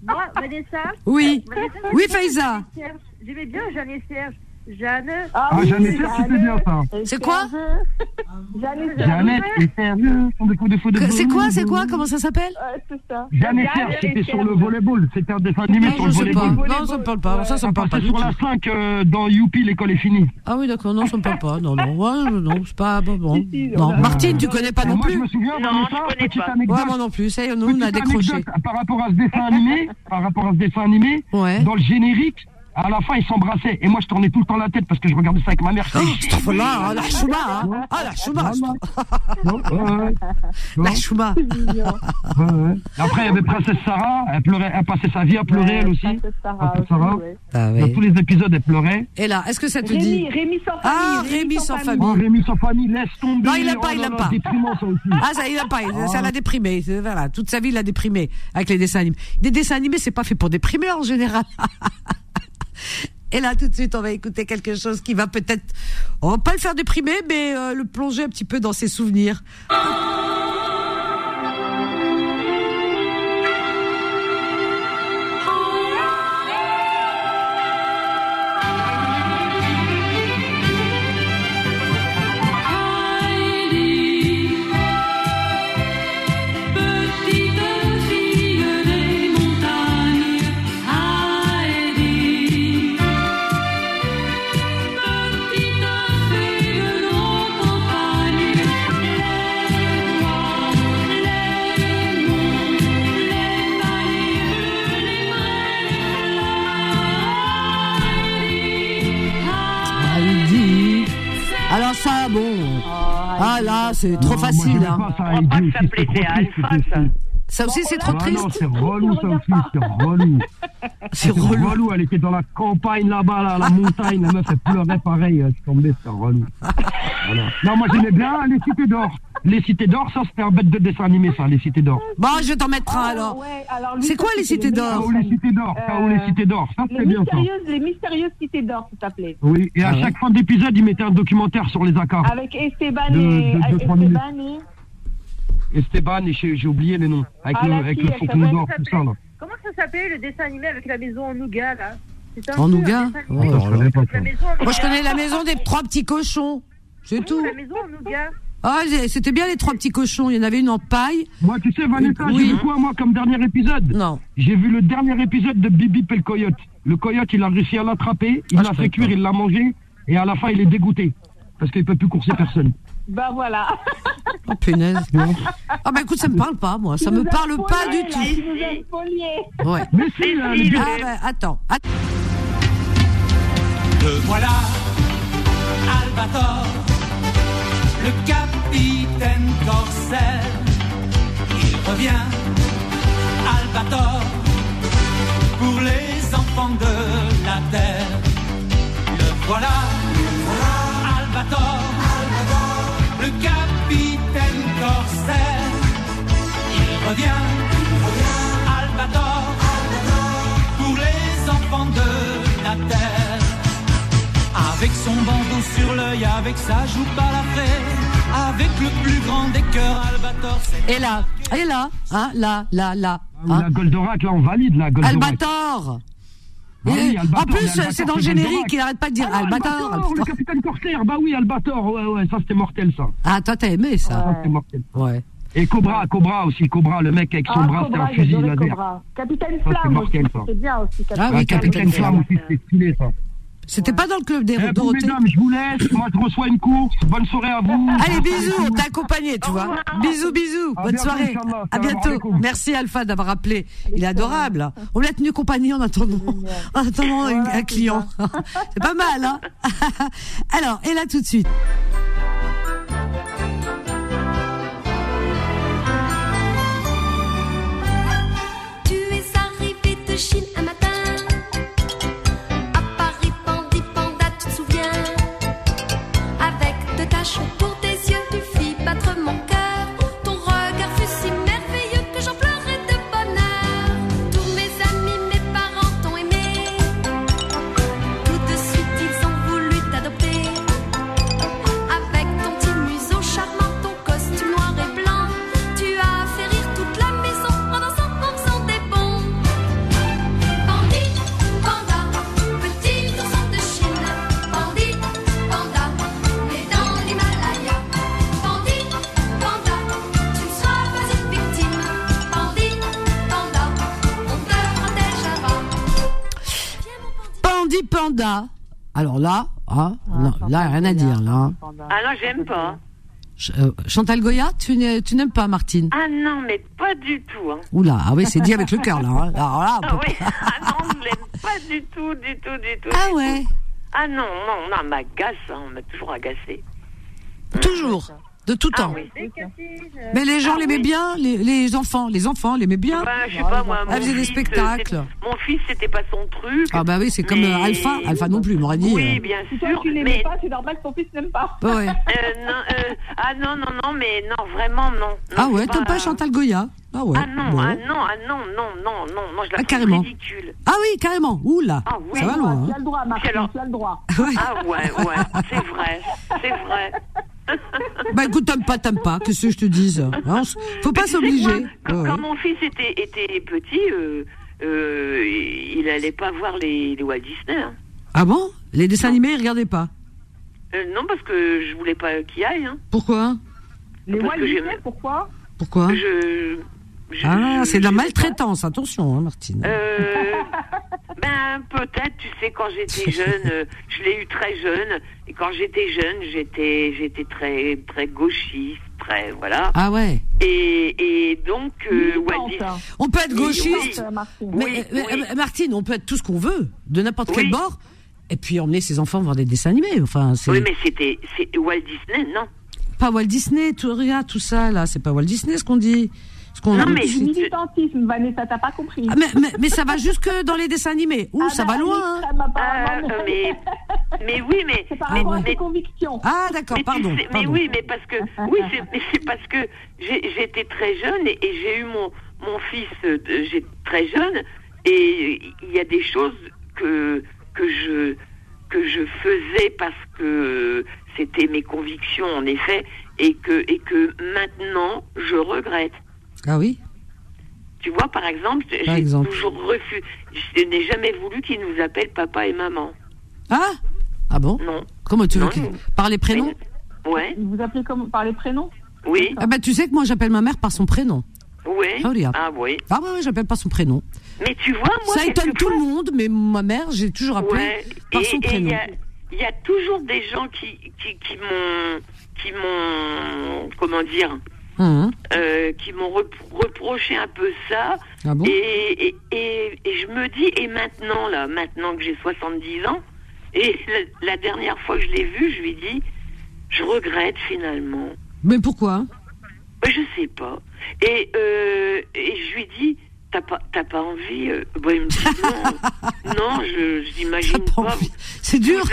Moi, Vanessa Oui. Vanessa, Oui, j'aimais Faïza. bien Jeanne et Serge. J'aimais bien Jeanne et Serge. Jeanne. Ah, Jeanne et Serge, c'était bien ça. C'est quoi Jeanne et Jeannette et Serge sont des coups de fou de Que- C'est quoi, c'est quoi Comment ça s'appelle Jeanne et Serge, c'était sur le volleyball. C'était un dessin animé Non, sur je le sais pas. volleyball. Non, ça me parle pas. Ça, ça me parle pas passait du sur tout. la 5 euh, dans Youpi, l'école est finie. Ah oui, d'accord, non, ça me parle pas. Non, non, ouais, non, c'est pas bon. bon. Non, Euh, Martine, tu connais pas non moi, plus je me souviens, Non, Vanessa, je connais petite pas. anecdote. Ouais, moi non plus, ça y est, nous, on a Petite décroché. anecdote, hein, Par rapport à ce dessin animé, par rapport à ce dessin animé, dans le générique, à la fin, ils s'embrassaient. Et moi, je tournais tout le temps la tête parce que je regardais ça avec ma mère. Oh là, ah, la chouma, hein. Ah, la chouma. La chouma. Ouais, ouais. Après, il y avait Princesse Sarah, elle pleurait, elle passait sa vie à pleurer, elle aussi. Ah, Princesse Sarah. Dans tous les épisodes, elle pleurait. Ah Et là, est-ce que ça te Rémi, dit Rémi sans famille. Ah, Rémi sans Oh, famille. Rémi sans famille, laisse tomber. Non, il l'a pas, Oh il là l'a là, pas. déprimant, ça aussi. Ah, ça, il l'a pas, il- ça l'a déprimé. C'est- Voilà, toute sa vie, il l'a déprimé avec les dessins animés. Des dessins animés, c'est pas fait pour déprimer en général. Et là, tout de suite, on va écouter quelque chose qui va peut-être, on va pas le faire déprimer, mais euh, le plonger un petit peu dans ses souvenirs. Au Ah là, c'est trop Oh, moi, facile. j'aimais hein. pas ça, Heidi aussi, c'est trop triste, c'était aussi. Ça aussi, c'est trop Ah triste. Non, c'est relou, ça aussi, c'est relou. C'est relou. Elle était dans la campagne là-bas, là, à la montagne. La meuf, elle pleurait pareil. Elle se tombait, c'était relou. Voilà. Non, moi, j'aimais bien les cités d'or. Les cités d'or, ça, c'était un bête de dessin animé, ça, les cités d'or. Bah, Bon, Ah, je vais t'en mettre un alors. Ah Oh, c'est quoi les cités d'or K.O. les cités d'or. K.O. les cités d'or. Ça, Euh, Les c'était bien, ça. mystérieuses, les mystérieuses cités d'or, s'il te plaît. Oui, et à chaque fin d'épisode, ils mettaient un documentaire sur les accords. Avec Esteban De- et. de- de avec trois minutes. Esteban et. Esteban, et j'ai j'ai oublié les noms. Avec Ah, le, la avec fille, le elle faucon s'appelle- d'or, tout ça, là. Comment ça s'appelait le dessin animé avec la maison en nougat là C'est un En jeu, nougat un dessin Oh, animé. je connais pas, ça. La maison en nougat. Moi, je connais la maison des trois petits cochons. C'est tout. La maison en nougat. Ah, j'ai- c'était bien les trois petits cochons. Il y en avait une en paille. Moi, tu sais, Vanessa, j'ai vu quoi, moi, comme dernier épisode Non. J'ai vu le dernier épisode de Bibi et le coyote. Le coyote, il a réussi à l'attraper, Ah, il l'a fait cuire, il l'a mangé, et à la fin, il est dégoûté. Parce qu'il peut plus Ah. courser personne. Bah voilà. Oh, punaise. Ah, bah écoute, ça me parle pas, moi. Ça me parle pas du tout. Ouais. Mais Ah, bah, attends. Att- Le voilà, Albator, le capitaine corsaire. Il revient, Albator, pour les enfants de la terre. Le voilà, Albator, le capitaine corsaire. Il revient, Albator, pour les enfants de la terre. Avec son bandeau sur l'œil, avec sa joue balafrée, avec le plus grand des cœurs, Albator, c'est Et là, et là, hein, là, là, là. Ou La Goldorak, là, on valide la Goldorak. Ah. Albator Ah oui, Et- Albator, En plus, mais Albator, c'est dans le c'est générique, Goldorak. il n'arrête pas de dire Ah, Albator. Albator, le capitaine Corsair, bah oui, Albator, ouais, ouais, ça c'était mortel, ça. Ah, toi, t'as aimé ça Ça c'était mortel. Ouais. Et Cobra, Cobra aussi, Cobra, le mec avec son Ah, bras, c'était un Cobra, fusil j'adorais laser. Cobra. Capitaine Ça, c'est Flamme aussi, mortel, ça. c'est bien aussi. Ah oui, Capitaine Flamme aussi, c'était stylé, ça. C'était pas dans le club des Eh, bon, Dorothée mesdames, je vous laisse. Moi, je reçois une course. Bonne soirée à vous. Allez, bisous, on t'a accompagné, tu vois. Bisous, bisous, À bonne bientôt, soirée. Ah, Inch'Allah. À Salam bientôt. alaikum. Merci Alpha d'avoir appelé. Ah, Il est adorable. On l'a tenu compagnie en attendant, en attendant une- un client. C'est pas mal, hein Alors, et là tout de suite. Tu es arrivé de Chine un matin À Paris, Pandi Panda, tu te souviens Avec de tachons pour tes yeux Tu fis battre mon cœur Ton regard fut si merveilleux Que j'en pleurais de bonheur Tous mes amis, mes parents t'ont aimé Tout de suite ils ont voulu t'adopter Avec ton petit museau charmant Ton costume noir et blanc Tu as fait rire toute la maison En dansant, en faisant des bons Bandit, panda, petit ourson de Chine. Bandit, panda, né dans l'Himalaya. Bandit, panda, tu ne sois pas une victime. Bandit, panda, on te protège avant. Pandi Panda. Alors là, hein, Ah, non, là, rien à dire, là. hein. Ah non, j'aime pas. Ch- euh, Chantal Goya, tu n'es- tu n'aimes pas Martine Ah non, mais pas du tout. Hein. Oula, ah oui, c'est dit avec le cœur, là. hein. Alors là, on peut Ah oui, ah non, je l'aime pas du tout, du tout, du tout. Ah du tout. ouais. Ah non, non, non, elle m'agace, hein, on m'a toujours agacé. Toujours, de Ah tout temps. Mais les gens l'aimaient bien, les, les enfants, les enfants l'aimaient bien. Bah, je sais pas, Ah, moi, mon Elle faisait des fils, euh, spectacles. c'est- Mon fils, c'était pas son truc. Ah bah oui, c'est comme mais- euh, Alpha, Alpha non plus, il m'aurait dit. Oui, euh, Bah bien Si sûr. toi, tu n'aimais mais- pas, c'est normal que ton fils n'aime pas. Ouais. Euh, non, euh, ah non, non, non, mais non, vraiment, non. Non, Ah ouais, c'est t'aimes pas Chantal Goya Ah ouais. Ah non, bon. ah non, ah non, non, non, non, non, je la Ah, trouve carrément. ridicule. Ah oui, carrément. Oula, Ah oui. ça va loin. Tu hein. as le droit, Martine, tu as le droit. Ah ouais, ouais, c'est vrai, c'est vrai. Bah écoute, t'aimes pas, t'aimes pas. Qu'est-ce que je te dise hein, on s- Faut pas Tu sais que moi, s'obliger. Quand, Ouais, quand ouais. mon fils était, était petit, euh, euh, il allait pas voir les, les Walt Disney. hein. Ah bon Les dessins animés, regardez pas. Euh, non, parce que je voulais pas qu'il aille. Hein, Pourquoi Les parce Walt que Disney, j'aimais- pourquoi Pourquoi Je- Ah, c'est de la maltraitance, attention, hein, Martine. Euh, ben peut-être, tu sais, quand j'étais jeune, euh, je l'ai eu très jeune. Et quand j'étais jeune, j'étais, j'étais très, très gauchiste, très voilà. Ah ouais. Et, et donc, euh, Walt Disney- On peut être Oui, gauchiste, oui. mais, euh, Oui, mais- oui. mais- Martine, on peut être tout ce qu'on veut, de n'importe quel Oui. bord, et puis emmener ses enfants voir des dessins animés. Enfin, c'est Oui, mais c'était, c'est Walt Disney, non pas Walt Disney, tout, regarde, tout ça, là, c'est pas Walt Disney ce qu'on dit. Ce qu'on du militantisme, Vanessa, t'as pas compris. Ah, bah, Ah, mais, mais, mais ça va jusque dans les dessins animés. Ouh, ça va loin. hein. Ah, mais, mais oui, mais. C'est par mais- rapport à mais- tes convictions. Ah, d'accord, mais tu pardon, sais- pardon. Mais oui, mais parce que oui, c'est- mais c'est parce que j'ai- j'étais très jeune et, et j'ai eu mon mon fils euh, de- j'ai très jeune et il y a des choses que que je que je faisais parce que c'était mes convictions en effet et que et que maintenant je regrette. Ah oui Tu vois par exemple, Par j'ai exemple. toujours refusé, je n'ai jamais voulu qu'ils nous appellent papa et maman. Ah Ah bon Non. Comment tu veux Non, que... non. Par les prénoms Ouais. Vous vous appelez comme par les prénoms Oui. Ah bah tu sais que moi j'appelle ma mère par son prénom. Oui. Ah, regarde. Ah oui. Ah ouais, ouais, j'appelle par son prénom. Mais tu vois, moi, ça étonne tout le monde, mais ma mère, j'ai toujours appelé Ouais, par et- son et prénom. Il y a- il y, a toujours des gens qui, qui, qui m'ont, qui m'ont, comment dire, Hum, euh, qui m'ont repro- reproché un peu ça. Ah bon et, et, et, et je me dis, et maintenant, là, maintenant que j'ai 70 ans, et la, la dernière fois que je l'ai vu, je lui dis, je regrette finalement. Mais pourquoi Mais Ben, Je sais pas. Et, euh, et je lui dis, t'as pas, t'as pas envie euh, bah, Il me dit, non, non, je je n'imagine pas. C'est dur. Vous,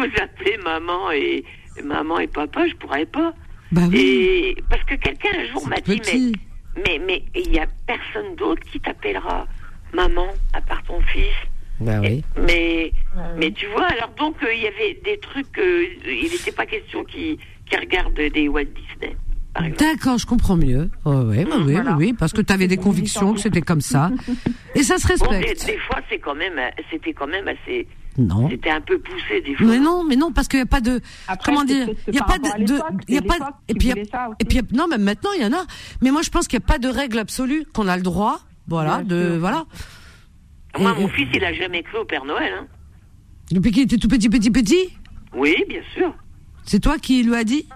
appe- vous appelez maman et maman et papa, je pourrais pas. Bah oui. Et parce que quelqu'un un jour m'a dit, petit. mais mais mais il y a personne d'autre qui t'appellera maman à part ton fils. Bah oui. Mais, mais tu vois, alors donc euh, il y avait des trucs, euh, il n'était pas question qui qui regarde des Walt Disney. D'accord, je comprends mieux. Ouais, ouais, ouais, ouais, ouais, ouais, parce que tu avais des convictions que c'était comme ça. Et ça se Bon, des- respecte. des, fois, c'est quand même, euh, c'était quand même assez. Non. C'était un peu poussé des fois. Mais non, mais non, parce qu'il n'y a pas de. comment dire peut-être que Il n'y a pas par de. rapport à de- l'époque, il y a c'est pas l'époque et qui puis, il y a- voulait ça aussi. et puis, il y a- non, même maintenant, il y en a. Mais moi, je pense qu'il n'y a pas de règle absolue qu'on a le droit. Voilà, de. Voilà. Moi, Et- mon fils, il a jamais cru au Père Noël. hein. Depuis qu'il était tout petit, petit, petit, Oui, bien sûr. c'est toi qui lui as dit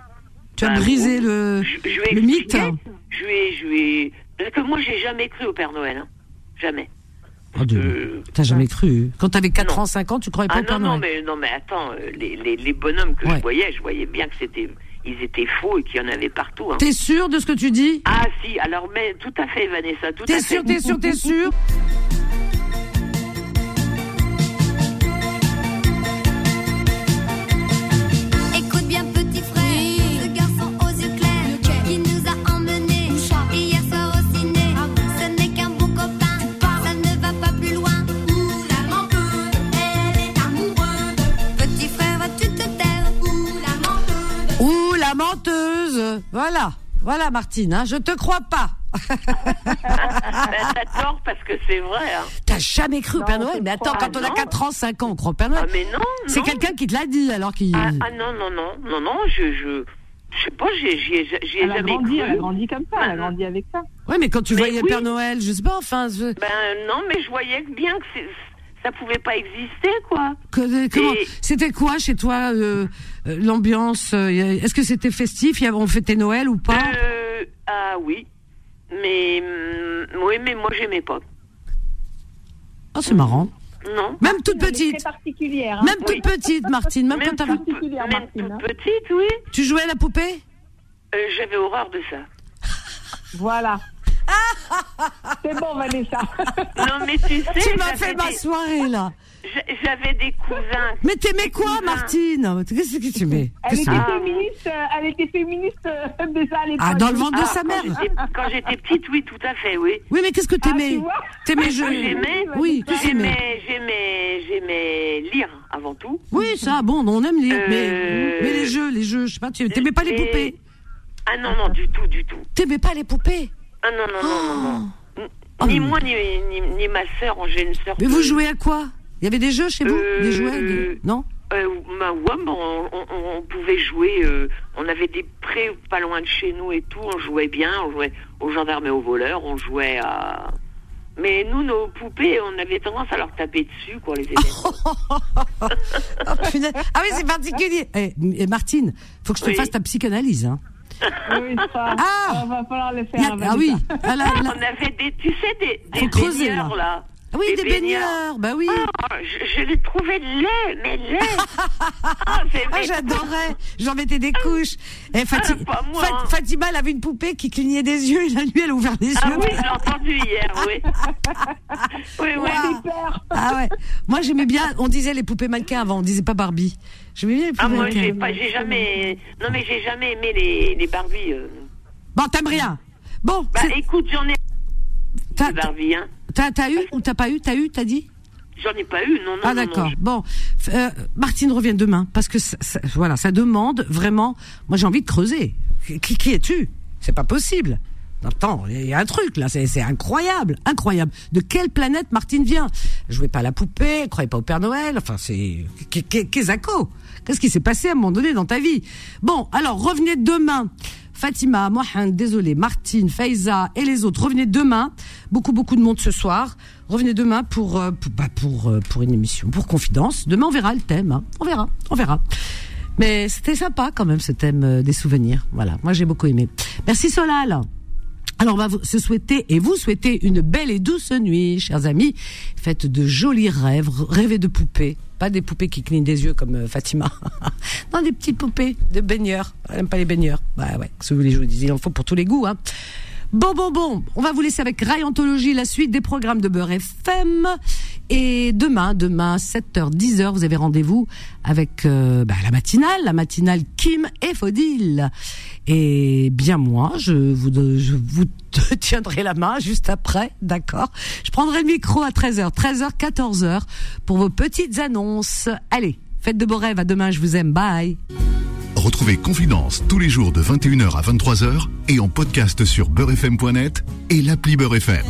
Tu as Bah, brisé bon, le, je- je lui ai le mythe expliqué, Je lui ai, je lui ai- Parce que moi, j'ai jamais cru au Père Noël. hein. Jamais. Oh, Dieu. T'as jamais cru. hein. Quand t'avais 4 Euh, ah. Non. ans, 5 ans, tu croyais pas Ah au Père non, non, Noël. mais, non, mais attends, euh, les, les, les bonhommes que je voyais, je voyais bien que c'était, ils étaient faux et qu'il y en avait partout. hein. T'es sûr de ce que tu dis Ah si, alors mais tout à fait, Vanessa, tout à T'es fait. sûr, t'es sûr, t'es sûr Écoute bien petit frère, ce garçon aux yeux clairs qui nous a emmenés hier soir au ciné. Ce n'est qu'un Ah bon copain, ça ne va pas plus loin. Ouh, la manteuse, elle est amoureuse. Petit frère, vas-tu te taire Ouh, la manteuse. Ouh, la menteuse Voilà, voilà Martine, hein, je te crois pas. Ben, T'as tort parce que c'est vrai. hein. T'as jamais cru au Père Non, Noël je Mais attends, crois. quand on a Ah, 4 ans, 5 ans, on croit au Père Noël. Ah, mais non, C'est non. quelqu'un qui te l'a dit alors qu'il... Ah, ah, non, non, non, non, non, je, je, je sais pas, j'ai, j'y ai, j'y ai Elle a jamais grandi, cru. elle a grandi comme ça, elle a grandi avec ça. Ouais, mais quand tu Mais voyais le oui. Père Noël, je sais pas, enfin... je- Ben non, mais je voyais que bien que c'est- ça pouvait pas exister, quoi. que- euh, comment- Et- C'était quoi chez toi euh, euh, l'ambiance euh, y a- Est-ce que c'était festif y a- On fêtait Noël ou pas Euh, ah oui, mais hum, oui, mais moi j'aimais pas. Oh, c'est marrant. Non. Même toute petite. particulière. Même toute petite, Martine. Même, quand t'avais- Même hein. toute petite, oui. Tu jouais à la poupée Euh, J'avais horreur de ça. Voilà. C'est bon, Vanessa. Non, mais tu sais, Tu m'as j'avais fait ma des- soirée, là. j'a- J'avais des cousins. Mais t'aimais quoi, Cousin. Martine Qu'est-ce que tu mets Elle Qu'est-ce était que tu mets féministe, euh, elle était féministe euh, déjà à l'époque. Ah, dans le ventre de sa quand mère. j'étais- Quand j'étais petite, oui, tout à fait, oui. Oui, mais qu'est-ce que t'aimais T'aimais je... J'aimais, Oui, qu'est-ce que t'aimais j'aimais, j'aimais, j'aimais lire avant tout. Oui, ça, bon, on aime les... Mais, Euh, mais les jeux, les jeux, je sais pas, tu t'aimais pas les Et- poupées Ah non, non, du tout, du tout. T'aimais pas les poupées Oh. Ah non, non, non, non, non. Ni moi, ni, ni, ni ma sœur, j'ai une sœur. Mais vous de- jouez à quoi Il y avait des jeux chez vous Des Euh, jouets des- Non Euh, bah ouais, bah, on, on- on pouvait jouer. euh, on avait des prés pas loin de chez nous et tout. On jouait bien. On jouait aux gendarmes et aux voleurs. On jouait à. Mais nous, nos poupées, on avait tendance à leur taper dessus, quoi, les élèves. Oh, punaise. Ah oui, c'est particulier. Eh, eh, Martine, faut que je te fasse ta psychanalyse. hein. Oui, ça. Ah On va falloir le Il y a- faire. Ah oui, ah là, là. On avait des, tu sais, des, des Faut creuser, baigneurs, là. là. Ah oui, des baigneurs, bah oui. oh, je, je les trouvais laids, mais laids. Ah, c'est- Ah, mais- j'adorais. J'en mettais des couches. Et Fati- pas moi, Fat- hein. Fatima, elle avait une poupée qui clignait des yeux. Et la nuit, elle a ouvert les yeux. Ah oui, je l'ai entendu hier, oui. Oui, oui. Waouh. Ah ouais. Moi, j'aimais bien. On disait les poupées mannequins avant. On disait pas Barbie. J'aimais bien les poupées Ah, moi, mannequins. j'ai pas, j'ai jamais. Non, mais j'ai jamais aimé les, les Barbies. euh. Bon, t'aimes rien. Bon. Bah, c'est- écoute, j'en ai. T'as- Les Barbies, hein. T'as t'as eu ou t'as pas eu T'as eu T'as dit J'en ai pas eu, non, non. Ah non, non, d'accord. je- Bon, F- euh, Martine revient demain parce que ça, ça- voilà, ça demande vraiment. Moi, j'ai envie de creuser. Qui, qui es-tu C'est pas possible. Attends, il y a un truc là, c'est c'est incroyable, incroyable. De quelle planète Martine vient Jouez pas à la poupée, elle croyait pas au Père Noël. Enfin, c'est qu'est- qu'est- qu'est Zaco Qu'est-ce qui s'est passé à un moment donné dans ta vie Bon, alors revenez demain. Fatima, Mohamed, désolé, Martine, Faiza et les autres, revenez demain. Beaucoup, beaucoup de monde ce soir. Revenez demain pour, euh, pour, bah, pour, euh, pour une émission, pour Confidence. Demain, on verra le thème. hein. On verra, on verra. Mais c'était sympa quand même ce thème euh, des souvenirs. Voilà, moi j'ai beaucoup aimé. Merci Solal. Alors on va vous- se souhaiter et vous souhaiter une belle et douce nuit, chers amis. Faites de jolis rêves, rêvez de poupées, pas des poupées qui clignent des yeux comme euh, Fatima. non, des petites poupées de baigneurs. Elle aime pas les baigneurs. Bah ouais, si vous voulez, je vous dis, il en faut pour tous les goûts. Hein. Bon, bon, bon, on va vous laisser avec Rayontologie, la suite des programmes de Beurre FM. Et demain, demain, 7h, 10h, vous avez rendez-vous avec euh, bah, la matinale, la matinale Kim et Fodil. Et bien moi, je vous, je vous tiendrai la main juste après, d'accord Je prendrai le micro à 13h, 13h, 14h pour vos petites annonces. Allez, faites de beaux rêves, à demain, je vous aime, bye Retrouvez Confidence tous les jours de 21h à 23h et en podcast sur beurrefm.net et l'appli Beurre FM.